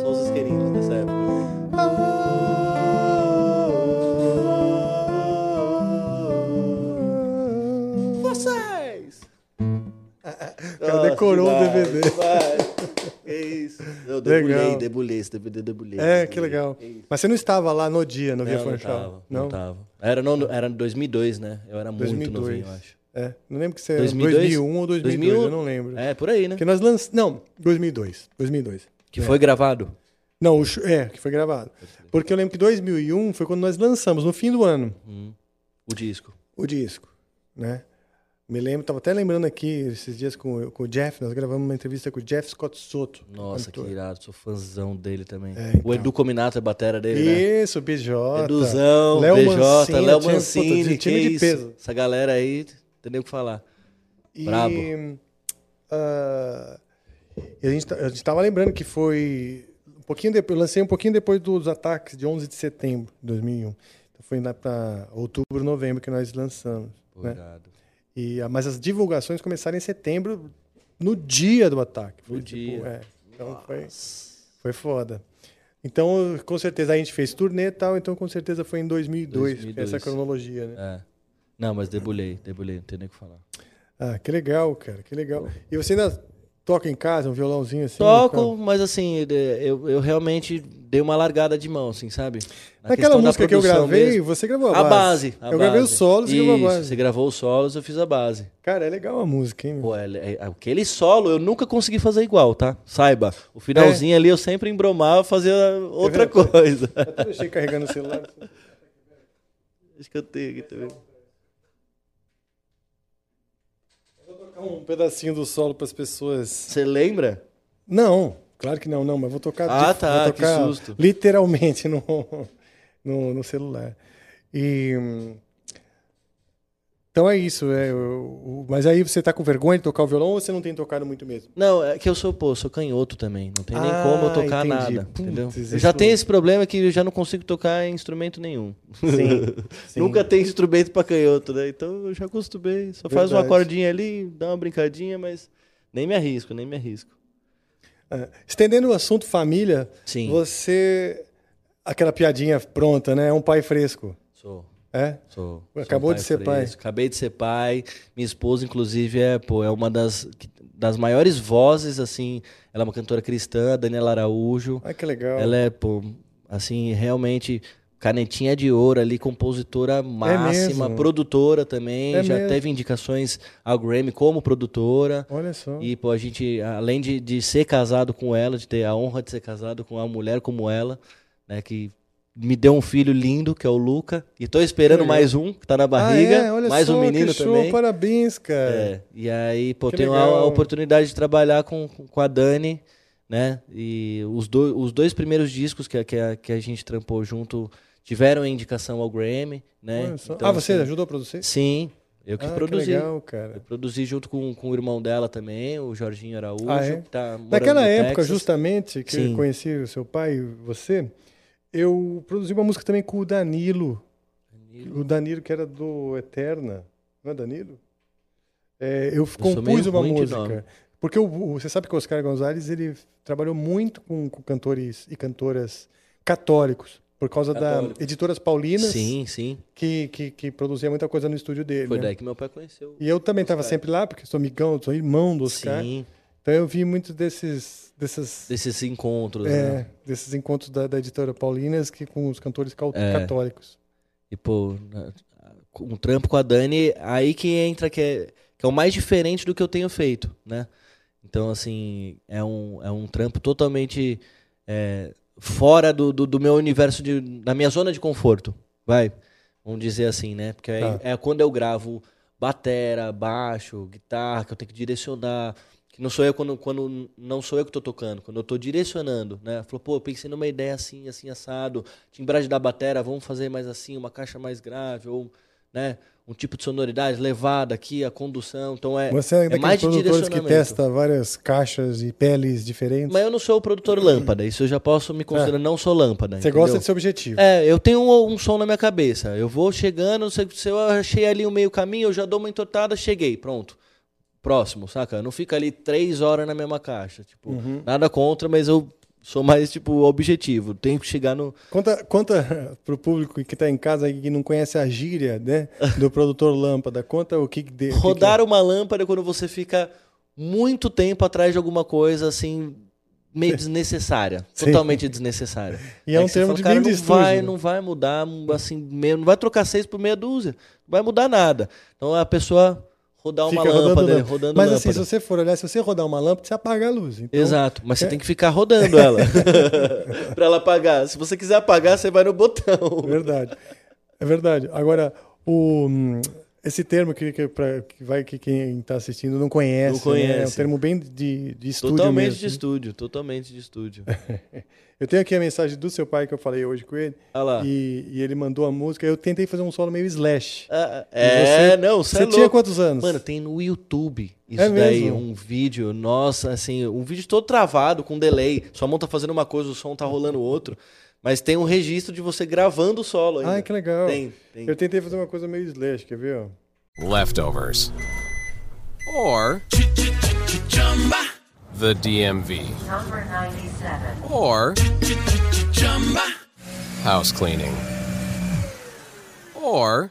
Speaker 2: Só os isqueirinhos dessa época. Vocês! O
Speaker 1: cara decorou o DVD.
Speaker 2: Que isso. Eu debulhei,
Speaker 1: Legal.
Speaker 2: debulhei. Esse DVD debulhei.
Speaker 1: É,
Speaker 2: debulhei.
Speaker 1: que legal. Mas você não estava lá no dia, no Via
Speaker 2: Não, não
Speaker 1: Funchal?
Speaker 2: tava, não tava. Era, não, era em 2002, né? Eu era muito
Speaker 1: 2002.
Speaker 2: novinho, eu acho.
Speaker 1: É, não lembro que você era 2001 ou 2002, eu não lembro.
Speaker 2: É, por aí, né?
Speaker 1: Que nós lançamos. Não, 2002. 2002.
Speaker 2: Que foi gravado.
Speaker 1: Não, o show, é, que foi gravado. Porque eu lembro que 2001 foi quando nós lançamos, no fim do ano,
Speaker 2: Uhum. O disco.
Speaker 1: o disco, né? Me lembro, tava até lembrando aqui, esses dias com, com o Jeff, nós gravamos uma entrevista com o Jeff Scott Soto.
Speaker 2: Nossa, que
Speaker 1: cantor.
Speaker 2: irado. Sou fãzão dele também.
Speaker 1: então.
Speaker 2: O Edu Cominato é batera dele, né?
Speaker 1: Isso, BJ.
Speaker 2: Eduzão,
Speaker 1: Léo
Speaker 2: BJ,
Speaker 1: Mancini,
Speaker 2: Léo
Speaker 1: tinha-
Speaker 2: Mancini,
Speaker 1: puta,
Speaker 2: que
Speaker 1: time de
Speaker 2: isso?
Speaker 1: peso.
Speaker 2: Essa galera aí, tem nem o que falar.
Speaker 1: E, né?
Speaker 2: Brabo.
Speaker 1: ah, e a gente tá- a gente estava lembrando que foi um pouquinho depois, eu lancei um pouquinho depois dos ataques de 11 de setembro de 2001. Então foi lá para outubro, novembro que nós lançamos.
Speaker 2: Pô,
Speaker 1: né?
Speaker 2: irado.
Speaker 1: E, ah, mas as divulgações começaram em setembro, no dia do ataque. Foi,
Speaker 2: No dia.
Speaker 1: é. então foi, foi foda. Então, com certeza, a gente fez turnê e tal, então com certeza foi em 2002,
Speaker 2: 2002.
Speaker 1: essa cronologia, né?
Speaker 2: É. Não, mas debulhei, debulhei, não tem nem o que falar.
Speaker 1: Ah, que legal, cara, que legal. E você ainda toca em casa um violãozinho assim?
Speaker 2: Toco,
Speaker 1: Rafael?
Speaker 2: mas assim, ele- eu, eu realmente dei uma largada de mão, assim, sabe? Na
Speaker 1: Naquela
Speaker 2: questão da
Speaker 1: música que eu
Speaker 2: produção
Speaker 1: gravei,
Speaker 2: mesmo.
Speaker 1: você gravou a
Speaker 2: a
Speaker 1: base.
Speaker 2: base.
Speaker 1: Eu gravei os solos e
Speaker 2: Isso,
Speaker 1: gravou a base.
Speaker 2: Você gravou os solos, eu fiz a base.
Speaker 1: Cara, é legal a música, hein? meu?
Speaker 2: Pô, é- é- aquele solo eu nunca consegui fazer igual, tá? Saiba. O finalzinho ali eu sempre embromava fazia outra
Speaker 1: É. Quer ver? Tá
Speaker 2: coisa.
Speaker 1: Até deixei carregando o celular.
Speaker 2: Acho que eu tenho aqui também.
Speaker 1: Vou tocar um pedacinho do solo para as pessoas.
Speaker 2: Você lembra?
Speaker 1: Não, claro que não, não, mas vou tocar.
Speaker 2: Ah,
Speaker 1: de-
Speaker 2: tá,
Speaker 1: vou
Speaker 2: que
Speaker 1: tocar
Speaker 2: susto.
Speaker 1: Literalmente no, no, no celular. E. hum, Então é isso. É, o- o- mas aí você tá com vergonha de tocar o violão ou você não tem tocado muito mesmo?
Speaker 2: Não, é que eu sou, pô, sou canhoto também. Não tem nem
Speaker 1: Ah,
Speaker 2: como eu tocar
Speaker 1: entendi.
Speaker 2: nada.
Speaker 1: Putz,
Speaker 2: entendeu?
Speaker 1: isso-
Speaker 2: Eu já tenho esse problema que eu já não consigo tocar em instrumento nenhum.
Speaker 1: Sim.
Speaker 2: Nunca tem instrumento pra canhoto, né? Então eu já acostumei. Só faz uma
Speaker 1: Verdade.
Speaker 2: cordinha ali, dá uma brincadinha, mas nem me arrisco, nem me arrisco.
Speaker 1: É. Estendendo o assunto família,
Speaker 2: Sim.
Speaker 1: você. Aquela piadinha pronta, né? É um pai fresco.
Speaker 2: Sou.
Speaker 1: É?
Speaker 2: Sou.
Speaker 1: Acabou
Speaker 2: sou um
Speaker 1: de ser
Speaker 2: fresco, Acabei de ser pai. Minha esposa, inclusive, é, pô, é uma das, das maiores vozes, assim. Ela é uma cantora cristã, Daniela Araújo.
Speaker 1: Ah, que legal.
Speaker 2: Ela é, pô, assim, realmente canetinha de ouro ali, compositora máxima,
Speaker 1: É mesmo?
Speaker 2: produtora também.
Speaker 1: É
Speaker 2: já
Speaker 1: mesmo?
Speaker 2: teve indicações ao Grammy como produtora.
Speaker 1: Olha só.
Speaker 2: E, pô, a gente, além de, de ser casado com ela, de ter a honra de ser casado com uma mulher como ela, né, que me deu um filho lindo, que é o Luca. E tô esperando mais um, que tá na barriga.
Speaker 1: Ah, é? Olha
Speaker 2: mais
Speaker 1: só,
Speaker 2: um menino
Speaker 1: que show,
Speaker 2: também.
Speaker 1: Parabéns, cara.
Speaker 2: É, e aí, pô,
Speaker 1: Que
Speaker 2: tenho a- a
Speaker 1: legal.
Speaker 2: oportunidade de trabalhar com, com a Dani, né? E os, do, os dois primeiros discos que, a- que, a, que a gente trampou junto tiveram indicação ao Grammy, né?
Speaker 1: Olha só.
Speaker 2: Então,
Speaker 1: ah, você
Speaker 2: assim,
Speaker 1: ajudou a produzir?
Speaker 2: Sim, eu que
Speaker 1: ah,
Speaker 2: produzi.
Speaker 1: Que legal,
Speaker 2: Eu
Speaker 1: cara.
Speaker 2: produzi junto com, com o irmão dela também, o Jorginho Araújo,
Speaker 1: Ah, é?
Speaker 2: que tá morando
Speaker 1: Naquela
Speaker 2: no
Speaker 1: época,
Speaker 2: Texas.
Speaker 1: justamente, que eu
Speaker 2: Sim.
Speaker 1: conheci o seu pai e você, eu produzi uma música também com o Danilo.
Speaker 2: Danilo.
Speaker 1: O Danilo, que era do Eterna. Não é Danilo? É, eu f-
Speaker 2: Eu sou
Speaker 1: compus
Speaker 2: meio
Speaker 1: uma
Speaker 2: ruim de nome.
Speaker 1: música. Porque o, o- você sabe que o Oscar Gonzalez ele trabalhou muito com, com cantores e cantoras católicos. Por causa
Speaker 2: Católicos.
Speaker 1: da Editoras Paulinas,
Speaker 2: Sim, sim.
Speaker 1: que, que, que produzia muita coisa no estúdio dele.
Speaker 2: Foi
Speaker 1: né?
Speaker 2: daí que meu pai conheceu.
Speaker 1: E eu também estava sempre lá, porque sou amigão, sou irmão do Oscar.
Speaker 2: Sim,
Speaker 1: Então eu vi muito desses, desses,
Speaker 2: desses encontros,
Speaker 1: é,
Speaker 2: né?
Speaker 1: desses encontros da, da editora Paulinas que com os cantores cau-
Speaker 2: É.
Speaker 1: católicos.
Speaker 2: E, pô, na- um trampo com a Dani, aí que entra que é, que é o mais diferente do que eu tenho feito, né? Então, assim, é um, é um trampo totalmente é, fora do, do, do meu universo, de, da minha zona de conforto, vai. Vamos dizer assim, né? Porque aí
Speaker 1: Tá.
Speaker 2: é quando eu gravo batera, baixo, guitarra, que eu tenho que direcionar. Que não sou eu quando, quando não sou eu que tô tocando, quando eu tô direcionando, né? Falou, pô, eu pensei numa ideia assim, assim, assado, timbragem da batera, vamos fazer mais assim, uma caixa mais grave, ou, né? Um tipo de sonoridade levada aqui, a condução. Então é,
Speaker 1: Você é
Speaker 2: é mais
Speaker 1: daqueles
Speaker 2: de
Speaker 1: produtores que
Speaker 2: direcionamento.
Speaker 1: testa várias caixas e peles diferentes.
Speaker 2: Mas eu não sou o produtor lâmpada, isso eu já posso me considerar, não sou lâmpada.
Speaker 1: É. Você
Speaker 2: entendeu?
Speaker 1: gosta de ser objetivo.
Speaker 2: É, eu tenho um, um som na minha cabeça. Eu vou chegando, se, se eu achei ali o meio caminho, eu já dou uma entortada, cheguei, pronto. Próximo, saca? Não fica ali três horas na mesma caixa. Tipo,
Speaker 1: Uhum.
Speaker 2: nada contra, mas eu sou mais, tipo, objetivo. Tenho que chegar no.
Speaker 1: Conta, conta pro público que tá em casa e que não conhece a gíria né, do produtor Lâmpada. Conta o que, que de- o que que
Speaker 2: Rodar uma lâmpada é quando você fica muito tempo atrás de alguma coisa, assim, meio desnecessária.
Speaker 1: Sim.
Speaker 2: Totalmente desnecessária.
Speaker 1: E é um
Speaker 2: que você
Speaker 1: termo
Speaker 2: fala,
Speaker 1: de
Speaker 2: cara,
Speaker 1: bem
Speaker 2: não
Speaker 1: de estúdio,
Speaker 2: vai,
Speaker 1: né?"
Speaker 2: não vai mudar, assim, mesmo, não vai trocar seis por meia dúzia. Não vai mudar nada. Então a pessoa rodar uma
Speaker 1: fica
Speaker 2: lâmpada, rodando,
Speaker 1: lâmpada.
Speaker 2: rodando
Speaker 1: Mas
Speaker 2: lâmpada.
Speaker 1: assim, se você for olhar, se você rodar uma lâmpada, você apaga a luz. Então,
Speaker 2: Exato, mas você tem que ficar rodando ela pra ela apagar. Se você quiser apagar, você vai no botão.
Speaker 1: É verdade. É verdade. Agora, o, hum, esse termo que, que, pra- que vai, que quem está assistindo não conhece.
Speaker 2: Não
Speaker 1: Né? É um
Speaker 2: conhece.
Speaker 1: termo bem de, de estúdio
Speaker 2: Totalmente
Speaker 1: mesmo. né?
Speaker 2: de estúdio, totalmente de estúdio.
Speaker 1: Eu tenho aqui a mensagem do seu pai que eu falei hoje com ele.
Speaker 2: Ah lá.
Speaker 1: E, e ele mandou a música. Eu tentei fazer um solo meio slash.
Speaker 2: Ah,
Speaker 1: E
Speaker 2: é,
Speaker 1: você-
Speaker 2: não, cê
Speaker 1: você
Speaker 2: é
Speaker 1: tinha
Speaker 2: louco.
Speaker 1: quantos anos?
Speaker 2: Mano, tem no YouTube isso
Speaker 1: É
Speaker 2: daí,
Speaker 1: mesmo?
Speaker 2: um vídeo, nossa, assim, um vídeo todo travado, com delay. Sua mão tá fazendo uma coisa, o som tá rolando outro. Mas tem um registro de você gravando o solo ainda.
Speaker 1: Ai, que legal.
Speaker 2: Tem, tem.
Speaker 1: Eu tentei fazer uma coisa meio slash, quer ver? ó?
Speaker 7: leftovers, or the DMV,
Speaker 8: Number 97.
Speaker 7: or house cleaning, or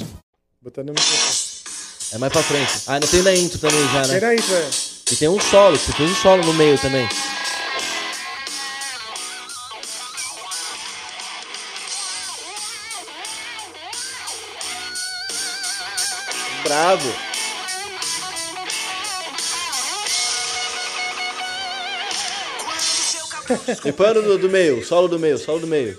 Speaker 1: Botando no microfone.
Speaker 2: É mais pra frente. Ah, não tem na intro também já, né?
Speaker 1: Peraí, velho.
Speaker 2: E tem um solo, você fez um solo no meio também. Bravo! Limpando do, do meio, solo do meio, solo do meio.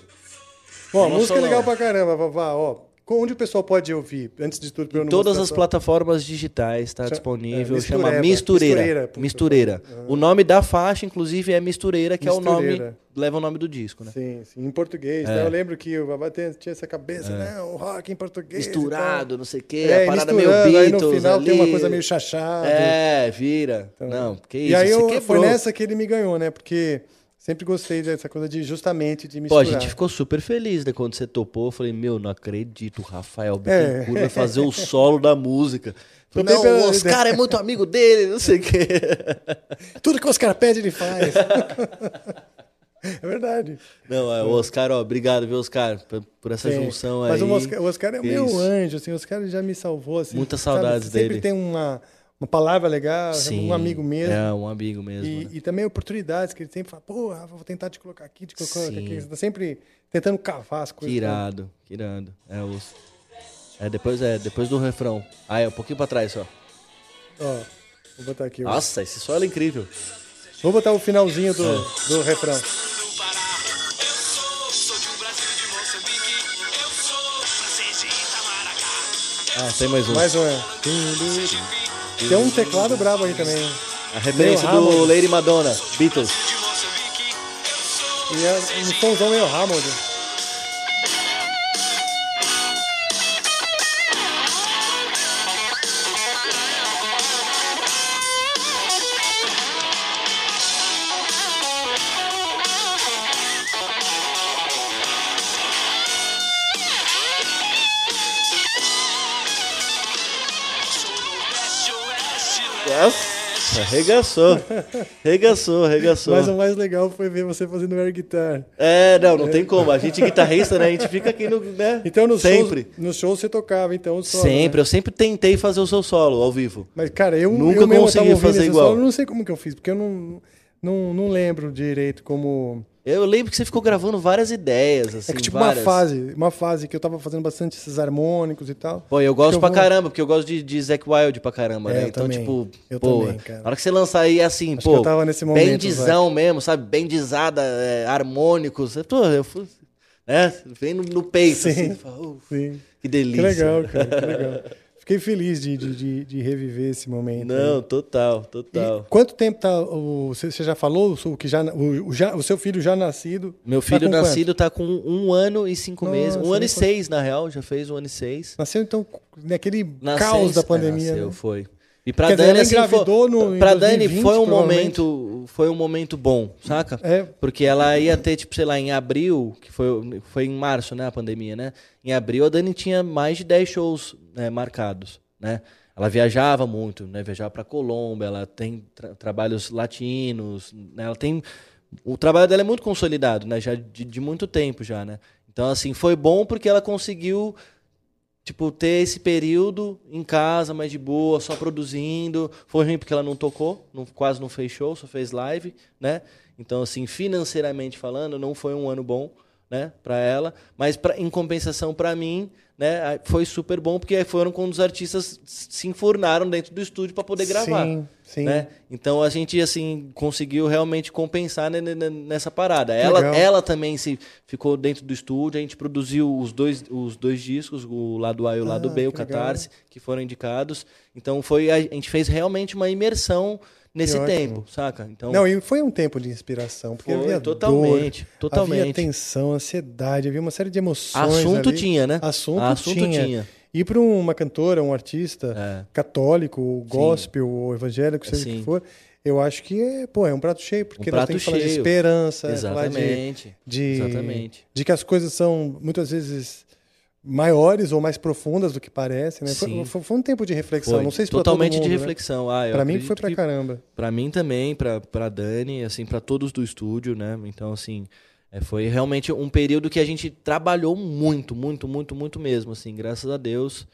Speaker 1: Bom, a
Speaker 2: Não
Speaker 1: música é
Speaker 2: sou,
Speaker 1: legal
Speaker 2: não.
Speaker 1: pra caramba, Vavá. Ó, Co- onde o pessoal pode ouvir? Antes de tudo, pra eu não
Speaker 2: Todas
Speaker 1: mostrar
Speaker 2: as
Speaker 1: só.
Speaker 2: plataformas digitais está disponível,
Speaker 1: é,
Speaker 2: chama
Speaker 1: Mistureba.
Speaker 2: Mistureira.
Speaker 1: Mistureira,
Speaker 2: Mistureira.
Speaker 1: puta,
Speaker 2: O nome da faixa, inclusive, é Mistureira, que é o
Speaker 1: Mistureira.
Speaker 2: nome, leva o nome do disco, né?
Speaker 1: Sim, sim, em português. né? Eu lembro que o Vavá tem- tinha essa cabeça, né? O rock em português. e tal.
Speaker 2: Misturado, não sei o quê,
Speaker 1: É,
Speaker 2: a parada meio
Speaker 1: misturando, aí
Speaker 2: Beatles
Speaker 1: no final
Speaker 2: ali.
Speaker 1: tem uma coisa meio chachada.
Speaker 2: É, vira. não, que isso, é
Speaker 1: E aí
Speaker 2: você
Speaker 1: eu,
Speaker 2: quebrou.
Speaker 1: foi nessa que ele me ganhou, né? Porque sempre gostei dessa coisa de justamente de
Speaker 2: Pô, a
Speaker 1: misturar.
Speaker 2: gente ficou super feliz, né? Quando você topou, eu falei, meu, não acredito, o Rafael Bittencourt vai fazer o solo da música. Falei,
Speaker 1: É. Topei
Speaker 2: não,
Speaker 1: pela-
Speaker 2: o Oscar é muito amigo dele, não sei o quê.
Speaker 1: Tudo que o Oscar pede, ele faz. é verdade.
Speaker 2: Não, é, o Oscar, ó, obrigado, viu, Oscar, por, por essa
Speaker 1: Né? Sim.
Speaker 2: junção aí.
Speaker 1: Mas o Oscar, o Oscar é o meu
Speaker 2: Isso.
Speaker 1: anjo, assim, o Oscar já me salvou. Assim,
Speaker 2: Muitas
Speaker 1: sabe?
Speaker 2: saudades
Speaker 1: Sempre
Speaker 2: dele.
Speaker 1: tem uma, Uma palavra legal,
Speaker 2: Sim,
Speaker 1: um amigo mesmo.
Speaker 2: é, um amigo mesmo,
Speaker 1: E,
Speaker 2: né?
Speaker 1: e também oportunidades que ele sempre fala, pô, Rafa, vou tentar te colocar aqui, te colocar
Speaker 2: Sim.
Speaker 1: aqui. Você tá sempre tentando cavar as
Speaker 2: Que
Speaker 1: coisas. né?
Speaker 2: irado, que irado. É, os... é, depois, é depois do refrão. Ah, é um pouquinho pra trás só.
Speaker 1: Ó, vou botar aqui. ó.
Speaker 2: Nossa, esse solo é incrível.
Speaker 1: Vou botar o finalzinho do, do refrão.
Speaker 2: Ah, tem mais um.
Speaker 1: Mais um. é. Tem um teclado brabo aí também.
Speaker 2: A referência
Speaker 1: Meu
Speaker 2: do
Speaker 1: Hammond.
Speaker 2: Lady Madonna, Beatles.
Speaker 1: E é um somzão meio Hammond.
Speaker 2: Yes. Arregaçou. Arregaçou, arregaçou.
Speaker 1: Mas o mais um. legal foi ver você fazendo air guitar.
Speaker 2: É, não, não tem como. A gente é guitarrista, né? A gente fica aqui no. Né?
Speaker 1: Então nos
Speaker 2: sempre.
Speaker 1: shows, nos shows você tocava, então o solo,
Speaker 2: sempre.
Speaker 1: né?
Speaker 2: Eu sempre tentei fazer o seu solo ao vivo.
Speaker 1: Mas cara, eu
Speaker 2: Nunca
Speaker 1: eu mesmo
Speaker 2: consegui
Speaker 1: tava ouvindo
Speaker 2: fazer
Speaker 1: esse
Speaker 2: igual.
Speaker 1: Solo, eu não sei como que eu fiz, porque eu não não, não lembro direito como
Speaker 2: Eu lembro que você ficou gravando várias ideias, assim.
Speaker 1: é que tipo
Speaker 2: várias.
Speaker 1: uma fase, uma fase que eu tava fazendo bastante esses harmônicos e tal.
Speaker 2: Pô, eu
Speaker 1: Que
Speaker 2: gosto pra
Speaker 1: vou-
Speaker 2: caramba, porque eu gosto de, de Zac Wild pra caramba,
Speaker 1: É,
Speaker 2: né?
Speaker 1: eu
Speaker 2: Então,
Speaker 1: também.
Speaker 2: tipo,
Speaker 1: Eu
Speaker 2: pô,
Speaker 1: também, cara.
Speaker 2: na hora que você lançar aí, assim,
Speaker 1: Acho
Speaker 2: pô,
Speaker 1: que eu tava nesse momento,
Speaker 2: bendizão mesmo, sabe? Bendizada, é, harmônicos, eu tô, eu fui, né? Vem no, no peito, assim,
Speaker 1: Sim.
Speaker 2: tu fala, "Oh,
Speaker 1: Sim.
Speaker 2: que
Speaker 1: Que
Speaker 2: delícia.
Speaker 1: legal, cara, que legal. Fiquei feliz de, de, de, de reviver esse momento. aí.
Speaker 2: Não, total,
Speaker 1: E
Speaker 2: total.
Speaker 1: quanto tempo tá o você você já falou o que já o, o já o seu filho já nascido?
Speaker 2: Meu
Speaker 1: tá com
Speaker 2: filho
Speaker 1: quanto?
Speaker 2: nascido tá com um ano e cinco
Speaker 1: Nossa,
Speaker 2: meses. Um ano e
Speaker 1: depois-
Speaker 2: seis, na real, já fez um ano e seis.
Speaker 1: Nasceu então naquele
Speaker 2: Na
Speaker 1: caos
Speaker 2: seis-
Speaker 1: da pandemia.
Speaker 2: é, nasceu,
Speaker 1: né?
Speaker 2: foi. E pra
Speaker 1: Quer dizer,
Speaker 2: Dani,
Speaker 1: ela
Speaker 2: assim, foi-
Speaker 1: engravidou no- em
Speaker 2: pra Dani
Speaker 1: 2020,
Speaker 2: foi um
Speaker 1: provavelmente.
Speaker 2: momento, foi um momento bom, saca?
Speaker 1: É.
Speaker 2: Porque ela ia ter, tipo, sei lá, em abril, que foi, foi em março, né, a pandemia, né? Em abril a Dani tinha mais de 10 shows né, marcados, né? Ela viajava muito, né? Viajava pra Colômbia, ela tem tra- trabalhos latinos, né? Ela tem... O trabalho dela é muito consolidado, né? Já de, de muito tempo já, né? Então, assim, foi bom porque ela conseguiu tipo, ter esse período em casa, mais de boa, só produzindo. Foi ruim porque ela não tocou, não- quase não fez show, só fez live, né? Então, assim, financeiramente falando, não foi um ano bom, né, para ela. Mas, pra, em compensação, para mim, né, a- foi super bom, porque foram quando os artistas s- se enfurnaram dentro do estúdio para poder gravar.
Speaker 1: Sim, sim.
Speaker 2: né? Então a gente assim conseguiu realmente compensar ne- ne- nessa parada. Ela,
Speaker 1: Legal.
Speaker 2: ela também se ficou dentro do estúdio, a gente produziu os dois, os dois discos, o lado A e o lado
Speaker 1: Ah,
Speaker 2: B, o
Speaker 1: que legal.
Speaker 2: Catarse, que foram indicados. Então foi a gente fez realmente uma imersão nesse
Speaker 1: ótimo.
Speaker 2: tempo, saca? Então
Speaker 1: Não, e foi um tempo de inspiração, porque
Speaker 2: Foi,
Speaker 1: havia
Speaker 2: totalmente,
Speaker 1: dor, havia
Speaker 2: totalmente.
Speaker 1: tensão, ansiedade, havia uma série de emoções.
Speaker 2: assunto
Speaker 1: ali.
Speaker 2: tinha, né?
Speaker 1: Assunto,
Speaker 2: Assunto
Speaker 1: tinha.
Speaker 2: tinha.
Speaker 1: E para uma cantora, um artista
Speaker 2: É.
Speaker 1: católico, ou gospel, ou evangélico, seja o que
Speaker 2: Sim.
Speaker 1: for, eu acho que é, pô, é um prato cheio, porque
Speaker 2: Um
Speaker 1: nós
Speaker 2: prato
Speaker 1: temos que falar de
Speaker 2: cheio.
Speaker 1: esperança, é falar de-
Speaker 2: Exatamente.
Speaker 1: de,
Speaker 2: Exatamente.
Speaker 1: de que as coisas são muitas vezes maiores ou mais profundas do que parece, né? Foi,
Speaker 2: Sim.
Speaker 1: foi- foi um tempo de reflexão,
Speaker 2: Foi
Speaker 1: não sei se pra todo
Speaker 2: totalmente
Speaker 1: mundo,
Speaker 2: de
Speaker 1: né?
Speaker 2: reflexão. Ah, eu
Speaker 1: Pra mim
Speaker 2: acredito
Speaker 1: foi pra
Speaker 2: que-
Speaker 1: caramba.
Speaker 2: Pra mim também, pra pra Dani, assim, pra todos do estúdio, né? Então, assim, é, foi realmente um período que a gente trabalhou muito, muito, muito, muito mesmo, assim, graças a Deus.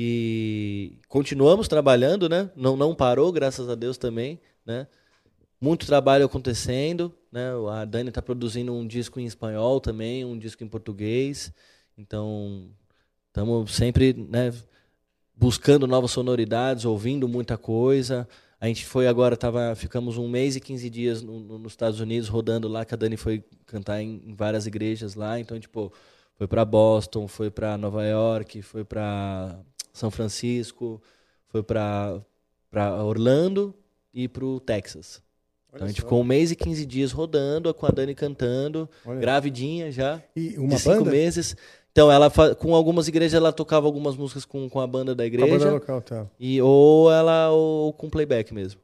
Speaker 2: E continuamos trabalhando, né? Não, não parou, graças a Deus também, né? Muito trabalho acontecendo, né? A Dani tá produzindo um disco em espanhol também, um disco em português. Então, estamos sempre, né, buscando novas sonoridades, ouvindo muita coisa. A gente foi agora, tava, ficamos um mês e 15 dias no- no- nos Estados Unidos rodando lá, que a Dani foi cantar em, em várias igrejas lá. Então, tipo, foi para Boston, foi para Nova York, foi para São Francisco, foi para Orlando e para o Texas. Então a gente ficou um mês e 15 dias rodando com a Dani cantando,
Speaker 1: Olha.
Speaker 2: gravidinha já
Speaker 1: E uma
Speaker 2: de cinco
Speaker 1: banda?
Speaker 2: meses. Então, ela fa- com algumas igrejas ela tocava algumas músicas com, com a banda da
Speaker 1: Com a banda
Speaker 2: igreja.
Speaker 1: local, tá.
Speaker 2: E, ou ela ou com playback mesmo.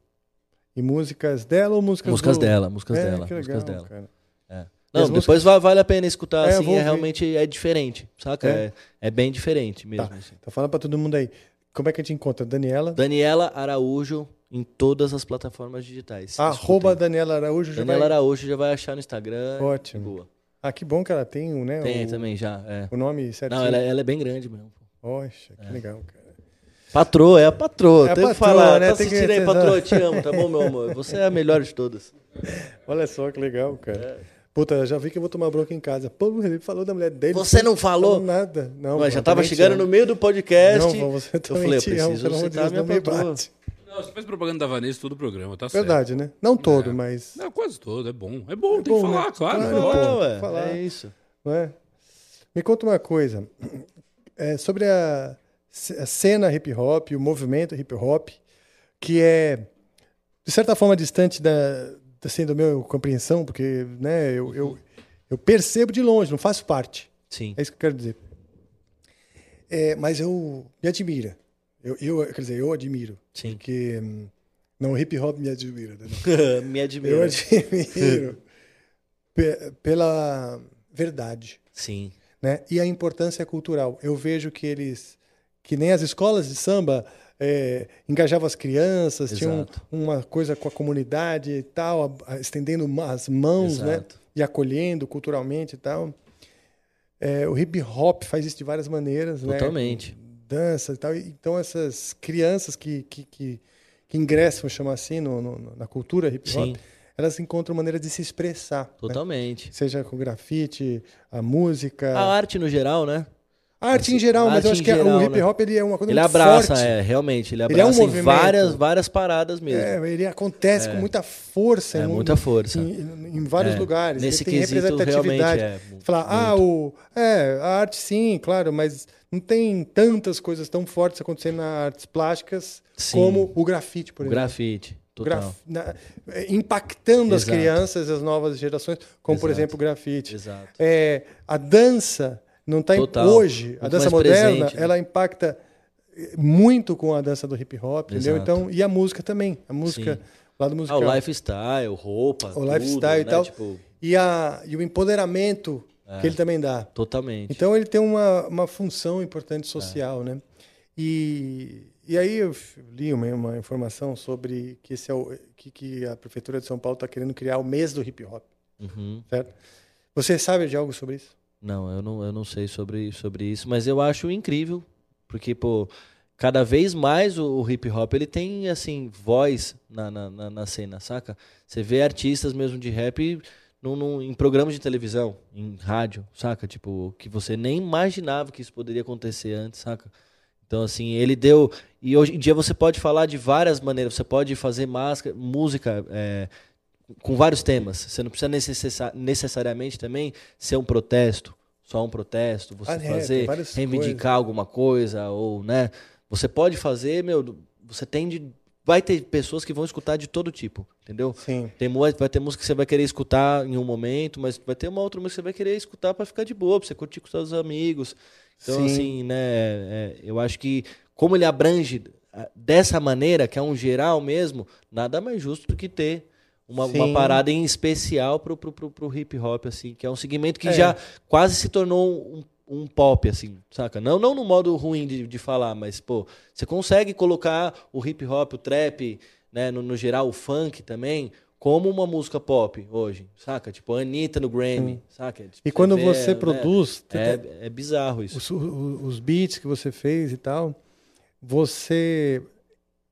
Speaker 1: E músicas dela ou músicas
Speaker 2: Músicas
Speaker 1: do-
Speaker 2: dela, músicas
Speaker 1: É,
Speaker 2: dela.
Speaker 1: que legal,
Speaker 2: músicas dela.
Speaker 1: cara. E
Speaker 2: É.
Speaker 1: as
Speaker 2: Não,
Speaker 1: músicas-
Speaker 2: depois va- vale a pena escutar,
Speaker 1: assim. É, eu
Speaker 2: assim,
Speaker 1: vou
Speaker 2: é
Speaker 1: ouvir.
Speaker 2: realmente é diferente, saca?
Speaker 1: É.
Speaker 2: É, é bem diferente mesmo.
Speaker 1: Tá.
Speaker 2: assim.
Speaker 1: Então fala pra todo mundo aí. Como é que a gente encontra? Daniela?
Speaker 2: Daniela Araújo em todas as plataformas digitais.
Speaker 1: arroba
Speaker 2: Escutem.
Speaker 1: Daniela Araújo. já
Speaker 2: Daniela
Speaker 1: vai-
Speaker 2: Araújo já vai achar no Instagram.
Speaker 1: Ótimo.
Speaker 2: Boa.
Speaker 1: Ah, que bom que ela tem, um, né?
Speaker 2: Tem
Speaker 1: o,
Speaker 2: também já, é.
Speaker 1: o nome certinho.
Speaker 2: Não, ela, ela é bem grande mesmo.
Speaker 1: Poxa, que legal, cara.
Speaker 2: Patroa, é a patroa.
Speaker 1: É a
Speaker 2: Tem que
Speaker 1: patroa,
Speaker 2: falar,
Speaker 1: né?
Speaker 2: tá
Speaker 1: Tem que-
Speaker 2: assistindo aí, patroa, eu te amo, tá bom, meu amor? Você é a melhor de todas.
Speaker 1: Olha só que legal, cara.
Speaker 2: É.
Speaker 1: Puta, eu já vi que eu vou tomar bronca em casa. Pô, o Felipe falou da mulher dele.
Speaker 2: Você não falou?
Speaker 1: nada. Não,
Speaker 2: Mas já
Speaker 1: mano,
Speaker 2: tava
Speaker 1: também te
Speaker 2: chegando
Speaker 1: amo.
Speaker 2: no meio do podcast.
Speaker 1: Não, você
Speaker 2: eu
Speaker 1: também
Speaker 2: falei, eu
Speaker 1: te amo,
Speaker 2: preciso
Speaker 1: pelo amor de
Speaker 2: citar
Speaker 1: Deus, não
Speaker 2: minha
Speaker 1: me
Speaker 2: patroa.
Speaker 1: bate.
Speaker 3: Não, você fez propaganda da Vanessa todo o programa, tá certo.
Speaker 1: Verdade, né? Não todo, mas...
Speaker 3: Não, quase todo, é bom. É bom, tem
Speaker 1: bom,
Speaker 3: que falar,
Speaker 1: né?
Speaker 3: claro.
Speaker 1: Claro,
Speaker 3: é
Speaker 1: pô.
Speaker 3: ótimo.
Speaker 2: Ah, ué,
Speaker 1: Falar.
Speaker 2: é isso.
Speaker 1: Não é? Me conta uma coisa. É, sobre a, c- a cena hip hop, o movimento hip hop, que é, de certa forma, distante da, da assim, do meu compreensão, porque né, eu, eu, eu percebo de longe, não faço parte.
Speaker 2: Sim.
Speaker 1: É isso que eu quero dizer. É, mas eu me admira. Eu, eu, quer dizer, eu admiro.
Speaker 2: Sim.
Speaker 1: Porque. hum, Não, o hip hop me admira. né?
Speaker 2: Me
Speaker 1: Eu
Speaker 2: admira.
Speaker 1: admiro pe- pela verdade
Speaker 2: Sim.
Speaker 1: né? E a importância cultural. Eu vejo que eles, que nem as escolas de samba eh, engajavam as crianças, tinham
Speaker 2: Exato.
Speaker 1: uma coisa com a comunidade e tal, a- a- estendendo ma- as mãos, né?
Speaker 2: Exato.
Speaker 1: E acolhendo culturalmente e tal. Eh, o hip hop faz isso de várias maneiras, né?
Speaker 2: Totalmente.
Speaker 1: dança e tal. E- Então essas crianças que que, que, que ingressam, chama assim, no, no- na cultura hip hop,
Speaker 2: Sim.
Speaker 1: elas encontram maneiras de se expressar, né?
Speaker 2: Totalmente.
Speaker 1: seja com grafite, a música,
Speaker 2: A arte no geral, né?
Speaker 1: a arte em
Speaker 2: Assim,
Speaker 1: geral,
Speaker 2: a
Speaker 1: mas eu acho
Speaker 2: arte em
Speaker 1: que a-
Speaker 2: geral,
Speaker 1: o
Speaker 2: né?
Speaker 1: hip hop ele é uma coisa
Speaker 2: Ele
Speaker 1: muito
Speaker 2: abraça,
Speaker 1: forte.
Speaker 2: é, realmente. Ele
Speaker 1: Ele é um
Speaker 2: abraça em
Speaker 1: movimento.
Speaker 2: várias, várias paradas mesmo.
Speaker 1: É, ele acontece com muita força.
Speaker 2: É,
Speaker 1: em um-
Speaker 2: muita força.
Speaker 1: Em, em vários
Speaker 2: É,
Speaker 1: lugares.
Speaker 2: nesse
Speaker 1: ele tem
Speaker 2: quesito,
Speaker 1: representatividade.
Speaker 2: realmente, é, mu-
Speaker 1: Falar, ah, o, é, a arte sim, claro, mas não tem tantas coisas tão fortes acontecendo nas artes plásticas
Speaker 2: Sim.
Speaker 1: como o grafite, por
Speaker 2: O
Speaker 1: exemplo.
Speaker 2: grafite. Total.
Speaker 1: Graf- na- é, impactando as
Speaker 2: Exato.
Speaker 1: crianças, as novas gerações, como por
Speaker 2: Exato.
Speaker 1: exemplo o grafite.
Speaker 2: Exato.
Speaker 1: É, a dança não está
Speaker 2: Total.
Speaker 1: hoje, a
Speaker 2: Muito
Speaker 1: dança
Speaker 2: mais
Speaker 1: moderna,
Speaker 2: presente, né?
Speaker 1: ela impacta eh, muito com a dança do hip hop, entendeu?
Speaker 2: Exato.
Speaker 1: Então, e a música também, a música,
Speaker 2: Sim.
Speaker 1: o lado
Speaker 2: Ah,
Speaker 1: musical,
Speaker 2: o lifestyle, roupa.
Speaker 1: o
Speaker 2: tudo,
Speaker 1: lifestyle e
Speaker 2: né?
Speaker 1: tal,
Speaker 2: Tipo, É.
Speaker 1: e, a, e o empoderamento que ele também dá.
Speaker 2: totalmente.
Speaker 1: Então ele tem uma, uma função importante social, né? E, e aí eu f- li uma, uma informação sobre que, esse é o, que, que a prefeitura de São Paulo está querendo criar o mês do hip hop,
Speaker 2: Uhum.
Speaker 1: certo? Você sabe de algo sobre isso?
Speaker 2: Não, eu não, eu não sei sobre, sobre isso, mas eu acho incrível, porque, pô, cada vez mais o, o hip hop ele tem, assim, voz na, na, na, na cena, saca? Você vê artistas mesmo de rap num- num- em programas de televisão, em rádio, saca? Tipo, que você nem imaginava que isso poderia acontecer antes, saca? Então, assim, ele deu. E hoje em dia você pode falar de várias maneiras, você pode fazer máscara, música. é, com vários temas. Você não precisa necessa- necessariamente também ser um protesto, só um protesto. Você
Speaker 1: Ah, é, tem
Speaker 2: fazer,
Speaker 1: várias
Speaker 2: reivindicar
Speaker 1: coisas.
Speaker 2: alguma coisa, ou, né? Você pode fazer, meu, do- você tem de. Vai ter pessoas que vão escutar de todo tipo, entendeu?
Speaker 1: Sim.
Speaker 2: Tem, mu- vai ter música que você vai querer escutar em um momento, mas vai ter uma outra música que você vai querer escutar pra ficar de boa, pra você curtir com seus amigos. Então,
Speaker 1: Sim.
Speaker 2: assim, né, é, eu acho que como ele abrange ah, dessa maneira, que é um geral mesmo, nada mais justo do que ter uma, uma
Speaker 1: Sim.
Speaker 2: parada em especial pro, pro, pro, pro hip hop, assim, que é um segmento que
Speaker 1: É.
Speaker 2: já quase se tornou um, um pop, assim, saca? Não, não no modo ruim de, de falar, mas, pô, você consegue colocar o hip hop, o trap, né, no, no geral, o funk também, como uma música pop hoje, saca? Tipo, a Anitta no Grammy, saca? Tipo,
Speaker 1: E quando
Speaker 2: vê,
Speaker 1: você
Speaker 2: né,
Speaker 1: produz, te-
Speaker 2: É, é bizarro isso.
Speaker 1: os, o- os beats que você fez e tal, você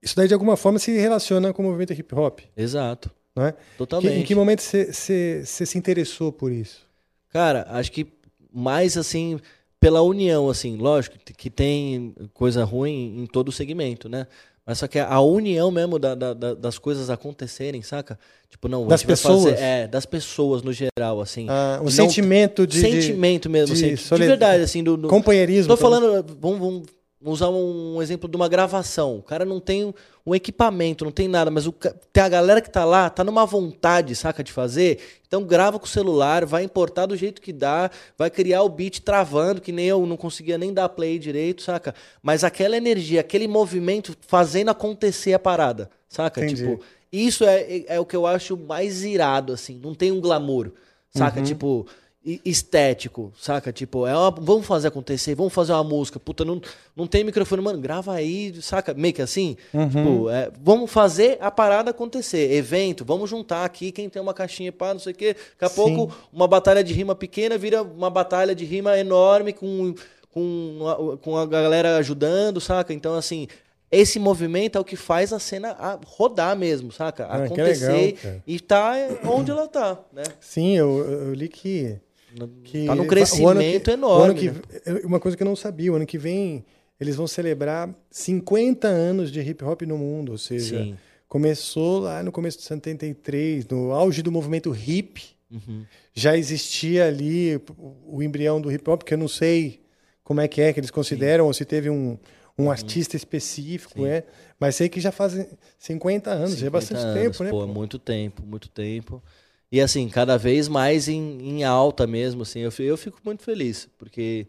Speaker 1: isso daí de alguma forma se relaciona com o movimento hip hop,
Speaker 2: Exato.
Speaker 1: não é? Que,
Speaker 2: Totalmente.
Speaker 1: em que momento você- você você se interessou por isso?
Speaker 2: Cara, acho que mais assim, pela união, assim, lógico t- que tem coisa ruim em todo segmento, né? Mas só que a união mesmo da- da- da- das coisas acontecerem, saca? Tipo, não, a
Speaker 1: Das
Speaker 2: gente vai fazer-
Speaker 1: pessoas?
Speaker 2: é, das pessoas no geral, assim.
Speaker 1: Ah, o
Speaker 2: De não-
Speaker 1: sentimento de, de-
Speaker 2: sentimento mesmo,
Speaker 1: de
Speaker 2: assim, de,
Speaker 1: solid-
Speaker 2: verdade, assim, do, do-
Speaker 1: companheirismo.
Speaker 2: Tô falando, vamos, vamos usar um exemplo de uma gravação. O cara não tem um equipamento, não tem nada, mas o, ca- tem a galera que tá lá, tá numa vontade, saca, de fazer. Então grava com o celular, vai importar do jeito que dá, vai criar o beat travando, que nem eu não conseguia nem dar play direito, saca? Mas aquela energia, aquele movimento fazendo acontecer a parada, saca?
Speaker 1: Entendi.
Speaker 2: Tipo, isso é, é- é o que eu acho mais irado, assim. Não tem um glamour, saca? Tipo, e- estético, saca? Tipo, é uma- vamos fazer acontecer, vamos fazer uma música. Puta, não, não tem microfone, mano, grava aí, saca? Meio que assim. Tipo, é, vamos fazer a parada acontecer. Evento, vamos juntar aqui quem tem uma caixinha pá, não sei o quê. Daqui a
Speaker 1: Sim.
Speaker 2: pouco, uma batalha de rima pequena vira uma batalha de rima enorme com, com, a, com a galera ajudando, saca? Então, assim, esse movimento é o que faz a cena a rodar mesmo, saca?
Speaker 1: Ah, que
Speaker 2: Acontecer
Speaker 1: legal, cara.
Speaker 2: e tá onde ela tá, né?
Speaker 1: Sim, eu, eu li que, que.
Speaker 2: tá num
Speaker 1: o ano
Speaker 2: crescimento enorme,
Speaker 1: o ano que-
Speaker 2: né?
Speaker 1: eu- Uma coisa que eu não sabia: o ano que vem eles vão celebrar 50 anos de hip hop no mundo. Ou seja,
Speaker 2: Sim.
Speaker 1: começou lá no começo de 73, no auge do movimento hip.
Speaker 2: Uhum.
Speaker 1: Já existia ali o- o embrião do hip hop, que eu não sei como é que é que eles consideram, ou se teve um, um
Speaker 2: Uhum.
Speaker 1: artista específico, é. Mas sei que já fazem 50 anos, já é
Speaker 2: 50
Speaker 1: bastante
Speaker 2: anos,
Speaker 1: tempo, né?
Speaker 2: Pô,
Speaker 1: pô?
Speaker 2: muito tempo, muito tempo. E assim, cada vez mais em, em alta mesmo, assim, eu, fi- eu fico muito feliz, porque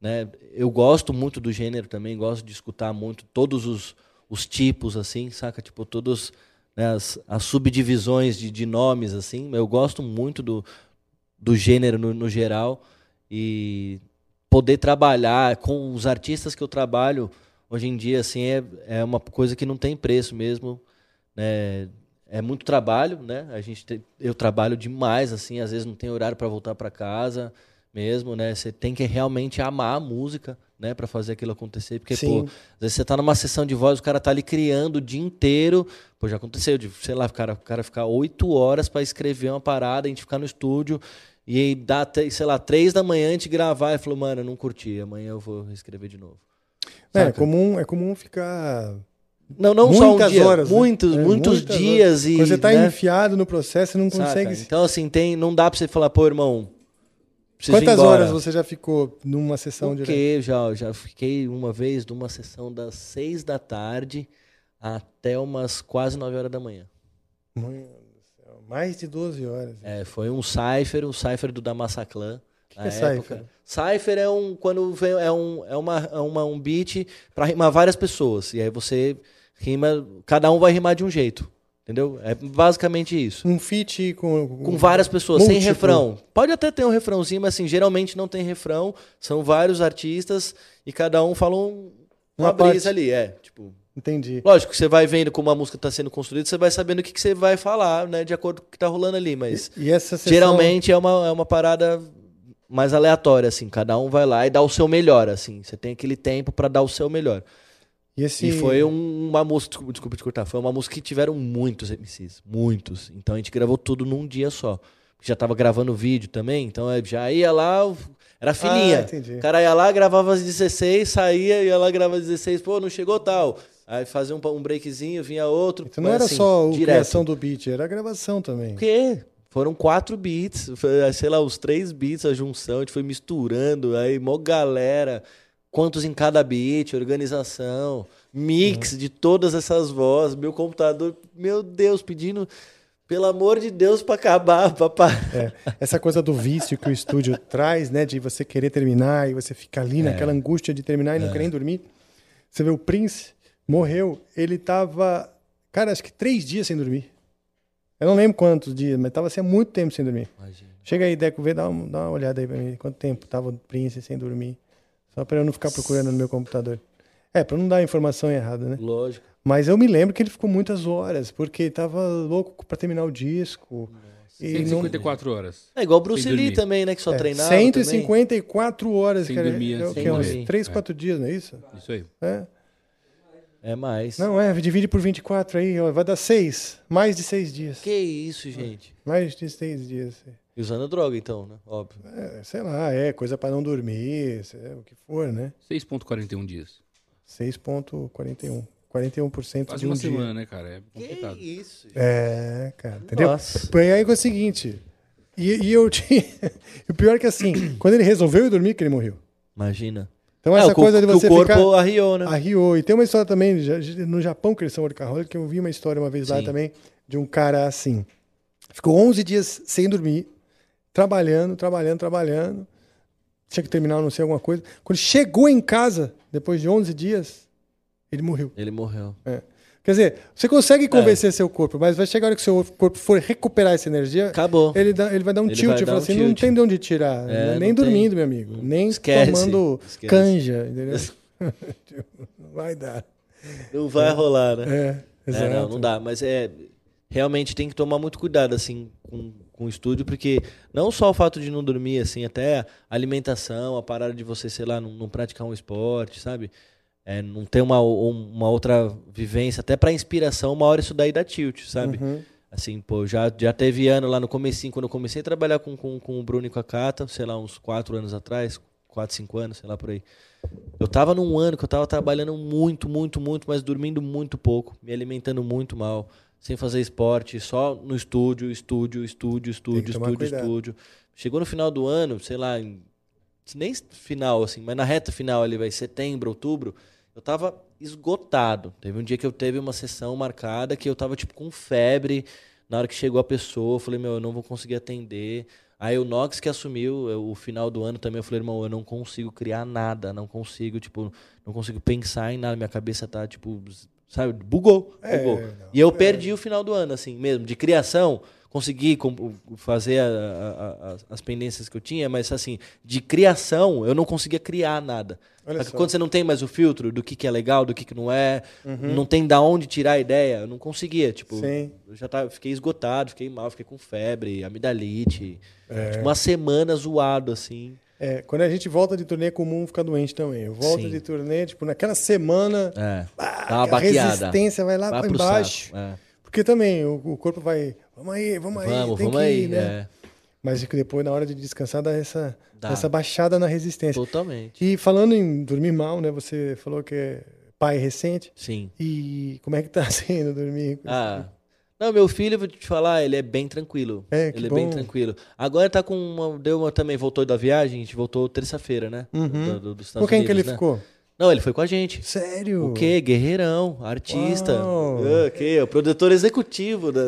Speaker 2: né, eu gosto muito do gênero também, gosto de escutar muito todos os, os tipos, assim, saca? Tipo, todas né, as, as subdivisões de, de nomes, assim. Eu gosto muito do, do gênero no, no geral e poder trabalhar com os artistas que eu trabalho hoje em dia assim é, é uma coisa que não tem preço mesmo né? é muito trabalho né a gente tem- eu trabalho demais assim às vezes não tem horário para voltar para casa mesmo né você tem que realmente amar a música né para fazer aquilo acontecer porque
Speaker 1: Sim.
Speaker 2: pô, às vezes você tá numa sessão de voz o cara tá ali criando o dia inteiro pô já aconteceu de sei lá o cara o cara ficar oito horas para escrever uma parada a gente ficar no estúdio e aí dá, até, sei lá, três da manhã a gente gravar e falou, mano, eu não curti, amanhã eu vou escrever de novo.
Speaker 1: É, é
Speaker 2: Saca?
Speaker 1: comum, é comum ficar
Speaker 2: Não, não só um
Speaker 1: muitas
Speaker 2: dia,
Speaker 1: horas, né?
Speaker 2: muitos,
Speaker 1: É,
Speaker 2: muitos
Speaker 1: muitas
Speaker 2: dias
Speaker 1: horas.
Speaker 2: e...
Speaker 1: Quando você tá
Speaker 2: né?
Speaker 1: enfiado no processo, você não
Speaker 2: Saca?
Speaker 1: consegue. se-
Speaker 2: Então, assim, tem, não dá pra você falar, pô, irmão, preciso ir
Speaker 1: Quantas
Speaker 2: embora.
Speaker 1: horas você já ficou numa sessão de
Speaker 2: Porque já, já fiquei uma vez numa sessão das seis da tarde até umas quase nove horas da manhã.
Speaker 1: mais de 12 horas?
Speaker 2: É, foi um cipher, um cipher do Damassaclan.
Speaker 1: que é cipher?
Speaker 2: Cipher é um quando vem, é um é uma, é uma um beat para rimar várias pessoas e aí você rima, cada um vai rimar de um jeito, entendeu? É basicamente isso.
Speaker 1: Um feat com
Speaker 2: Com várias pessoas, sem
Speaker 1: múltiplo.
Speaker 2: refrão. Pode até ter um refrãozinho, mas assim, geralmente não tem refrão. São vários artistas e cada um fala um, uma,
Speaker 1: Uma
Speaker 2: brisa
Speaker 1: parte.
Speaker 2: ali. É, tipo,
Speaker 1: Entendi.
Speaker 2: lógico, você vai vendo como a música está sendo construída, você vai sabendo o que, que você vai falar, né, de acordo com o que tá rolando ali. Mas
Speaker 1: E essa sessão,
Speaker 2: Geralmente é uma, é uma parada mais aleatória, assim. Cada um vai lá e dá o seu melhor, assim. Você tem aquele tempo pra dar o seu melhor.
Speaker 1: e esse
Speaker 2: E foi um- uma música, desculpa, desculpa te cortar, foi uma música que tiveram muitos MCs, muitos. Então a gente gravou tudo num dia só. Já tava gravando vídeo também, então é, já ia lá, era
Speaker 1: Ah,
Speaker 2: fininha.
Speaker 1: entendi.
Speaker 2: o cara ia lá, gravava às 16, saía, ia lá, gravava às 16, pô, não chegou tal. Aí fazia um, pa- um breakzinho, vinha outro.
Speaker 1: Então não
Speaker 2: mas
Speaker 1: era
Speaker 2: assim,
Speaker 1: só a
Speaker 2: direto.
Speaker 1: criação do beat, era a gravação também.
Speaker 2: Porque foram quatro beats, foi, ah, sei lá, os três beats, a junção, a gente foi misturando, aí mó galera, quantos em cada beat, organização, mix
Speaker 1: Uhum.
Speaker 2: de todas essas vozes, meu computador, meu Deus, pedindo, pelo amor de Deus, pra acabar, papá.
Speaker 1: É, essa coisa do vício que o estúdio traz, né? De você querer terminar e você fica
Speaker 2: É.
Speaker 1: ali naquela angústia de terminar e não querer dormir. Você vê o Prince morreu, ele tava, cara, acho que três dias sem dormir. Eu não lembro quantos dias, mas tava assim, há muito tempo sem dormir. Chega aí, Deco, vê, dá, um- dá uma olhada aí pra mim. Quanto tempo tava o Prince sem dormir? Só pra eu não ficar procurando no meu computador. É, pra não dar a informação errada, né?
Speaker 2: Lógico.
Speaker 1: Mas eu me lembro que ele ficou muitas horas, porque tava louco pra terminar o disco. E não,
Speaker 3: 154 horas.
Speaker 2: É igual Bruce
Speaker 3: Sem
Speaker 2: Lee
Speaker 3: dormir.
Speaker 2: também, né, que só
Speaker 1: é,
Speaker 2: treinava também.
Speaker 1: 154 horas,
Speaker 3: Sem
Speaker 1: cara.
Speaker 3: dormir,
Speaker 1: é, o
Speaker 3: sem
Speaker 1: que, uns
Speaker 3: comer.
Speaker 1: 3,
Speaker 3: É.
Speaker 1: 4 dias, não é isso?
Speaker 3: Isso aí.
Speaker 1: É.
Speaker 2: É mais.
Speaker 1: Não, é, divide por 24 aí, ó, vai dar 6. Mais de 6 dias.
Speaker 2: Que isso, gente.
Speaker 1: Mais de 6 dias.
Speaker 2: E Usando droga, então, né? Óbvio.
Speaker 1: É, sei lá, é coisa pra não dormir, sei lá, o que for, né?
Speaker 3: 6.41 dias.
Speaker 1: 6,41. 41%
Speaker 3: Quase
Speaker 1: de um
Speaker 3: uma
Speaker 1: dia.
Speaker 3: semana, né, cara? É complicado.
Speaker 2: Que isso, gente.
Speaker 1: É, cara, entendeu?
Speaker 2: Nossa.
Speaker 1: E aí é o seguinte. E, e eu tinha. o pior é que assim, quando ele resolveu ir dormir, que ele morreu.
Speaker 2: Imagina.
Speaker 1: Então
Speaker 2: É,
Speaker 1: essa
Speaker 2: o co-
Speaker 1: coisa de
Speaker 2: que o
Speaker 1: você
Speaker 2: corpo
Speaker 1: ficar...
Speaker 2: arriou, né?
Speaker 1: Arriou. E tem uma história também, já- no Japão, que eles são workaholic, que eu vi uma história uma vez lá
Speaker 2: Sim.
Speaker 1: também, de um cara assim. Ficou 11 dias sem dormir, trabalhando, trabalhando, trabalhando. Tinha que terminar, não sei, alguma coisa. Quando chegou em casa, depois de 11 dias, ele morreu.
Speaker 2: Ele morreu.
Speaker 1: É. Quer dizer, você
Speaker 2: É.
Speaker 1: consegue convencer seu corpo, mas vai chegar a hora que seu corpo for recuperar essa energia,
Speaker 2: Acabou.
Speaker 1: ele, dá- ele vai dar um
Speaker 2: Ele
Speaker 1: tilt
Speaker 2: vai
Speaker 1: e
Speaker 2: dar
Speaker 1: falar
Speaker 2: um
Speaker 1: assim: não
Speaker 2: tilt.
Speaker 1: tem de onde tirar. né?
Speaker 2: É,
Speaker 1: nem
Speaker 2: não tem.
Speaker 1: dormindo, meu amigo. Nem
Speaker 2: Esquece,
Speaker 1: tomando
Speaker 2: esquece.
Speaker 1: canja, entendeu? Tipo, não vai dar.
Speaker 2: Não vai rolar, né?
Speaker 1: É, exato.
Speaker 2: É, não, não dá, mas é realmente tem que tomar muito cuidado assim com, com o estúdio, porque não só o fato de não dormir assim, até a alimentação, a parada de você, sei lá, não, não praticar um esporte, sabe? é, não ter uma, um, uma outra vivência, até pra inspiração, uma hora isso daí dá tilt, sabe?
Speaker 1: Uhum.
Speaker 2: Assim, pô, já, já teve ano lá no comecinho, quando eu comecei a trabalhar com, com, com o Bruno e com a Cata, sei lá, uns quatro anos atrás, quatro, cinco anos, sei lá, por aí. Eu tava num ano que eu tava trabalhando muito, muito, muito, mas dormindo muito pouco, me alimentando muito mal, sem fazer esporte, só no estúdio, estúdio, estúdio, estúdio,
Speaker 1: tomar
Speaker 2: estúdio,
Speaker 1: cuidado.
Speaker 2: estúdio. Chegou no final do ano, sei lá, em- nem final, assim, mas na reta final ali, vai setembro, outubro, eu tava esgotado. Teve um dia que eu teve uma sessão marcada que eu tava, tipo, com febre. Na hora que chegou a pessoa, eu falei, meu, eu não vou conseguir atender. Aí o Nox que assumiu eu- o final do ano também, eu falei, irmão, eu não consigo criar nada, não consigo, tipo, não consigo pensar em nada, minha cabeça tá, tipo, z- sabe, bugou,
Speaker 1: É,
Speaker 2: bugou.
Speaker 1: não,
Speaker 2: e eu perdi o final do ano, assim, mesmo, de criação, consegui com- fazer a- a- a- as- as pendências que eu tinha, mas, assim, de criação, eu não conseguia criar nada.
Speaker 1: Olha
Speaker 2: Só que
Speaker 1: só.
Speaker 2: quando você não tem mais o filtro do que, que é legal, do que, que não é, não tem da onde tirar a ideia, eu não conseguia, tipo,
Speaker 1: Uhum. Sim.
Speaker 2: eu já tava, fiquei esgotado, fiquei mal, fiquei com febre, amidalite, tipo, uma semana zoado, assim,
Speaker 1: É, quando a gente volta de turnê comum, fica doente também. Eu volto
Speaker 2: Sim.
Speaker 1: de turnê, tipo, naquela semana,
Speaker 2: é,
Speaker 1: a
Speaker 2: dá uma baqueada.
Speaker 1: Ah, resistência vai lá pra
Speaker 2: pro
Speaker 1: embaixo.
Speaker 2: saco, é.
Speaker 1: porque também o, o corpo vai, vamos aí, vamos aí,
Speaker 2: Vamos,
Speaker 1: tem
Speaker 2: vamos
Speaker 1: que
Speaker 2: aí,
Speaker 1: ir, né?
Speaker 2: é,
Speaker 1: Mas que depois, na hora de descansar, dá essa,
Speaker 2: Dá.
Speaker 1: dá essa baixada na resistência.
Speaker 2: é, totalmente,
Speaker 1: E falando em dormir mal, né? Você falou que é pai recente.
Speaker 2: sim.
Speaker 1: E como é que tá sendo dormir?
Speaker 2: Ah. Não, meu filho, eu vou te falar, ele é bem tranquilo.
Speaker 1: É, que
Speaker 2: ele é bem
Speaker 1: bom.
Speaker 2: tranquilo. Agora tá com uma, deu uma também, voltou da viagem, a gente voltou terça-feira, né? Do, do, dos
Speaker 1: Uhum. Com
Speaker 2: Estados
Speaker 1: quem que ele
Speaker 2: Unidos, né?
Speaker 1: ficou?
Speaker 2: Não, ele foi com a gente.
Speaker 1: Sério?
Speaker 2: O quê? Guerreirão, artista.
Speaker 1: Uau.
Speaker 2: Ah, ok, é o produtor executivo. Da...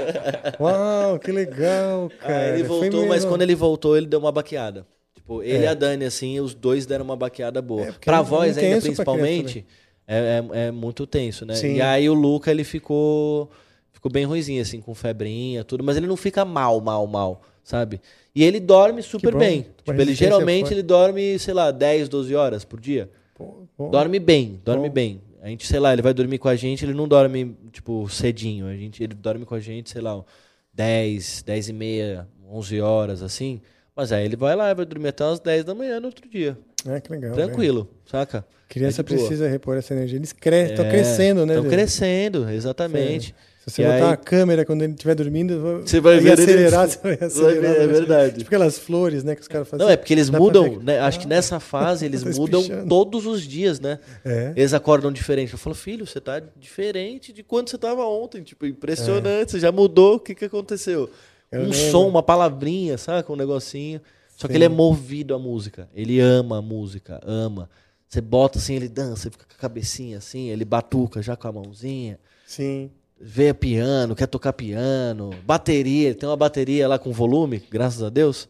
Speaker 1: Uau, que legal, cara.
Speaker 2: Aí ele
Speaker 1: Foi
Speaker 2: voltou, mas
Speaker 1: mesmo.
Speaker 2: quando ele voltou, ele deu uma baqueada. Tipo, ele e a Dani, assim, os dois deram uma baqueada boa.
Speaker 1: É, porque
Speaker 2: pra
Speaker 1: é
Speaker 2: voz,
Speaker 1: intenso
Speaker 2: ainda,
Speaker 1: pra criança, né?
Speaker 2: principalmente, é, é- é muito tenso, né?
Speaker 1: Sim.
Speaker 2: E aí o Luca, ele ficou, ficou bem ruizinho, assim, com febrinha, tudo. Mas ele não fica mal, mal, mal, sabe? E ele dorme super
Speaker 1: bom.
Speaker 2: bem.
Speaker 1: Uma
Speaker 2: Tipo, ele
Speaker 1: resistência
Speaker 2: geralmente,
Speaker 1: forte.
Speaker 2: ele dorme, sei lá, 10, 12 horas por dia.
Speaker 1: Pô, bom.
Speaker 2: Dorme bem, dorme
Speaker 1: Bom.
Speaker 2: bem. A gente, sei lá, ele vai dormir com a gente, ele não dorme, tipo, cedinho. A gente, ele dorme com a gente, sei lá, 10, 10 e meia, 11 horas, assim. Mas aí ele vai lá, vai dormir até umas 10 da manhã no outro dia.
Speaker 1: Ah, que legal. velho.
Speaker 2: Tranquilo, saca?
Speaker 1: Criança
Speaker 2: É de boa.
Speaker 1: precisa repor essa energia. Eles crescem, estão crescendo, né?
Speaker 2: Estão
Speaker 1: gente?
Speaker 2: crescendo, exatamente.
Speaker 1: Se você
Speaker 2: E
Speaker 1: botar
Speaker 2: aí-
Speaker 1: uma câmera quando ele estiver dormindo,
Speaker 2: Você vai
Speaker 1: e
Speaker 2: ver ele-
Speaker 1: acelerar, você vai
Speaker 2: Vai ver,
Speaker 1: acelerar.
Speaker 2: é verdade.
Speaker 1: Tipo aquelas flores, né, que os caras fazem.
Speaker 2: Não, é porque eles
Speaker 1: Dá pra
Speaker 2: mudam,
Speaker 1: ver- Ah.
Speaker 2: né? acho que nessa fase eles
Speaker 1: Tá
Speaker 2: mudam
Speaker 1: espichando.
Speaker 2: todos os dias, né?
Speaker 1: É.
Speaker 2: Eles acordam diferente. Eu falo, filho, você tá diferente de quando você tava ontem. Tipo, impressionante, você já mudou, o que que aconteceu?
Speaker 1: É. Eu
Speaker 2: um
Speaker 1: lembro.
Speaker 2: som, uma palavrinha, saca? Um negocinho. Só que ele é movido à música. Ele ama a música, ama. Você bota assim, ele dança, ele fica com a cabecinha assim, ele batuca já com a mãozinha
Speaker 1: Sim.
Speaker 2: vê piano, quer tocar piano, bateria, ele tem uma bateria lá com volume, graças a Deus.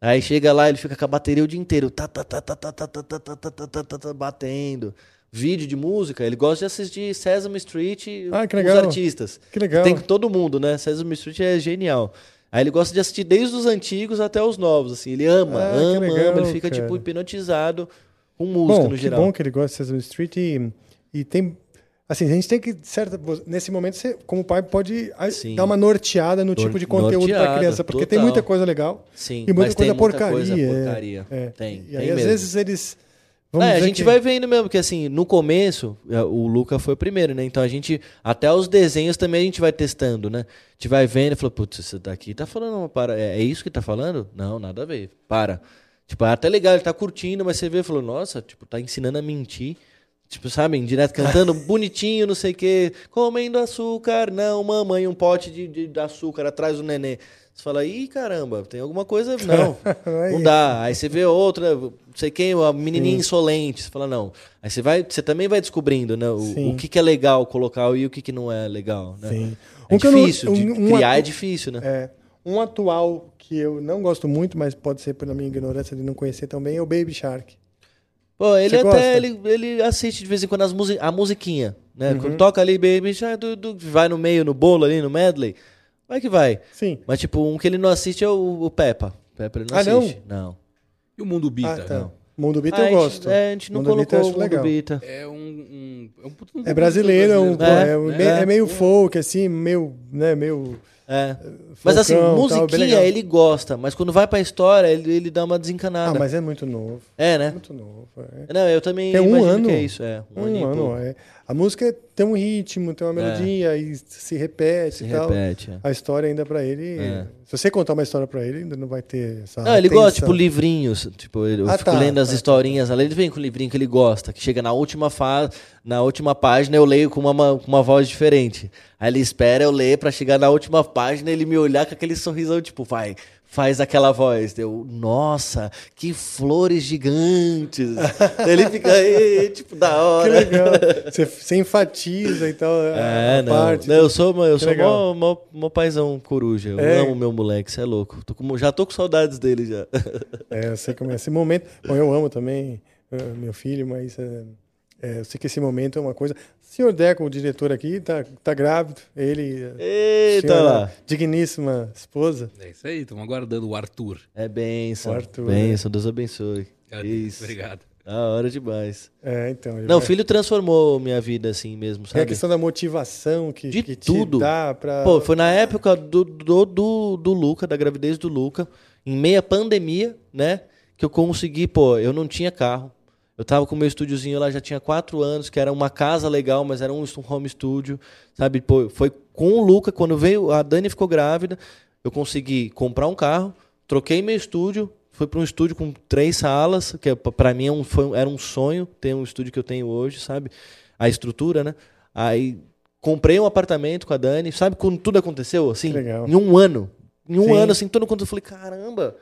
Speaker 2: Aí chega lá, ele fica com a bateria o dia inteiro, tá, tá, tá, tá, tá, tá, tá, tá, tá, tá, tá, tá, tá, tá, batendo. Vídeo de música, ele gosta de assistir Sesame Street e
Speaker 1: Ah, que
Speaker 2: os
Speaker 1: legal.
Speaker 2: artistas.
Speaker 1: Que legal.
Speaker 2: Tem com todo mundo, né? Sesame Street é genial. Aí ele gosta de assistir desde os antigos até os novos, assim, ele ama,
Speaker 1: Ah, que
Speaker 2: ama,
Speaker 1: legal,
Speaker 2: ama, ele fica
Speaker 1: cara.
Speaker 2: tipo hipnotizado com música
Speaker 1: Bom,
Speaker 2: no
Speaker 1: que
Speaker 2: geral.
Speaker 1: bom que ele gosta de Sesame Street e, e tem... Assim, a gente tem que, certo, nesse momento, você, como pai, pode a-
Speaker 2: Sim.
Speaker 1: dar uma norteada no
Speaker 2: Nor-
Speaker 1: tipo de conteúdo para
Speaker 2: norteada,
Speaker 1: criança, porque tem
Speaker 2: total.
Speaker 1: muita coisa legal
Speaker 2: Sim,
Speaker 1: e muita
Speaker 2: mas
Speaker 1: coisa
Speaker 2: tem muita coisa
Speaker 1: porcaria. é,
Speaker 2: porcaria.
Speaker 1: é.
Speaker 2: Tem,
Speaker 1: E
Speaker 2: tem
Speaker 1: aí, às
Speaker 2: mesmo.
Speaker 1: vezes, eles...
Speaker 2: Não,
Speaker 1: vamos
Speaker 2: é, a
Speaker 1: dizer
Speaker 2: gente
Speaker 1: que-
Speaker 2: vai vendo mesmo, porque assim, no começo, é, o Luca foi o primeiro, né? Então a gente, até os desenhos também a gente vai testando, né? A gente vai vendo e fala, putz, isso daqui tá falando uma para. É, é isso que tá falando? Não, nada a ver. Para. Tipo, é até legal, ele tá curtindo, mas você vê e falou, nossa, tipo, tá ensinando a mentir. Tipo, sabem, direto cantando bonitinho, não sei o quê. Comendo açúcar, não, mamãe, um pote de, de- de açúcar atrás do nenê. Você fala, ih, caramba, tem alguma coisa. Não,
Speaker 1: Não é
Speaker 2: não
Speaker 1: isso.
Speaker 2: dá. Aí você vê outra, não sei quem, a menininha insolente. Você fala, não. Aí você, vai, você também vai descobrindo né, o,
Speaker 1: Sim.
Speaker 2: o que, que é legal colocar e o que, que não é legal. Né?
Speaker 1: Sim.
Speaker 2: É
Speaker 1: Um que eu não-
Speaker 2: difícil.
Speaker 1: um-
Speaker 2: de
Speaker 1: um
Speaker 2: criar é
Speaker 1: atu-
Speaker 2: difícil, né?
Speaker 1: É. Um atual que eu não gosto muito, mas pode ser pela minha ignorância de não conhecer também, é o Baby Shark.
Speaker 2: Pô, ele
Speaker 1: Você gosta?
Speaker 2: até ele, ele assiste de vez em quando as musi a musiquinha,
Speaker 1: Uhum.
Speaker 2: né? Quando toca ali, baby, já do, do- vai no meio, no bolo ali, no medley. Vai que vai.
Speaker 1: Sim.
Speaker 2: Mas, tipo, um que ele não assiste é o, o Peppa. Peppa ele não
Speaker 1: Ah, não?
Speaker 2: assiste. Não.
Speaker 3: E o Mundo Bita?
Speaker 1: ah, tá. Mundo Beat
Speaker 2: Ah, a
Speaker 1: eu
Speaker 2: gente-
Speaker 1: gosto.
Speaker 2: é, a gente não
Speaker 1: Mundo Beat eu
Speaker 2: colocou
Speaker 1: acho
Speaker 2: o Mundo
Speaker 1: legal.
Speaker 2: Bita.
Speaker 3: É um, um- é um puto- um
Speaker 1: É
Speaker 3: puto
Speaker 1: brasileiro, é, um-
Speaker 3: né?
Speaker 1: é um-
Speaker 3: É.
Speaker 1: me- é meio folk, assim, meio, né, meio
Speaker 2: É. mas assim,
Speaker 1: Falcão, tal, bem
Speaker 2: musiquinha
Speaker 1: legal.
Speaker 2: ele gosta, mas quando vai pra história, ele, ele dá uma desencanada.
Speaker 1: Ah, mas é muito novo.
Speaker 2: É, né?
Speaker 1: Muito novo. É.
Speaker 2: Não, eu também
Speaker 1: Tem um
Speaker 2: imagino
Speaker 1: ano.
Speaker 2: que é isso, é. Um
Speaker 1: Um,
Speaker 2: ano e
Speaker 1: ano.
Speaker 2: pouco. É.
Speaker 1: é. A música tem um ritmo, tem uma melodia e se repete
Speaker 2: Se
Speaker 1: e tal.
Speaker 2: repete, é.
Speaker 1: A história ainda pra ele.
Speaker 2: É.
Speaker 1: Se você contar uma história pra ele, ainda não vai ter essa.
Speaker 2: Não, ele gosta,
Speaker 1: atenção.
Speaker 2: tipo, livrinhos. Tipo, eu
Speaker 1: Ah,
Speaker 2: fico
Speaker 1: tá,
Speaker 2: lendo as
Speaker 1: tá,
Speaker 2: historinhas ali, ele vem com o livrinho que ele gosta, que chega na última fase, na última página, eu leio com uma, ma- com uma voz diferente. Aí ele espera eu ler pra chegar na última página ele me olhar com aquele sorrisão, tipo, vai, faz aquela voz. Deu, nossa, que flores gigantes. ele fica, "Ê, tipo, da
Speaker 1: Que
Speaker 2: hora.
Speaker 1: legal. você, você enfatiza e tal. a-
Speaker 2: É,
Speaker 1: a
Speaker 2: não.
Speaker 1: parte.
Speaker 2: Não, eu sou, uma- eu
Speaker 1: Que
Speaker 2: sou
Speaker 1: legal.
Speaker 2: mó, mó, mó paizão coruja. Eu
Speaker 1: É.
Speaker 2: amo meu moleque, você é louco. Tô com- já tô com saudades dele já.
Speaker 1: É, eu sei como é. Esse momento. Bom, eu amo também eh, meu filho, mas eh, eh, eu sei que esse momento é uma coisa. Senhor Deco, o diretor aqui, tá, tá grávido. Ele. eh,
Speaker 2: Eita
Speaker 1: senhora
Speaker 2: lá.
Speaker 1: Digníssima esposa.
Speaker 3: É isso aí, estamos aguardando o Arthur.
Speaker 2: É benção.
Speaker 1: O Arthur,
Speaker 2: benção, Deus abençoe.
Speaker 3: Adeus,
Speaker 2: Isso.
Speaker 3: Obrigado.
Speaker 2: Da hora demais.
Speaker 1: É, então. ele
Speaker 2: Não, o
Speaker 1: vai-
Speaker 2: filho transformou minha vida assim mesmo,
Speaker 1: É a
Speaker 2: sabe?
Speaker 1: questão da motivação que,
Speaker 2: De
Speaker 1: que te
Speaker 2: tudo.
Speaker 1: dá pra.
Speaker 2: Pô, foi na época do, do, do, do Luca, da gravidez do Luca, em meia pandemia, né? Que eu consegui, pô, eu não tinha carro. Eu tava com meu estúdiozinho lá, já tinha quatro anos, que era uma casa legal, mas era um stu- home studio, sabe? Pô, foi com o Luca, quando veio, a Dani ficou grávida, eu consegui comprar um carro, troquei meu estúdio, fui para um estúdio com três salas, que é- pra mim é um, foi, um- era um sonho ter um estúdio que eu tenho hoje, sabe? A estrutura, né? Aí comprei um apartamento com a Dani, sabe quando tudo aconteceu, assim?
Speaker 1: Que legal.
Speaker 2: Em um ano. Em um
Speaker 1: Sim.
Speaker 2: ano, assim, todo mundo eu falei, caramba!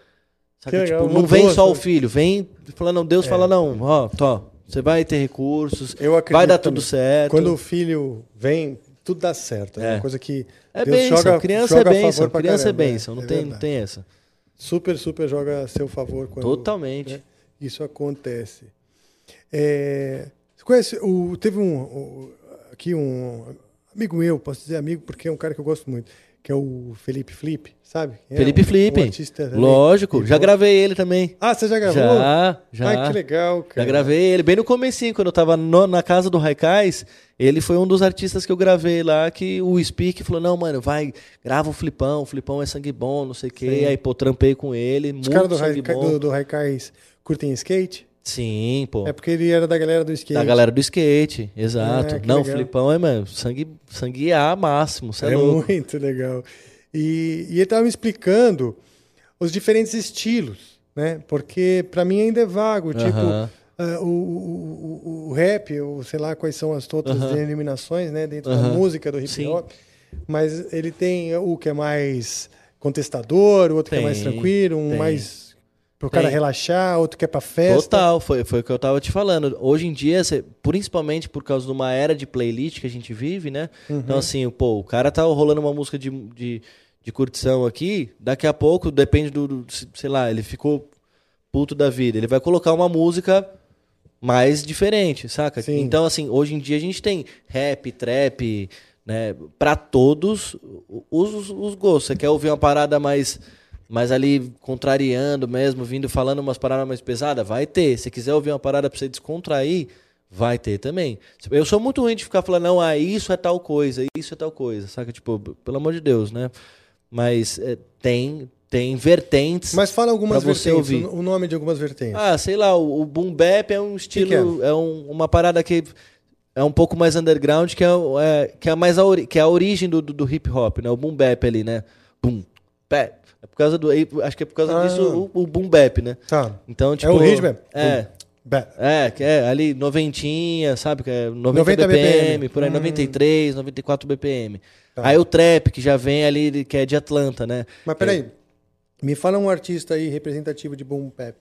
Speaker 2: Sabe,
Speaker 1: Que
Speaker 2: tipo,
Speaker 1: legal, né?
Speaker 2: não vem
Speaker 1: mudou,
Speaker 2: só o
Speaker 1: sabe?
Speaker 2: filho, vem falando, Deus fala, não, ó, tó, você vai ter recursos,
Speaker 1: Eu acredito
Speaker 2: vai dar
Speaker 1: também.
Speaker 2: tudo certo.
Speaker 1: Quando o filho vem, tudo dá certo. É,
Speaker 2: É.
Speaker 1: uma coisa que.
Speaker 2: É
Speaker 1: Deus
Speaker 2: bênção,
Speaker 1: joga,
Speaker 2: criança
Speaker 1: joga
Speaker 2: é
Speaker 1: a
Speaker 2: bênção,
Speaker 1: favor pra
Speaker 2: criança
Speaker 1: caramba,
Speaker 2: é
Speaker 1: né?
Speaker 2: bênção, não,
Speaker 1: É
Speaker 2: tem, não
Speaker 1: verdade.
Speaker 2: tem essa.
Speaker 1: Super, super joga a seu favor quando.
Speaker 2: Totalmente.
Speaker 1: né, Isso acontece. É, você conhece. O, teve um. o- aqui um. Amigo meu, posso dizer amigo, porque é um cara que eu gosto muito, que é o Felipe Flip, sabe? É
Speaker 2: Felipe
Speaker 1: um- um
Speaker 2: Flip,
Speaker 1: artista também.
Speaker 2: lógico, já
Speaker 1: Ele-
Speaker 2: gravei ele também.
Speaker 1: Ah, você já gravou?
Speaker 2: Já, já.
Speaker 1: Ai, que legal, cara.
Speaker 2: Já gravei ele bem no comecinho, quando eu tava no- na casa do Raikais, ele foi um dos artistas que eu gravei lá, que o Speak falou, não, mano, vai, grava o Flipão, o Flipão é sangue bom, não sei o quê. Aí, pô, trampei com ele,
Speaker 1: Os
Speaker 2: muito
Speaker 1: caras do,
Speaker 2: sangue
Speaker 1: Raikai-
Speaker 2: bom.
Speaker 1: do, do Raikais curtem skate?
Speaker 2: Sim, pô.
Speaker 1: É porque ele era da galera do skate.
Speaker 2: Da galera do skate, exato.
Speaker 1: Ah, que
Speaker 2: não, o
Speaker 1: legal.
Speaker 2: Flipão é, mano, sangue, sangue A máximo, cê é,
Speaker 1: É
Speaker 2: louco.
Speaker 1: muito legal. E, e ele estava me explicando os diferentes estilos, né? Porque para mim ainda é vago, tipo
Speaker 2: Aham.
Speaker 1: ah, o, o, o- o rap, ou sei lá quais são as outras
Speaker 2: Aham.
Speaker 1: denominações, né? Dentro da
Speaker 2: Aham.
Speaker 1: música do hip
Speaker 2: Sim.
Speaker 1: hop. Mas ele tem o que é mais contestador, o outro que é mais
Speaker 2: Tem,
Speaker 1: tranquilo, um
Speaker 2: tem.
Speaker 1: mais pro cara
Speaker 2: Tem.
Speaker 1: relaxar, outro que é para festa.
Speaker 2: Total, foi, foi o que eu tava te falando. Hoje em dia, cê- principalmente por causa de uma era de playlist que a gente vive, né?
Speaker 1: Uhum.
Speaker 2: Então, assim, pô, o cara tá rolando uma música de, de, de curtição aqui, daqui a pouco, depende do, do- se- sei lá, ele ficou puto da vida. Ele vai colocar uma música mais diferente, saca?
Speaker 1: Sim.
Speaker 2: Então, assim, hoje em dia a gente tem rap, trap, né? Pra todos os, os, os gostos. Você quer ouvir uma parada mais, mais ali contrariando mesmo, vindo falando umas paradas mais pesadas? Vai ter. Se quiser ouvir uma parada pra você descontrair, vai ter também. Eu sou muito ruim de ficar falando, não, ah, isso é tal coisa, isso é tal coisa, saca? Tipo, pelo amor de Deus, né? Mas é, tem, tem vertentes.
Speaker 1: Mas fala algumas
Speaker 2: Pra você
Speaker 1: vertentes,
Speaker 2: ouvir.
Speaker 1: o o nome de algumas vertentes.
Speaker 2: Ah, sei lá, o, o boom bap é um estilo,
Speaker 1: que
Speaker 2: é, um- uma parada que é um pouco mais underground, que é, o- é- que é mais a, ori- que é a origem do, do, do hip hop, né? O boom bap ali, né? Boom, bap. É por causa do, aí, acho que é por causa
Speaker 1: Ah.
Speaker 2: disso o, o boom bap, né?
Speaker 1: Tá.
Speaker 2: Então, tipo,
Speaker 1: é o ritmo?
Speaker 2: É.
Speaker 1: Boom. Ba-
Speaker 2: É, que é ali noventinha, sabe? Que é 90,
Speaker 1: 90
Speaker 2: BPM,
Speaker 1: BPM,
Speaker 2: por aí,
Speaker 1: hum.
Speaker 2: 93, 94 BPM.
Speaker 1: Tá.
Speaker 2: Aí o trap, que já vem ali, de- que é de Atlanta, né?
Speaker 1: Mas peraí, me fala um artista aí representativo de boom bap.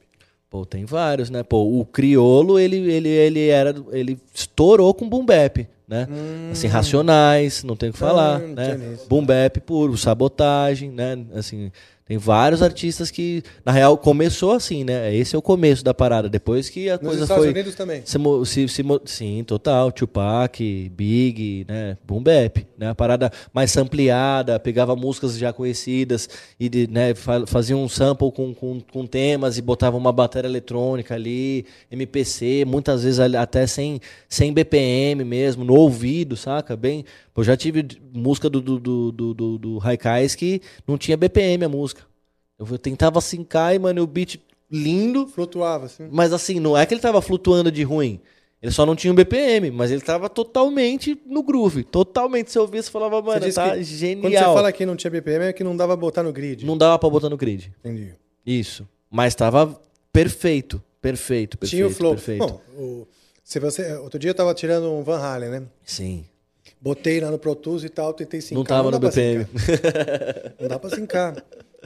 Speaker 2: Pô, tem vários, né? Pô, o Criolo, ele, ele, ele era. Ele estourou com Boom Bap, né? Assim, Racionais, não tem o que falar,
Speaker 1: não
Speaker 2: né?
Speaker 1: tinha visto.
Speaker 2: Boom Bap puro, Sabotagem, né? Assim, tem vários artistas que, na real, começou assim, né? Esse é o começo da parada. Depois que a
Speaker 1: Nos
Speaker 2: coisa
Speaker 1: Estados
Speaker 2: foi.
Speaker 1: Unidos também.
Speaker 2: Se, mo- se, se mo- sim, total. Tupac, Big, né? Boom Bap, né? A parada mais ampliada, pegava músicas já conhecidas e de, né, fa- fazia um sample com, com, com temas e botava uma bateria eletrônica ali, MPC, muitas vezes ali- até sem, sem BPM mesmo, no ouvido, saca? Bem, Eu já tive d- música do, do, do, do, do, do Haikais que não tinha BPM a música. Eu tentava sincar e, mano, o beat lindo.
Speaker 1: Flutuava, assim.
Speaker 2: Mas assim, não é que ele tava flutuando de ruim. Ele só não tinha um BPM, mas ele tava totalmente no groove. Totalmente. Se eu ouvia, você falava, mano,
Speaker 1: disse
Speaker 2: tá
Speaker 1: que-
Speaker 2: genial.
Speaker 1: Quando você fala que não tinha BPM, é que não dava pra botar no grid.
Speaker 2: Não dava pra botar no grid.
Speaker 1: Entendi.
Speaker 2: Isso. Mas tava perfeito. Perfeito, perfeito.
Speaker 1: tinha o flow.
Speaker 2: Perfeito.
Speaker 1: Bom, o- se você, outro dia eu tava tirando um Van Halen, né?
Speaker 2: Sim.
Speaker 1: Botei lá no Pro Tools e tal, tentei sincar.
Speaker 2: não tava
Speaker 1: dá
Speaker 2: no
Speaker 1: pra
Speaker 2: BPM.
Speaker 1: sincar. Não dá pra sincar.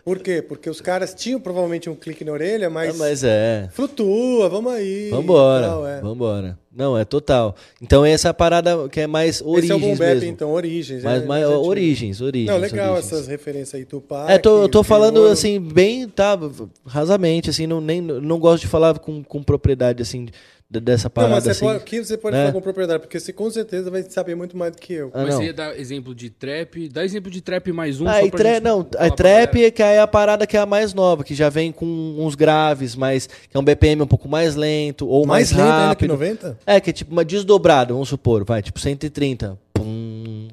Speaker 1: Por quê? Porque os caras tinham provavelmente um clique na orelha, mas...
Speaker 2: Ah, mas é.
Speaker 1: Flutua, vamos aí.
Speaker 2: Vambora.
Speaker 1: tal, é.
Speaker 2: Vambora. Não, é total. Então essa é a parada que é mais origens
Speaker 1: Esse é o Boom Bap,
Speaker 2: mesmo.
Speaker 1: então, Origens.
Speaker 2: Mas-
Speaker 1: é,
Speaker 2: mas,
Speaker 1: antigo.
Speaker 2: origens, origens,
Speaker 1: Não, legal
Speaker 2: origens.
Speaker 1: essas referências aí, Tupac.
Speaker 2: É, tô, eu tô falando
Speaker 1: Criolo.
Speaker 2: assim, bem, tá, rasamente, assim, não, nem, não gosto de falar com, com propriedade, assim, de- dessa
Speaker 1: Não,
Speaker 2: parada,
Speaker 1: mas você
Speaker 2: assim.
Speaker 1: pode, aqui você pode
Speaker 2: né?
Speaker 1: falar com propriedade, porque você com certeza vai saber muito mais do que eu.
Speaker 2: Ah,
Speaker 3: Mas
Speaker 2: não.
Speaker 3: você ia dar exemplo de trap. Dá exemplo de trap mais um.
Speaker 2: Ah,
Speaker 3: só
Speaker 2: e
Speaker 3: pra
Speaker 2: tra-
Speaker 3: gente
Speaker 2: não,
Speaker 3: falar
Speaker 2: a
Speaker 3: pra
Speaker 2: trap
Speaker 3: galera.
Speaker 2: é que é a parada que é a mais nova, que já vem com uns graves, mas que é um BPM um pouco mais lento, ou Ah, mais,
Speaker 1: lento ainda que
Speaker 2: rápido.
Speaker 1: 90?
Speaker 2: É, que é tipo uma desdobrada, vamos supor, vai, tipo 130. Pum.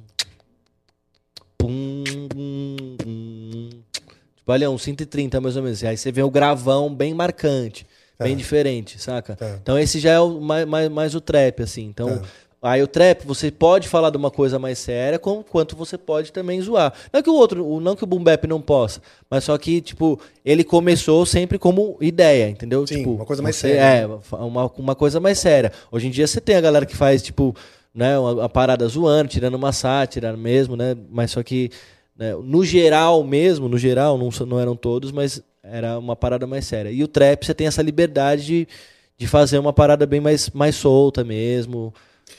Speaker 2: Pum. pum, pum. Tipo, olha, uns 130 mais ou menos. Aí você vê o gravão bem marcante, bem diferente, saca? Então esse já é o mais, mais, mais o trap, assim. Então. Aí o trap, você pode falar de uma coisa mais séria, com- quanto você pode também zoar. Não que o outro, o- não que o boom bap não possa, mas só que, tipo, ele começou sempre como ideia, entendeu?
Speaker 1: Sim,
Speaker 2: tipo,
Speaker 1: uma coisa mais
Speaker 2: você-
Speaker 1: séria. né?
Speaker 2: É, é, uma, uma coisa mais séria. Hoje em dia você tem a galera que faz, tipo, né, uma, a parada zoando, tirando uma sátira mesmo, né? Mas só que, né, no geral mesmo, no geral, não, so- não eram todos, mas era uma parada mais séria. E o trap, você tem essa liberdade de, de fazer uma parada bem mais, mais solta mesmo.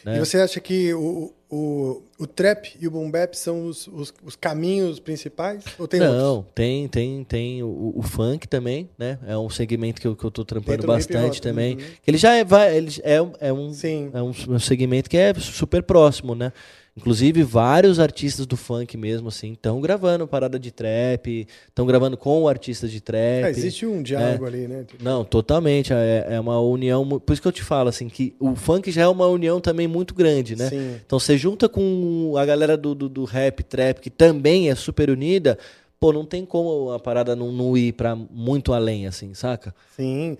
Speaker 2: né?
Speaker 1: E você acha que o, o, o trap e o boom bap são os, os, os caminhos principais? Ou tem
Speaker 2: não,
Speaker 1: outros?
Speaker 2: tem, tem, tem o, o funk também, né? É um segmento que eu, que eu tô trampando
Speaker 1: Dentro do hip
Speaker 2: bastante
Speaker 1: hop,
Speaker 2: também.
Speaker 1: uhum.
Speaker 2: Ele já é, vai, ele é, um- é um,
Speaker 1: Sim.
Speaker 2: é um, s- um segmento que é super próximo, né? Inclusive, vários artistas do funk mesmo, assim, estão gravando parada de trap, estão gravando com artistas de trap. É.
Speaker 1: Ah, existe um diálogo ali, né?
Speaker 2: Não, totalmente. É, é uma união. mu- Por isso que eu te falo, assim, que o funk já é uma união também muito grande, né?
Speaker 1: Sim.
Speaker 2: Então você junta com a galera do, do, do rap, trap, que também é super unida, pô, não tem como a parada não, não ir pra muito além, assim, saca?
Speaker 1: Sim.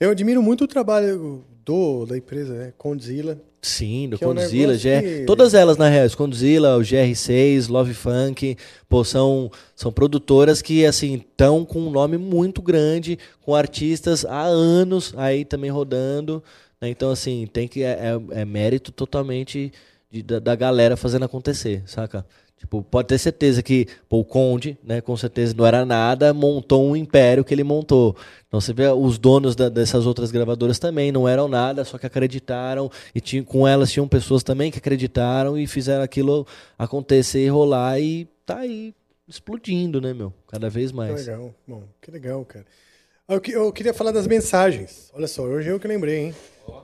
Speaker 1: Eu admiro muito o trabalho do, da empresa, né? Condzilla.
Speaker 2: Sim, do
Speaker 1: Que é um
Speaker 2: Condzilla,
Speaker 1: negócio
Speaker 2: GR,
Speaker 1: que-
Speaker 2: todas elas na real, Condzilla, o GR6, Love Funk, pô, são, são produtoras que assim estão com um nome muito grande, com artistas há anos aí também rodando, né? então assim tem que é, é- é mérito totalmente de- da, da galera fazendo acontecer, saca? Tipo, pode ter certeza que pô, o Conde, né, com certeza não era nada, montou um império que ele montou. Então você vê os donos da- dessas outras gravadoras também não eram nada, só que acreditaram e tinha, com elas tinham pessoas também que acreditaram e fizeram aquilo acontecer e rolar e tá aí explodindo, né, meu? Cada vez
Speaker 1: Que
Speaker 2: mais.
Speaker 1: legal. Bom, que legal, cara. Ah, Eu, que- eu queria falar das mensagens. Olha só, hoje eu que lembrei, hein?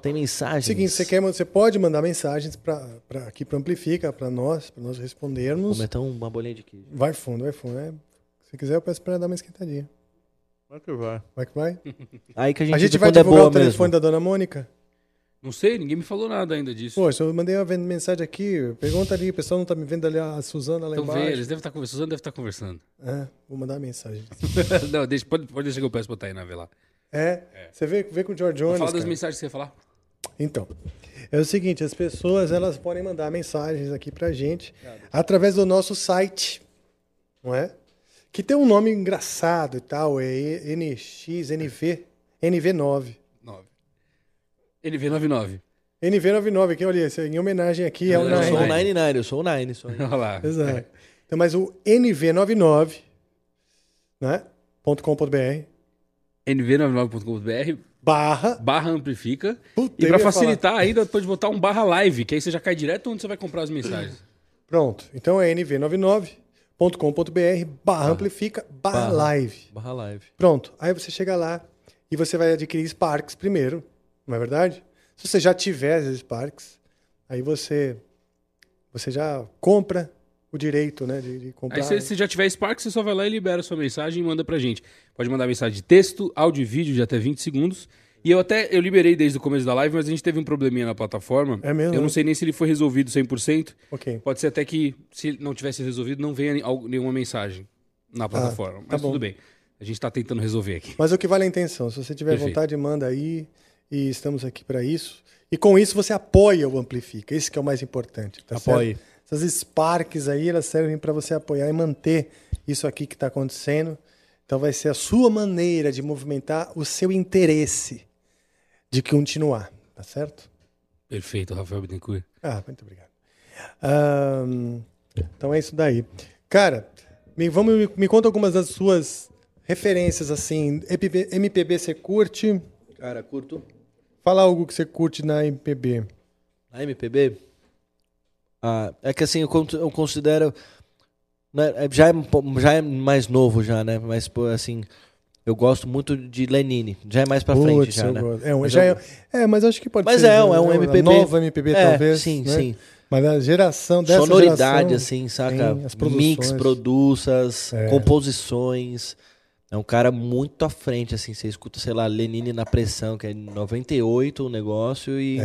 Speaker 2: Tem mensagem.
Speaker 1: Seguinte, você, quer, você pode mandar mensagens pra, pra, aqui para Amplifica, para nós, para nós respondermos.
Speaker 2: Cometer um, uma bolinha de queijo.
Speaker 1: Vai fundo, vai fundo. né? Se quiser, eu peço para dar uma esquentadinha.
Speaker 9: Como é que vai?
Speaker 1: Vai que vai?
Speaker 2: Aí que a gente,
Speaker 1: A gente
Speaker 2: vê
Speaker 1: vai
Speaker 2: quando é
Speaker 1: divulgar
Speaker 2: boa
Speaker 1: o telefone
Speaker 2: mesmo.
Speaker 1: da Dona Mônica?
Speaker 3: Não sei, ninguém me falou nada ainda disso.
Speaker 1: Pô, se eu mandei uma ven- mensagem aqui, pergunta ali, o pessoal não tá me vendo ali, a Suzana lá
Speaker 3: então vê,
Speaker 1: embaixo.
Speaker 3: eles devem estar conversando, deve estar conversando.
Speaker 1: É, vou mandar uma mensagem.
Speaker 3: não, deixa, pode, pode deixar que eu peço pra Tainá ver lá.
Speaker 1: É, você vê, vê com o George Jones,
Speaker 3: Fala das
Speaker 1: cara.
Speaker 3: mensagens que você ia falar.
Speaker 1: Então, é o seguinte, as pessoas, elas podem mandar mensagens aqui pra gente através do nosso site, não é? Que tem um nome engraçado e tal, é E- NX, NV, NV9.
Speaker 3: 9. NV99.
Speaker 1: NV99, que olha, esse é em homenagem aqui é o
Speaker 2: Eu sou o
Speaker 1: Nine.
Speaker 2: Nine Nine, eu sou o Nine. Sou o Nine.
Speaker 3: Olha lá.
Speaker 1: Exato. Então, mas o NV99, né? .com.br
Speaker 3: NV99.com.br
Speaker 1: barra
Speaker 3: barra amplifica.
Speaker 1: Puta,
Speaker 3: e
Speaker 1: eu
Speaker 3: pra
Speaker 1: ia
Speaker 3: facilitar
Speaker 1: falar.
Speaker 3: ainda, pode botar um barra live, que aí você já cai direto onde você vai comprar as mensagens.
Speaker 1: Pronto. Então é nv99.com.br barra amplifica barra
Speaker 2: Barra.
Speaker 1: live.
Speaker 2: Barra live.
Speaker 1: Pronto. Aí você chega lá e você vai adquirir Sparks primeiro, não é verdade? Se você já tiver as Sparks, aí você você já compra o direito, né, de, de comprar.
Speaker 3: Aí se se já tiver Spark, você só vai lá e libera a sua mensagem e manda pra gente. Pode mandar mensagem de texto, áudio e vídeo de até 20 segundos. E E eu até eu liberei desde o começo da live, mas a gente teve um probleminha na plataforma.
Speaker 1: É mesmo,
Speaker 3: Eu
Speaker 1: né?
Speaker 3: não sei nem se ele foi resolvido 100%.
Speaker 1: Ok.
Speaker 3: Pode ser até que, se não tivesse resolvido, não venha ni- al- nenhuma mensagem na plataforma.
Speaker 1: tá
Speaker 3: mas
Speaker 1: bom.
Speaker 3: tudo bem. A gente tá tentando resolver aqui.
Speaker 1: Mas o que vale é a intenção. Se você tiver
Speaker 3: Perfeito.
Speaker 1: vontade, manda aí. E estamos aqui para isso. E com isso você apoia o Amplifica. Isso que é o mais importante. Tá
Speaker 3: Apoie.
Speaker 1: certo? Essas Sparks aí, elas servem para você apoiar e manter isso aqui que está acontecendo. Então vai ser a sua maneira de movimentar o seu interesse de continuar. Tá certo?
Speaker 3: Perfeito, Rafael Bittencourt.
Speaker 1: Ah, muito obrigado. Ahn, então é isso daí. Cara, me, vamos, me, me conta algumas das suas referências, assim. EPB MPB você curte?
Speaker 2: Cara, curto.
Speaker 1: Fala algo que você curte na MPB.
Speaker 2: A MPB? Ah, é que assim, eu con- eu considero. né, é- já, é, um po- já é mais novo, já, né? Mas, pô, assim, eu gosto muito de Lenine. Já é mais pra frente,
Speaker 1: Putz,
Speaker 2: já,
Speaker 1: eu
Speaker 2: né?
Speaker 1: gosto. É, um-
Speaker 2: Mas
Speaker 1: já
Speaker 2: eu-
Speaker 1: é, é, mas acho que pode
Speaker 2: Mas
Speaker 1: ser.
Speaker 2: é,
Speaker 1: né?
Speaker 2: é um
Speaker 1: uma
Speaker 2: MPB.
Speaker 1: Nova MPB,
Speaker 2: É,
Speaker 1: talvez.
Speaker 2: sim,
Speaker 1: né?
Speaker 2: sim.
Speaker 1: Mas a geração dessa
Speaker 2: Sonoridade,
Speaker 1: geração,
Speaker 2: assim, saca?
Speaker 1: sim, as
Speaker 2: Mix,
Speaker 1: produções.
Speaker 2: produças,
Speaker 1: É.
Speaker 2: composições. É um cara muito à frente, assim. Você escuta, sei lá, Lenine na pressão, que é 98 o negócio,
Speaker 1: É.
Speaker 2: e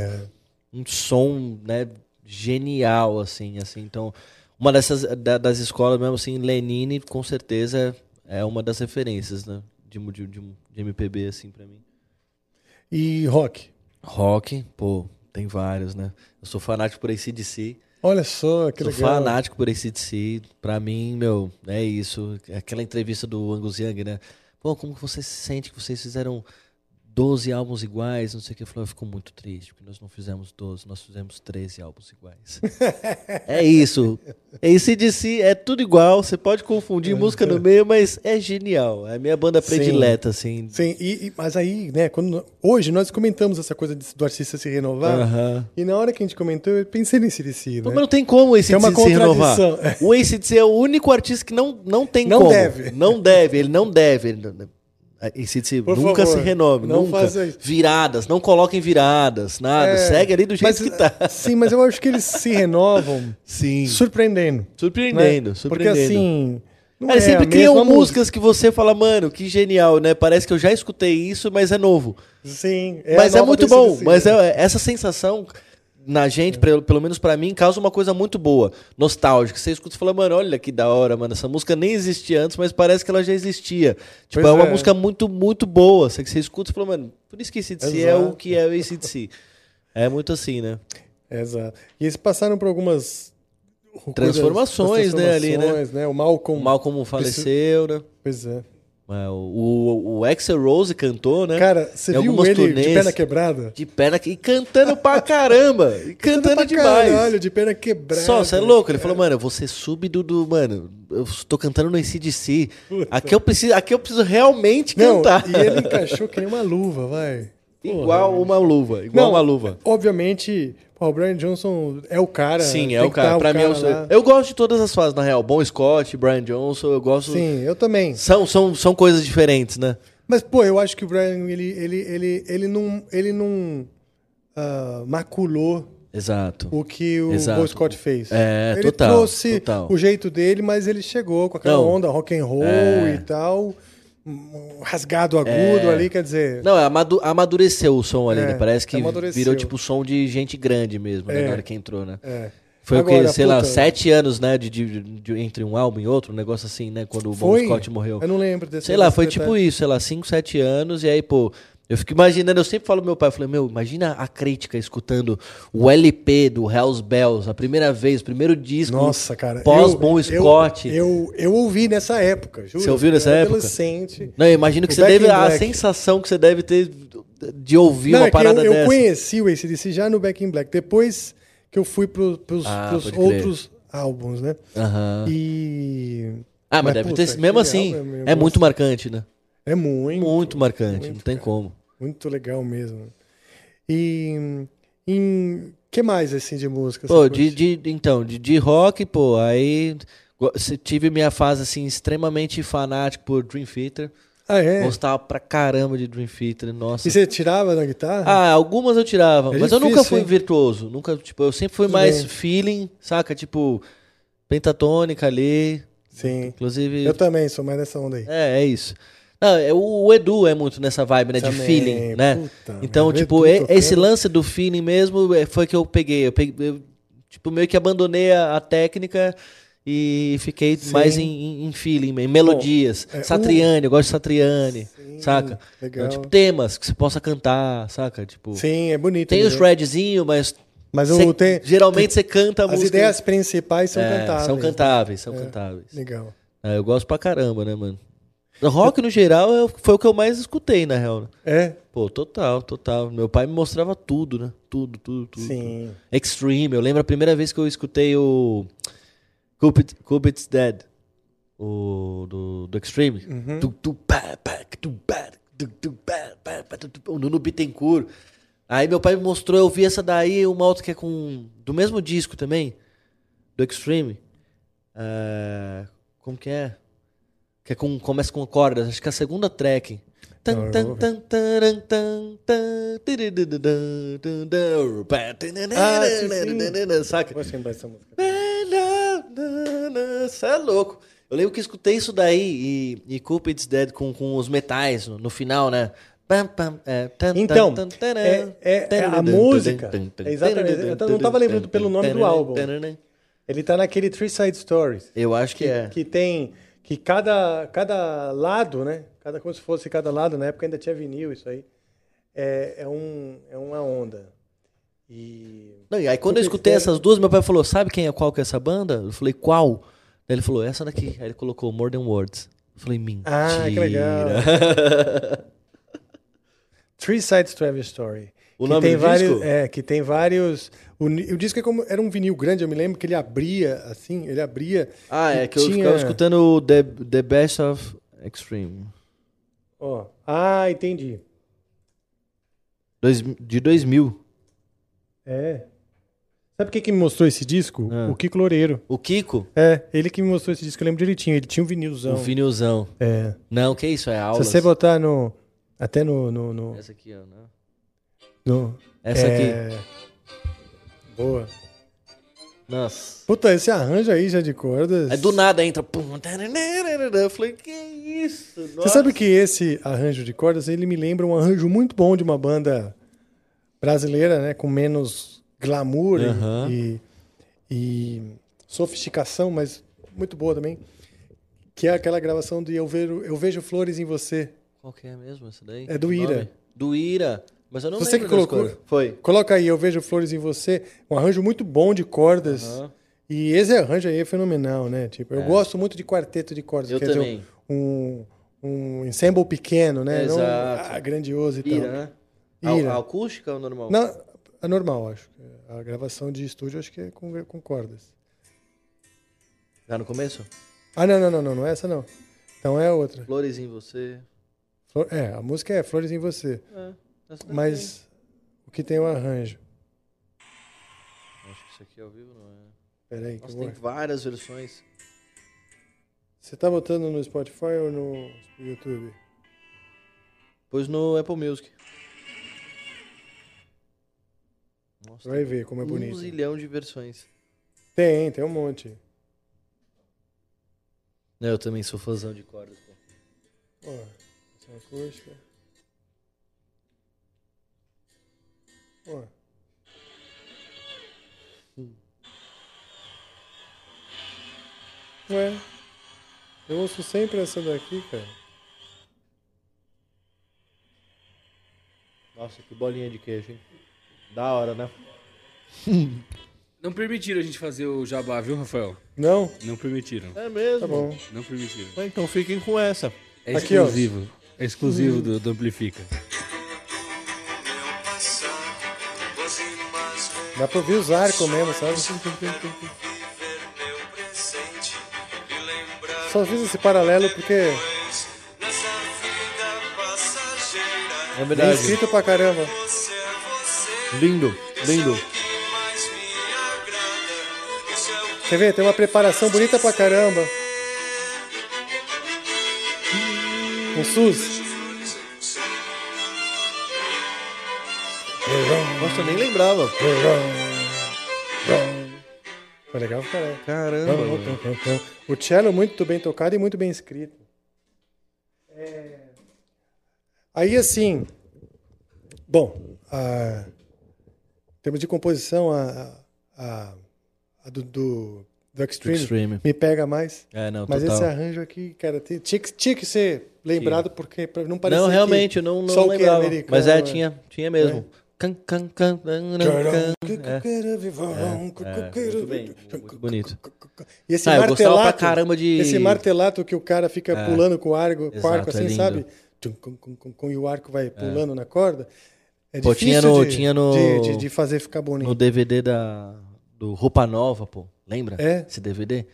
Speaker 2: um som, né, genial, assim, assim. Então, uma dessas da- das escolas mesmo, assim, Lenine, com certeza, é uma das referências, né? De, mu- de, de, de MPB, assim, pra mim.
Speaker 1: E rock.
Speaker 2: Rock, pô, tem vários, né? Eu sou fanático por ACDC.
Speaker 1: Olha só, que
Speaker 2: Sou
Speaker 1: legal.
Speaker 2: fanático por ACDC. Pra mim, meu, é isso. Aquela entrevista do Angus Young, né? Pô, como que você se sente que vocês fizeram 12 álbuns iguais? Não sei o que. Eu falei, eu fico muito triste, porque nós não fizemos 12, nós fizemos 13 álbuns iguais. é isso. ACDC é tudo igual, você pode confundir música no meio, mas é genial. É a minha banda
Speaker 1: É. Sim.
Speaker 2: predileta, assim.
Speaker 1: Sim, e, e- mas aí, né, quando, hoje nós comentamos essa coisa de- do artista se renovar.
Speaker 2: Aham.
Speaker 1: E na hora que a gente comentou, eu pensei nesse DC,
Speaker 2: Pô,
Speaker 1: né?
Speaker 2: Mas não tem como o ACDC
Speaker 1: Tem uma
Speaker 2: se renovar.
Speaker 1: contradição.
Speaker 2: O ACDC é o único artista que não, não tem
Speaker 1: Não
Speaker 2: como.
Speaker 1: deve.
Speaker 2: Não deve, ele não deve. Ele não- A ACDC
Speaker 1: Por
Speaker 2: nunca
Speaker 1: favor,
Speaker 2: se renove,
Speaker 1: não
Speaker 2: nunca.
Speaker 1: faça isso.
Speaker 2: Viradas, não coloquem viradas, nada.
Speaker 1: É,
Speaker 2: Segue ali do jeito
Speaker 1: mas-
Speaker 2: que tá.
Speaker 1: Sim, mas eu acho que eles se renovam
Speaker 2: Sim.
Speaker 1: surpreendendo.
Speaker 2: Surpreendendo,
Speaker 1: né?
Speaker 2: surpreendendo.
Speaker 1: Porque assim. Não
Speaker 2: Eles
Speaker 1: é
Speaker 2: sempre
Speaker 1: a
Speaker 2: criam
Speaker 1: mesma
Speaker 2: músicas que você fala, mano, que genial, né? Parece que eu já escutei isso, mas é novo.
Speaker 1: música. Sim.
Speaker 2: mas
Speaker 1: a
Speaker 2: é
Speaker 1: nova
Speaker 2: muito
Speaker 1: do
Speaker 2: bom.
Speaker 1: AC/DC,
Speaker 2: Mas
Speaker 1: né?
Speaker 2: é- essa sensação na gente, pelo, pelo menos pra mim, causa uma coisa muito boa, nostálgica. Você escuta e fala, mano, olha que da hora, mano. Essa música nem existia antes, mas parece que ela já existia. Tipo,
Speaker 1: Pois
Speaker 2: é uma
Speaker 1: é.
Speaker 2: música muito, muito boa. Você, que você escuta e fala, mano, por isso que ACDC é
Speaker 1: Exato.
Speaker 2: o que é o ACDC. É muito assim, né?
Speaker 1: Exato. E eles passaram por algumas. coisas-
Speaker 2: Transformações, né, ali, né?
Speaker 1: transformações, O Malcolm.
Speaker 2: O Malcolm faleceu, né?
Speaker 1: Pois é.
Speaker 2: É, O, o, o Axel Rose cantou, né?
Speaker 1: Cara, você
Speaker 2: Em
Speaker 1: viu
Speaker 2: algumas
Speaker 1: ele de
Speaker 2: turnês.
Speaker 1: perna quebrada? Tá
Speaker 2: De perna que- e cantando pra caramba. E
Speaker 1: pra
Speaker 2: cantando Tá demais.
Speaker 1: Caralho, de perna quebrada.
Speaker 2: Só, você é louco? Ele falou, mano, você sub do, do. Mano, eu tô cantando no ACDC. Aqui eu preciso, aqui eu preciso realmente
Speaker 1: Não,
Speaker 2: cantar.
Speaker 1: e ele encaixou que nem uma luva, vai.
Speaker 2: tá. igual uma luva. Igual
Speaker 1: Não,
Speaker 2: uma luva.
Speaker 1: Obviamente, pô, o Brian Johnson é o cara.
Speaker 2: Sim, é
Speaker 1: tem
Speaker 2: o
Speaker 1: que
Speaker 2: cara.
Speaker 1: tá
Speaker 2: pra mim é o.
Speaker 1: lá.
Speaker 2: Eu gosto de todas as fases, na real. Bom Scott, Brian Johnson, eu gosto.
Speaker 1: Sim, eu também.
Speaker 2: São, são, são coisas diferentes, né?
Speaker 1: Mas, pô, eu acho que o Brian, ele, ele, ele, ele não, ele não ah, maculou
Speaker 2: Exato.
Speaker 1: o que o
Speaker 2: Exato.
Speaker 1: Bo Scott fez.
Speaker 2: É,
Speaker 1: ele
Speaker 2: total,
Speaker 1: trouxe
Speaker 2: total.
Speaker 1: o jeito dele, mas ele chegou com aquela
Speaker 2: Não. É.
Speaker 1: onda rock and roll e tal, um rasgado agudo ali, quer dizer...
Speaker 2: Não, é amadu- amadureceu o som ali,
Speaker 1: É,
Speaker 2: né? Parece que
Speaker 1: amadureceu.
Speaker 2: virou tipo som de gente grande mesmo, né? Na hora que entrou, né?
Speaker 1: É.
Speaker 2: Foi o
Speaker 1: Agora,
Speaker 2: que, sei lá,
Speaker 1: puta,
Speaker 2: sete anos, né? De, de- de- entre um álbum e outro, um negócio assim, né? Quando o Bon
Speaker 1: Foi?
Speaker 2: Scott morreu.
Speaker 1: Eu não lembro desse
Speaker 2: Sei lá,
Speaker 1: desse
Speaker 2: foi
Speaker 1: detalhe.
Speaker 2: tipo isso, sei lá, 5, 7 anos, e aí, pô, eu fico imaginando, eu sempre falo pro meu pai, eu falei, meu, imagina a crítica escutando o LP do Hells Bells, a primeira vez, o primeiro disco.
Speaker 1: Nossa, cara.
Speaker 2: Pós
Speaker 1: eu-
Speaker 2: Bon
Speaker 1: eu-
Speaker 2: Scott.
Speaker 1: Eu, eu, ouvi nessa época, juro.
Speaker 2: Você ouviu nessa
Speaker 1: Eu era
Speaker 2: época?
Speaker 1: Adolescente.
Speaker 2: Não, eu imagino que
Speaker 1: O
Speaker 2: você
Speaker 1: Back
Speaker 2: deve.
Speaker 1: in
Speaker 2: A
Speaker 1: Black.
Speaker 2: sensação que você deve ter de ouvir
Speaker 1: Não,
Speaker 2: uma
Speaker 1: é que
Speaker 2: parada
Speaker 1: eu, eu
Speaker 2: dessa.
Speaker 1: conheci o ACDC já no Back in Black. Depois que eu fui pro, pros,
Speaker 2: Ah,
Speaker 1: pros
Speaker 2: pode crer.
Speaker 1: outros álbuns, né?
Speaker 2: Aham.
Speaker 1: E.
Speaker 2: Ah, mas, deve
Speaker 1: puta, é
Speaker 2: ter.
Speaker 1: aquele
Speaker 2: Mesmo assim,
Speaker 1: álbum meu,
Speaker 2: é muito
Speaker 1: nossa,
Speaker 2: marcante, né?
Speaker 1: É muito.
Speaker 2: Muito marcante, não tem como.
Speaker 1: Muito legal mesmo. E. Em. que mais, assim, de música?
Speaker 2: Pô,
Speaker 1: você
Speaker 2: de,
Speaker 1: curte?
Speaker 2: de- então, de, de rock, pô, aí go- se- tive minha fase, assim, extremamente fanático por Dream Theater.
Speaker 1: Ah, é?
Speaker 2: Gostava pra caramba de Dream Theater, nossa.
Speaker 1: E você tirava na guitarra?
Speaker 2: Ah, algumas eu tirava,
Speaker 1: É
Speaker 2: mas eu
Speaker 1: difícil,
Speaker 2: nunca fui
Speaker 1: hein?
Speaker 2: virtuoso. Nunca, tipo, eu sempre fui
Speaker 1: Tudo
Speaker 2: mais
Speaker 1: bem.
Speaker 2: feeling, saca? Tipo, pentatônica ali.
Speaker 1: Sim.
Speaker 2: Inclusive,
Speaker 1: Eu também sou mais nessa onda aí.
Speaker 2: é, é isso. Não, é, o o Edu é muito nessa vibe, né? De
Speaker 1: Também,
Speaker 2: feeling, né?
Speaker 1: puta,
Speaker 2: então,
Speaker 1: meu,
Speaker 2: tipo,
Speaker 1: Edu tá
Speaker 2: e- esse
Speaker 1: tocando.
Speaker 2: lance do feeling mesmo é, foi que eu peguei. Eu, peguei- eu, tipo, meio que abandonei a, a técnica e fiquei mais em, em- em feeling, em melodias.
Speaker 1: é,
Speaker 2: Satriani, eu gosto de Satriani, saca?
Speaker 1: legal.
Speaker 2: tipo, temas que você possa cantar, saca? Tipo,
Speaker 1: Sim, é bonito.
Speaker 2: tem
Speaker 1: né?
Speaker 2: os shredzinho, mas...
Speaker 1: Mas
Speaker 2: cê-
Speaker 1: o tem-
Speaker 2: geralmente
Speaker 1: tem-
Speaker 2: você canta a
Speaker 1: As
Speaker 2: música...
Speaker 1: ideias principais são
Speaker 2: É,
Speaker 1: cantáveis.
Speaker 2: São
Speaker 1: né?
Speaker 2: cantáveis, são
Speaker 1: É,
Speaker 2: cantáveis.
Speaker 1: Legal.
Speaker 2: É, eu gosto pra caramba, né, mano? No rock, no geral, eu- foi o que eu mais escutei, na real. né?
Speaker 1: É?
Speaker 2: Pô, total, total. Meu pai me mostrava tudo, né? Tudo, tudo, tudo.
Speaker 1: Sim.
Speaker 2: Extreme. Eu lembro a primeira vez que eu escutei o Coop It- Coop It's Dead. O do, do Extreme.
Speaker 1: Uhum.
Speaker 2: Tu, tu, pá, pá, tu, pá, tu, tu, pá, pá, pá, tu, tu, pá. O Nuno Bittencourt. Aí meu pai me mostrou, eu vi essa daí, uma outra que é com... Do mesmo disco também, do Extreme. É, como que é? Que é com, começa com cordas, acho que é a segunda track. Tan,
Speaker 1: Não, eu
Speaker 2: tan,
Speaker 1: vou ver.
Speaker 2: tan, taran, tan, tan, tiririridan, tan, tan, pá, tananana,
Speaker 1: Ah, sim, assim? sim.
Speaker 2: nananana, Saca?
Speaker 1: Vou lembrar essa música.
Speaker 2: Você é louco. Eu lembro que escutei isso daí e, e Cupid's Dead com, com os metais no, no final, né? Pam, pam, é, tan,
Speaker 1: Então,
Speaker 2: tan, tan, taran,
Speaker 1: é- é- é a
Speaker 2: taran,
Speaker 1: música.
Speaker 2: taran, taran,
Speaker 1: Exatamente. Eu não tava lembrando pelo nome do
Speaker 2: taran,
Speaker 1: álbum.
Speaker 2: taran.
Speaker 1: Ele tá naquele Three Side Stories.
Speaker 2: Eu acho que é.
Speaker 1: Que tem. Que cada, cada lado, né? Cada, como se fosse cada lado, na época ainda tinha vinil, isso aí. É, é, um, é uma onda. E.
Speaker 2: Não, e aí quando eu
Speaker 1: Cupid's
Speaker 2: escutei
Speaker 1: Dead.
Speaker 2: essas duas, meu pai falou, sabe quem é qual que é essa banda? Eu falei, qual? Daí Ele falou, essa daqui. Aí ele colocou More Than Words. Eu falei, mentira.
Speaker 1: Ah, que legal. Three Sides to Every Story.
Speaker 2: O nome
Speaker 1: tem
Speaker 2: do
Speaker 1: vários,
Speaker 2: disco?
Speaker 1: É, que tem vários. O, ni- o disco é como, era um vinil grande, eu me lembro que ele abria, assim, ele abria.
Speaker 2: Ah,
Speaker 1: e
Speaker 2: é que eu
Speaker 1: tinha-
Speaker 2: ficava escutando o The, The Best of Extreme.
Speaker 1: Ó, ah, entendi.
Speaker 2: Dois, de 2000.
Speaker 1: É. Sabe quem que me mostrou esse disco?
Speaker 2: Ah.
Speaker 1: O Kiko Loureiro.
Speaker 2: O Kiko,
Speaker 1: É, ele que me mostrou esse disco, eu lembro direitinho. Ele tinha um vinilzão.
Speaker 2: o vinilzão.
Speaker 1: É.
Speaker 2: Não, que isso, é aula.
Speaker 1: Se você botar no. Até no. no, no,
Speaker 2: Essa aqui, ó. né?
Speaker 1: no-
Speaker 2: Essa aqui.
Speaker 1: é... Boa.
Speaker 2: Nossa.
Speaker 1: Puta, esse arranjo aí já de cordas.
Speaker 2: Aí É do nada entra. pum, tarararara. Eu falei, que isso?
Speaker 1: Você sabe que esse arranjo de cordas, ele me lembra um arranjo muito bom de uma banda brasileira, né? Com menos glamour e-
Speaker 2: Aham.
Speaker 1: e, e sofisticação, mas muito boa também. Que é aquela gravação de Eu Vejo, Eu Vejo Flores em Você.
Speaker 2: Qual que é mesmo essa daí?
Speaker 1: É do
Speaker 2: O
Speaker 1: Ira.
Speaker 2: nome? Do Ira. Mas eu não
Speaker 1: Você que
Speaker 2: lembro das
Speaker 1: colocou.
Speaker 2: coisas. Foi.
Speaker 1: Coloca aí Eu Vejo Flores em Você. Um arranjo muito bom de cordas. E esse arranjo aí é fenomenal, né? Tipo, eu gosto muito de quarteto de cordas.
Speaker 2: É. Eu
Speaker 1: quer dizer,
Speaker 2: também.
Speaker 1: um, um ensemble pequeno, né? Não
Speaker 2: Exato.
Speaker 1: ah, grandioso e tal.
Speaker 2: Ira, né? A-
Speaker 1: Ira.
Speaker 2: A, acústica ou normal?
Speaker 1: Não, é normal, acho. A gravação de estúdio acho que é com, com cordas.
Speaker 2: Já no começo?
Speaker 1: Ah, não, não, não, não, não é essa não. Então é a outra.
Speaker 2: Flores em você.
Speaker 1: Flor- é, a música é Flores em Você.
Speaker 2: Essa daqui.
Speaker 1: Mas o que tem é o arranjo?
Speaker 2: Acho que isso aqui ao vivo não é.
Speaker 1: Peraí, que eu
Speaker 2: Nossa,
Speaker 1: vou...
Speaker 2: tem várias versões.
Speaker 1: Você tá botando no Spotify ou no YouTube?
Speaker 2: Pois no Apple Music. Nossa,
Speaker 1: Vai ver como é
Speaker 2: um
Speaker 1: bonito.
Speaker 2: zilhão de versões.
Speaker 1: Tem, tem um monte.
Speaker 2: Não, Eu também sou fãzão de cordas, pô.
Speaker 1: Ó, essa é acústica. Ó. Hum. Ué, eu ouço sempre essa daqui, cara.
Speaker 2: Nossa, que bolinha de queijo, hein? Da hora, né?
Speaker 3: Não permitiram a gente fazer o jabá, viu, Rafael?
Speaker 1: Não?
Speaker 3: Não permitiram.
Speaker 2: É mesmo.
Speaker 1: Tá bom.
Speaker 3: Não permitiram.
Speaker 2: Então fiquem com essa.
Speaker 3: É
Speaker 1: Aqui, ó.
Speaker 3: exclusivo. É exclusivo do, do Amplifica.
Speaker 1: Dá pra ouvir os arcos mesmo, sabe? Só fiz esse paralelo porque
Speaker 2: É
Speaker 1: é
Speaker 2: verdade.
Speaker 1: escrito pra caramba.
Speaker 2: Lindo, lindo.
Speaker 1: Quer ver? Tem uma preparação bonita pra caramba. Um SUS.
Speaker 2: Nossa, eu nem lembrava.
Speaker 1: Foi legal, caralho.
Speaker 2: Caramba. mano.
Speaker 1: é O cello muito bem tocado e muito bem escrito. É. Aí assim, bom, a, em termos de composição, a, a, a do, do, do Extreme,
Speaker 2: Extreme.
Speaker 1: me pega mais.
Speaker 2: É, não,
Speaker 1: Mas
Speaker 2: total.
Speaker 1: esse arranjo aqui, cara, ti- tinha que, tinha que ser lembrado porque pra não parecia
Speaker 2: não,
Speaker 1: que
Speaker 2: realmente, eu não, não
Speaker 1: só o que é
Speaker 2: lembrava.
Speaker 1: americano,
Speaker 2: mas é,
Speaker 1: né?
Speaker 2: tinha, tinha mesmo.
Speaker 1: É.
Speaker 2: Can, can, can, can, can, can. É. muito bem, muito bonito.
Speaker 1: E esse
Speaker 2: Ah, eu gostava
Speaker 1: martelato,
Speaker 2: pra caramba de-
Speaker 1: esse martelato que o cara fica
Speaker 2: É.
Speaker 1: pulando com o arco, com o arco
Speaker 2: Exato, é
Speaker 1: assim,
Speaker 2: lindo. É.
Speaker 1: sabe? Tum, cum, cum, cum, cum, e o arco vai pulando na corda. É
Speaker 2: Pô,
Speaker 1: difícil
Speaker 2: tinha no-
Speaker 1: de,
Speaker 2: tinha no-
Speaker 1: de, de- de fazer ficar bonito.
Speaker 2: No DVD da, do Roupa Nova, pô. Lembra?
Speaker 1: É.
Speaker 2: Esse DVD?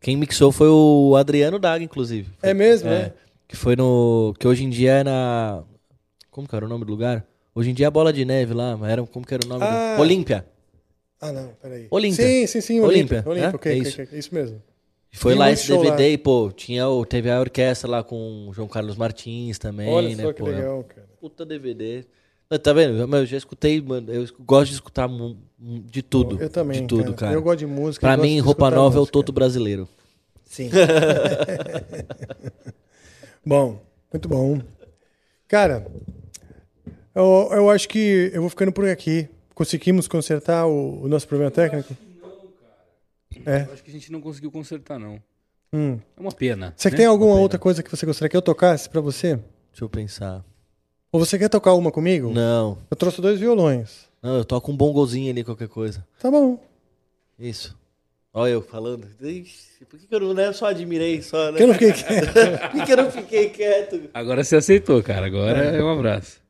Speaker 2: Quem mixou foi o Adriano Daga, inclusive.
Speaker 1: É mesmo, né?
Speaker 2: Que foi no. Que hoje em dia é na. Como que era o nome do lugar? Hoje em dia é Bola de Neve lá, mas era, um, como que era o nome?
Speaker 1: Ah.
Speaker 2: do... Olímpia.
Speaker 1: Ah, não, peraí.
Speaker 2: Olímpia.
Speaker 1: Sim, sim, sim, Olímpia. Olímpia,
Speaker 2: Olímpia, né?
Speaker 1: ok,
Speaker 2: É
Speaker 1: ok,
Speaker 2: isso.
Speaker 1: ok, é isso mesmo.
Speaker 2: Foi
Speaker 1: Tem
Speaker 2: lá
Speaker 1: muito
Speaker 2: esse
Speaker 1: um show lá.
Speaker 2: DVD, e, pô, tinha, o- teve a orquestra lá com o João Carlos Martins também,
Speaker 1: Olha
Speaker 2: né?
Speaker 1: só que
Speaker 2: pô, é um
Speaker 1: legal, cara.
Speaker 2: Puta DVD. Mas Tá vendo? Eu- mas Eu já escutei, mano. Eu esc- gosto de escutar mu- mu- de tudo.
Speaker 1: Eu também,
Speaker 2: De tudo,
Speaker 1: cara.
Speaker 2: cara.
Speaker 1: Eu gosto de música, eu
Speaker 2: Pra
Speaker 1: gosto
Speaker 2: mim,
Speaker 1: de
Speaker 2: Roupa
Speaker 1: escutar
Speaker 2: Nova é o
Speaker 1: música.
Speaker 2: Toto brasileiro.
Speaker 1: Sim. bom, muito bom. Cara, eu, eu acho que eu vou ficando por aqui. Conseguimos consertar o, o nosso problema técnico? É.
Speaker 3: Eu acho que a gente não conseguiu consertar, não.
Speaker 1: Hum.
Speaker 3: É uma pena.
Speaker 1: Você
Speaker 3: né?
Speaker 1: tem alguma outra coisa que você gostaria que eu tocasse pra você?
Speaker 2: Deixa eu pensar.
Speaker 1: Ou você quer tocar uma comigo?
Speaker 2: Não.
Speaker 1: Eu trouxe dois violões.
Speaker 2: Não, eu toco um bongozinho ali, qualquer coisa.
Speaker 1: Tá bom.
Speaker 2: Isso. Olha eu falando. Ixi, por que, que eu não né? Eu só admirei? Só, né?
Speaker 1: Que eu não fiquei quieto.
Speaker 2: Por que, que eu não fiquei quieto?
Speaker 3: Agora você aceitou, cara. Agora é, um abraço.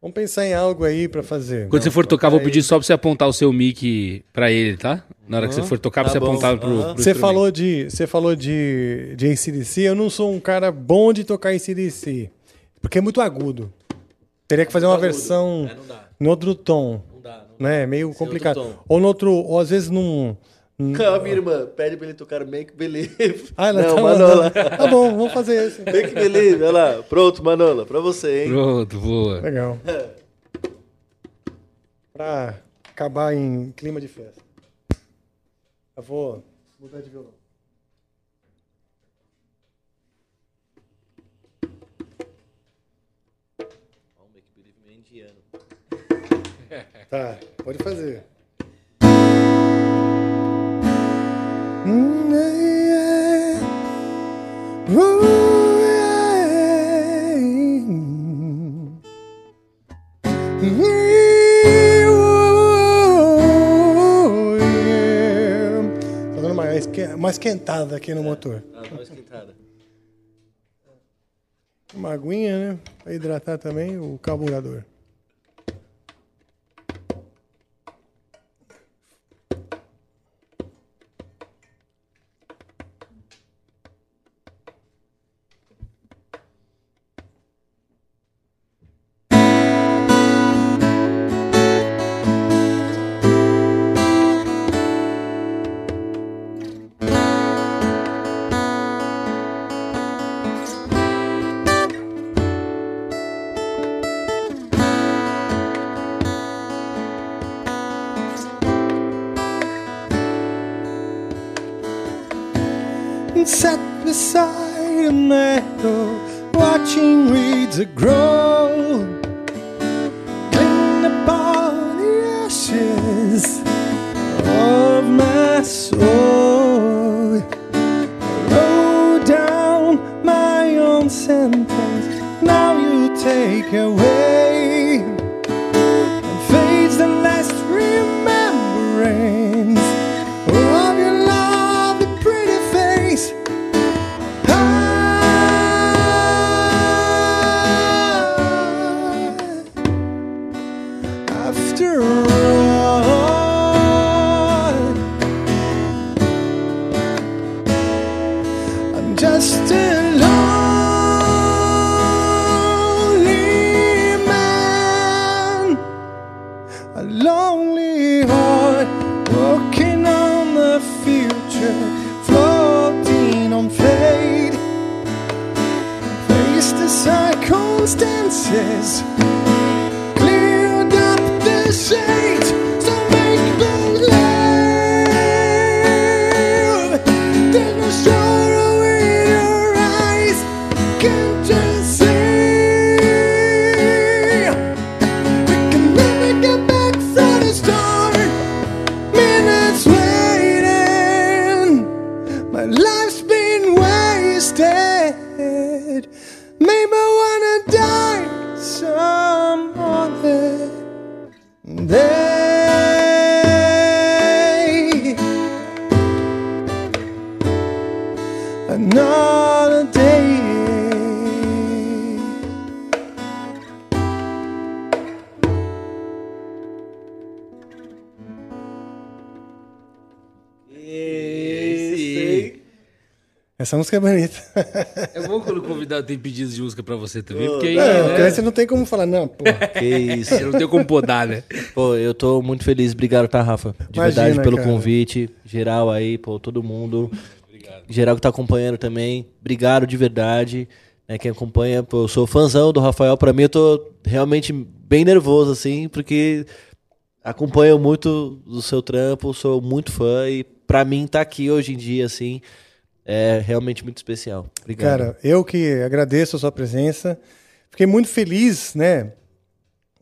Speaker 1: Vamos pensar em algo aí pra fazer.
Speaker 3: Quando você for tocar, vou
Speaker 1: peraí.
Speaker 3: pedir só pra você apontar o seu mic pra ele, tá? Na hora que você for tocar, pra
Speaker 2: Tá
Speaker 3: você
Speaker 2: bom.
Speaker 3: apontar pro.
Speaker 2: Aham.
Speaker 3: pro
Speaker 1: Você
Speaker 3: instrumento.
Speaker 1: falou de, você falou de, de ACDC, eu não sou um cara bom de tocar ACDC, porque é muito agudo. Teria que fazer uma versão
Speaker 2: É,
Speaker 1: no outro tom, né? É meio complicado.
Speaker 2: outro tom.
Speaker 1: Ou no outro, ou às vezes num... num-
Speaker 2: A minha irmã pede pra ele tocar Make Believe.
Speaker 1: Hum. Ah, ela
Speaker 2: não,
Speaker 1: tá
Speaker 2: Manola.
Speaker 1: mandando. Tá bom, vamos fazer esse.
Speaker 2: Make Believe, olha lá. Pronto, Manola, pra você, hein?
Speaker 3: Pronto, boa.
Speaker 1: Legal. Pra acabar em clima de festa. Eu vou mudar de violão.
Speaker 2: Make Believe meio indiano.
Speaker 1: Tá, pode fazer. Tô dando uma, esque- uma esquentada aqui no motor.
Speaker 2: Ah, dá uma esquentada.
Speaker 1: Uma aguinha, né? Pra hidratar também o carburador. sat beside a meadow, watching weeds grow. Clean upon the ashes of my soul. Wrote down my own sentence. Now you take away and fades the last remembrance. Of your lovely pretty face. I, Ah. after all, I'm just a lonely man a lonely heart walking on the future floating on fate face the circumstances cleared up the shades so make believe there's no sorrow in your eyes can't you see Essa música é bonita.
Speaker 3: É bom quando o convidado tem pedidos de música pra você também,
Speaker 1: Não,
Speaker 3: porque aí.
Speaker 1: porque
Speaker 3: né?
Speaker 1: aí você não tem como falar, não, pô.
Speaker 2: Que isso.
Speaker 3: Eu não tenho como podar, né?
Speaker 2: Pô, eu tô muito feliz. Obrigado, tá, Rafa? De
Speaker 1: Imagina,
Speaker 2: verdade, pelo
Speaker 1: cara.
Speaker 2: convite. Geral aí, pô, todo mundo. Geral que tá acompanhando também. Obrigado de verdade. Né, quem acompanha, pô, eu sou fãzão do Rafael. Pra mim, eu tô realmente bem nervoso, assim, porque acompanho muito do seu trampo, sou muito fã e pra mim tá aqui hoje em dia, assim, é realmente muito especial. Obrigado.
Speaker 1: Cara, eu que agradeço a sua presença. Fiquei muito feliz, né?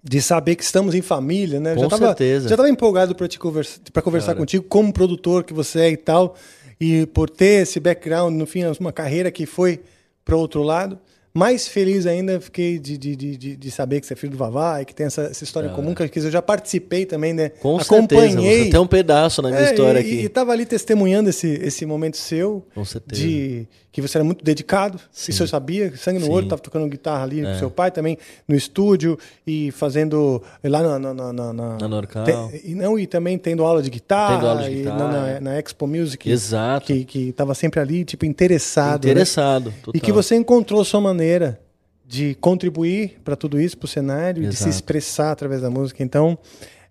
Speaker 1: De saber que estamos em família, né? Eu
Speaker 2: Com
Speaker 1: já tava,
Speaker 2: certeza.
Speaker 1: Já estava empolgado para te conversa, pra conversar
Speaker 2: Cara.
Speaker 1: contigo como produtor que você é e tal. E por ter esse background, no fim, uma carreira que foi para outro lado. Mais feliz ainda fiquei de, de, de, de- de saber que você é filho do Vavá e que tem essa, essa história
Speaker 2: Cara.
Speaker 1: comum, que eu quis- eu já participei também, né?
Speaker 2: Com
Speaker 1: Acompanhei.
Speaker 2: certeza, você tem um pedaço na minha
Speaker 1: É,
Speaker 2: história
Speaker 1: e-
Speaker 2: aqui.
Speaker 1: E estava ali testemunhando esse, esse momento seu
Speaker 2: Com certeza.
Speaker 1: de que você era muito dedicado, isso eu sabia, sangue no
Speaker 2: Sim. É.
Speaker 1: olho, tava tocando guitarra ali com seu pai também, no estúdio e fazendo lá na... na, na, na, na-
Speaker 2: Na Norcal.
Speaker 1: Te- e não, e também tendo aula de guitarra,
Speaker 2: Tendo aula de
Speaker 1: e
Speaker 2: guitarra.
Speaker 1: na, na- na Expo Music,
Speaker 2: Exato.
Speaker 1: que, que tava sempre ali, tipo, interessado. né?
Speaker 2: Interessado. Total.
Speaker 1: E que você encontrou sua maneira de contribuir para tudo isso, para o cenário, e de se
Speaker 2: Exato.
Speaker 1: expressar através da música. Então,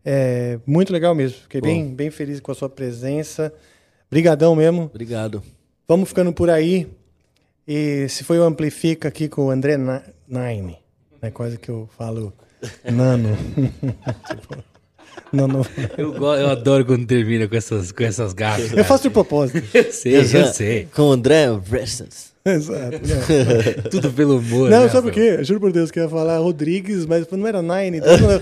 Speaker 1: é muito legal mesmo. Fiquei
Speaker 2: Bom.
Speaker 1: bem, bem feliz com a sua presença. Brigadão mesmo.
Speaker 2: Obrigado.
Speaker 1: Vamos ficando por aí. E se foi o Amplifica aqui com o André Na- Nine. É quase que eu falo nano. Tipo, nano.
Speaker 3: Eu, go- eu adoro quando termina com essas, com essas gafas. né?
Speaker 1: Eu faço de propósito.
Speaker 3: Eu sei, eu
Speaker 2: Exato.
Speaker 3: sei.
Speaker 2: né? Com o André Vressens.
Speaker 1: Exato. né?
Speaker 3: Tudo pelo humor.
Speaker 1: Não,
Speaker 3: né,
Speaker 1: sabe o
Speaker 3: Rafael?
Speaker 1: quê? Juro por Deus que eu ia falar Rodrigues, mas não era Nine. Então eu-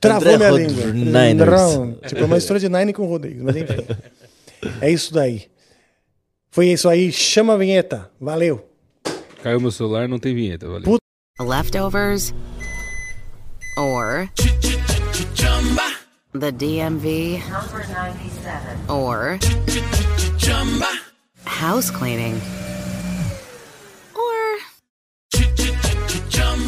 Speaker 1: travou
Speaker 2: André
Speaker 1: minha
Speaker 2: Rod-
Speaker 1: língua.
Speaker 2: Niners.
Speaker 1: Não, Tipo, é uma história de Nine com Rodrigues, mas enfim. É isso daí. Foi isso aí. Chama a vinheta. Valeu.
Speaker 3: Caiu meu celular, não tem vinheta, valeu.
Speaker 10: Leftovers or the DMV
Speaker 8: Number 97.
Speaker 10: or house cleaning or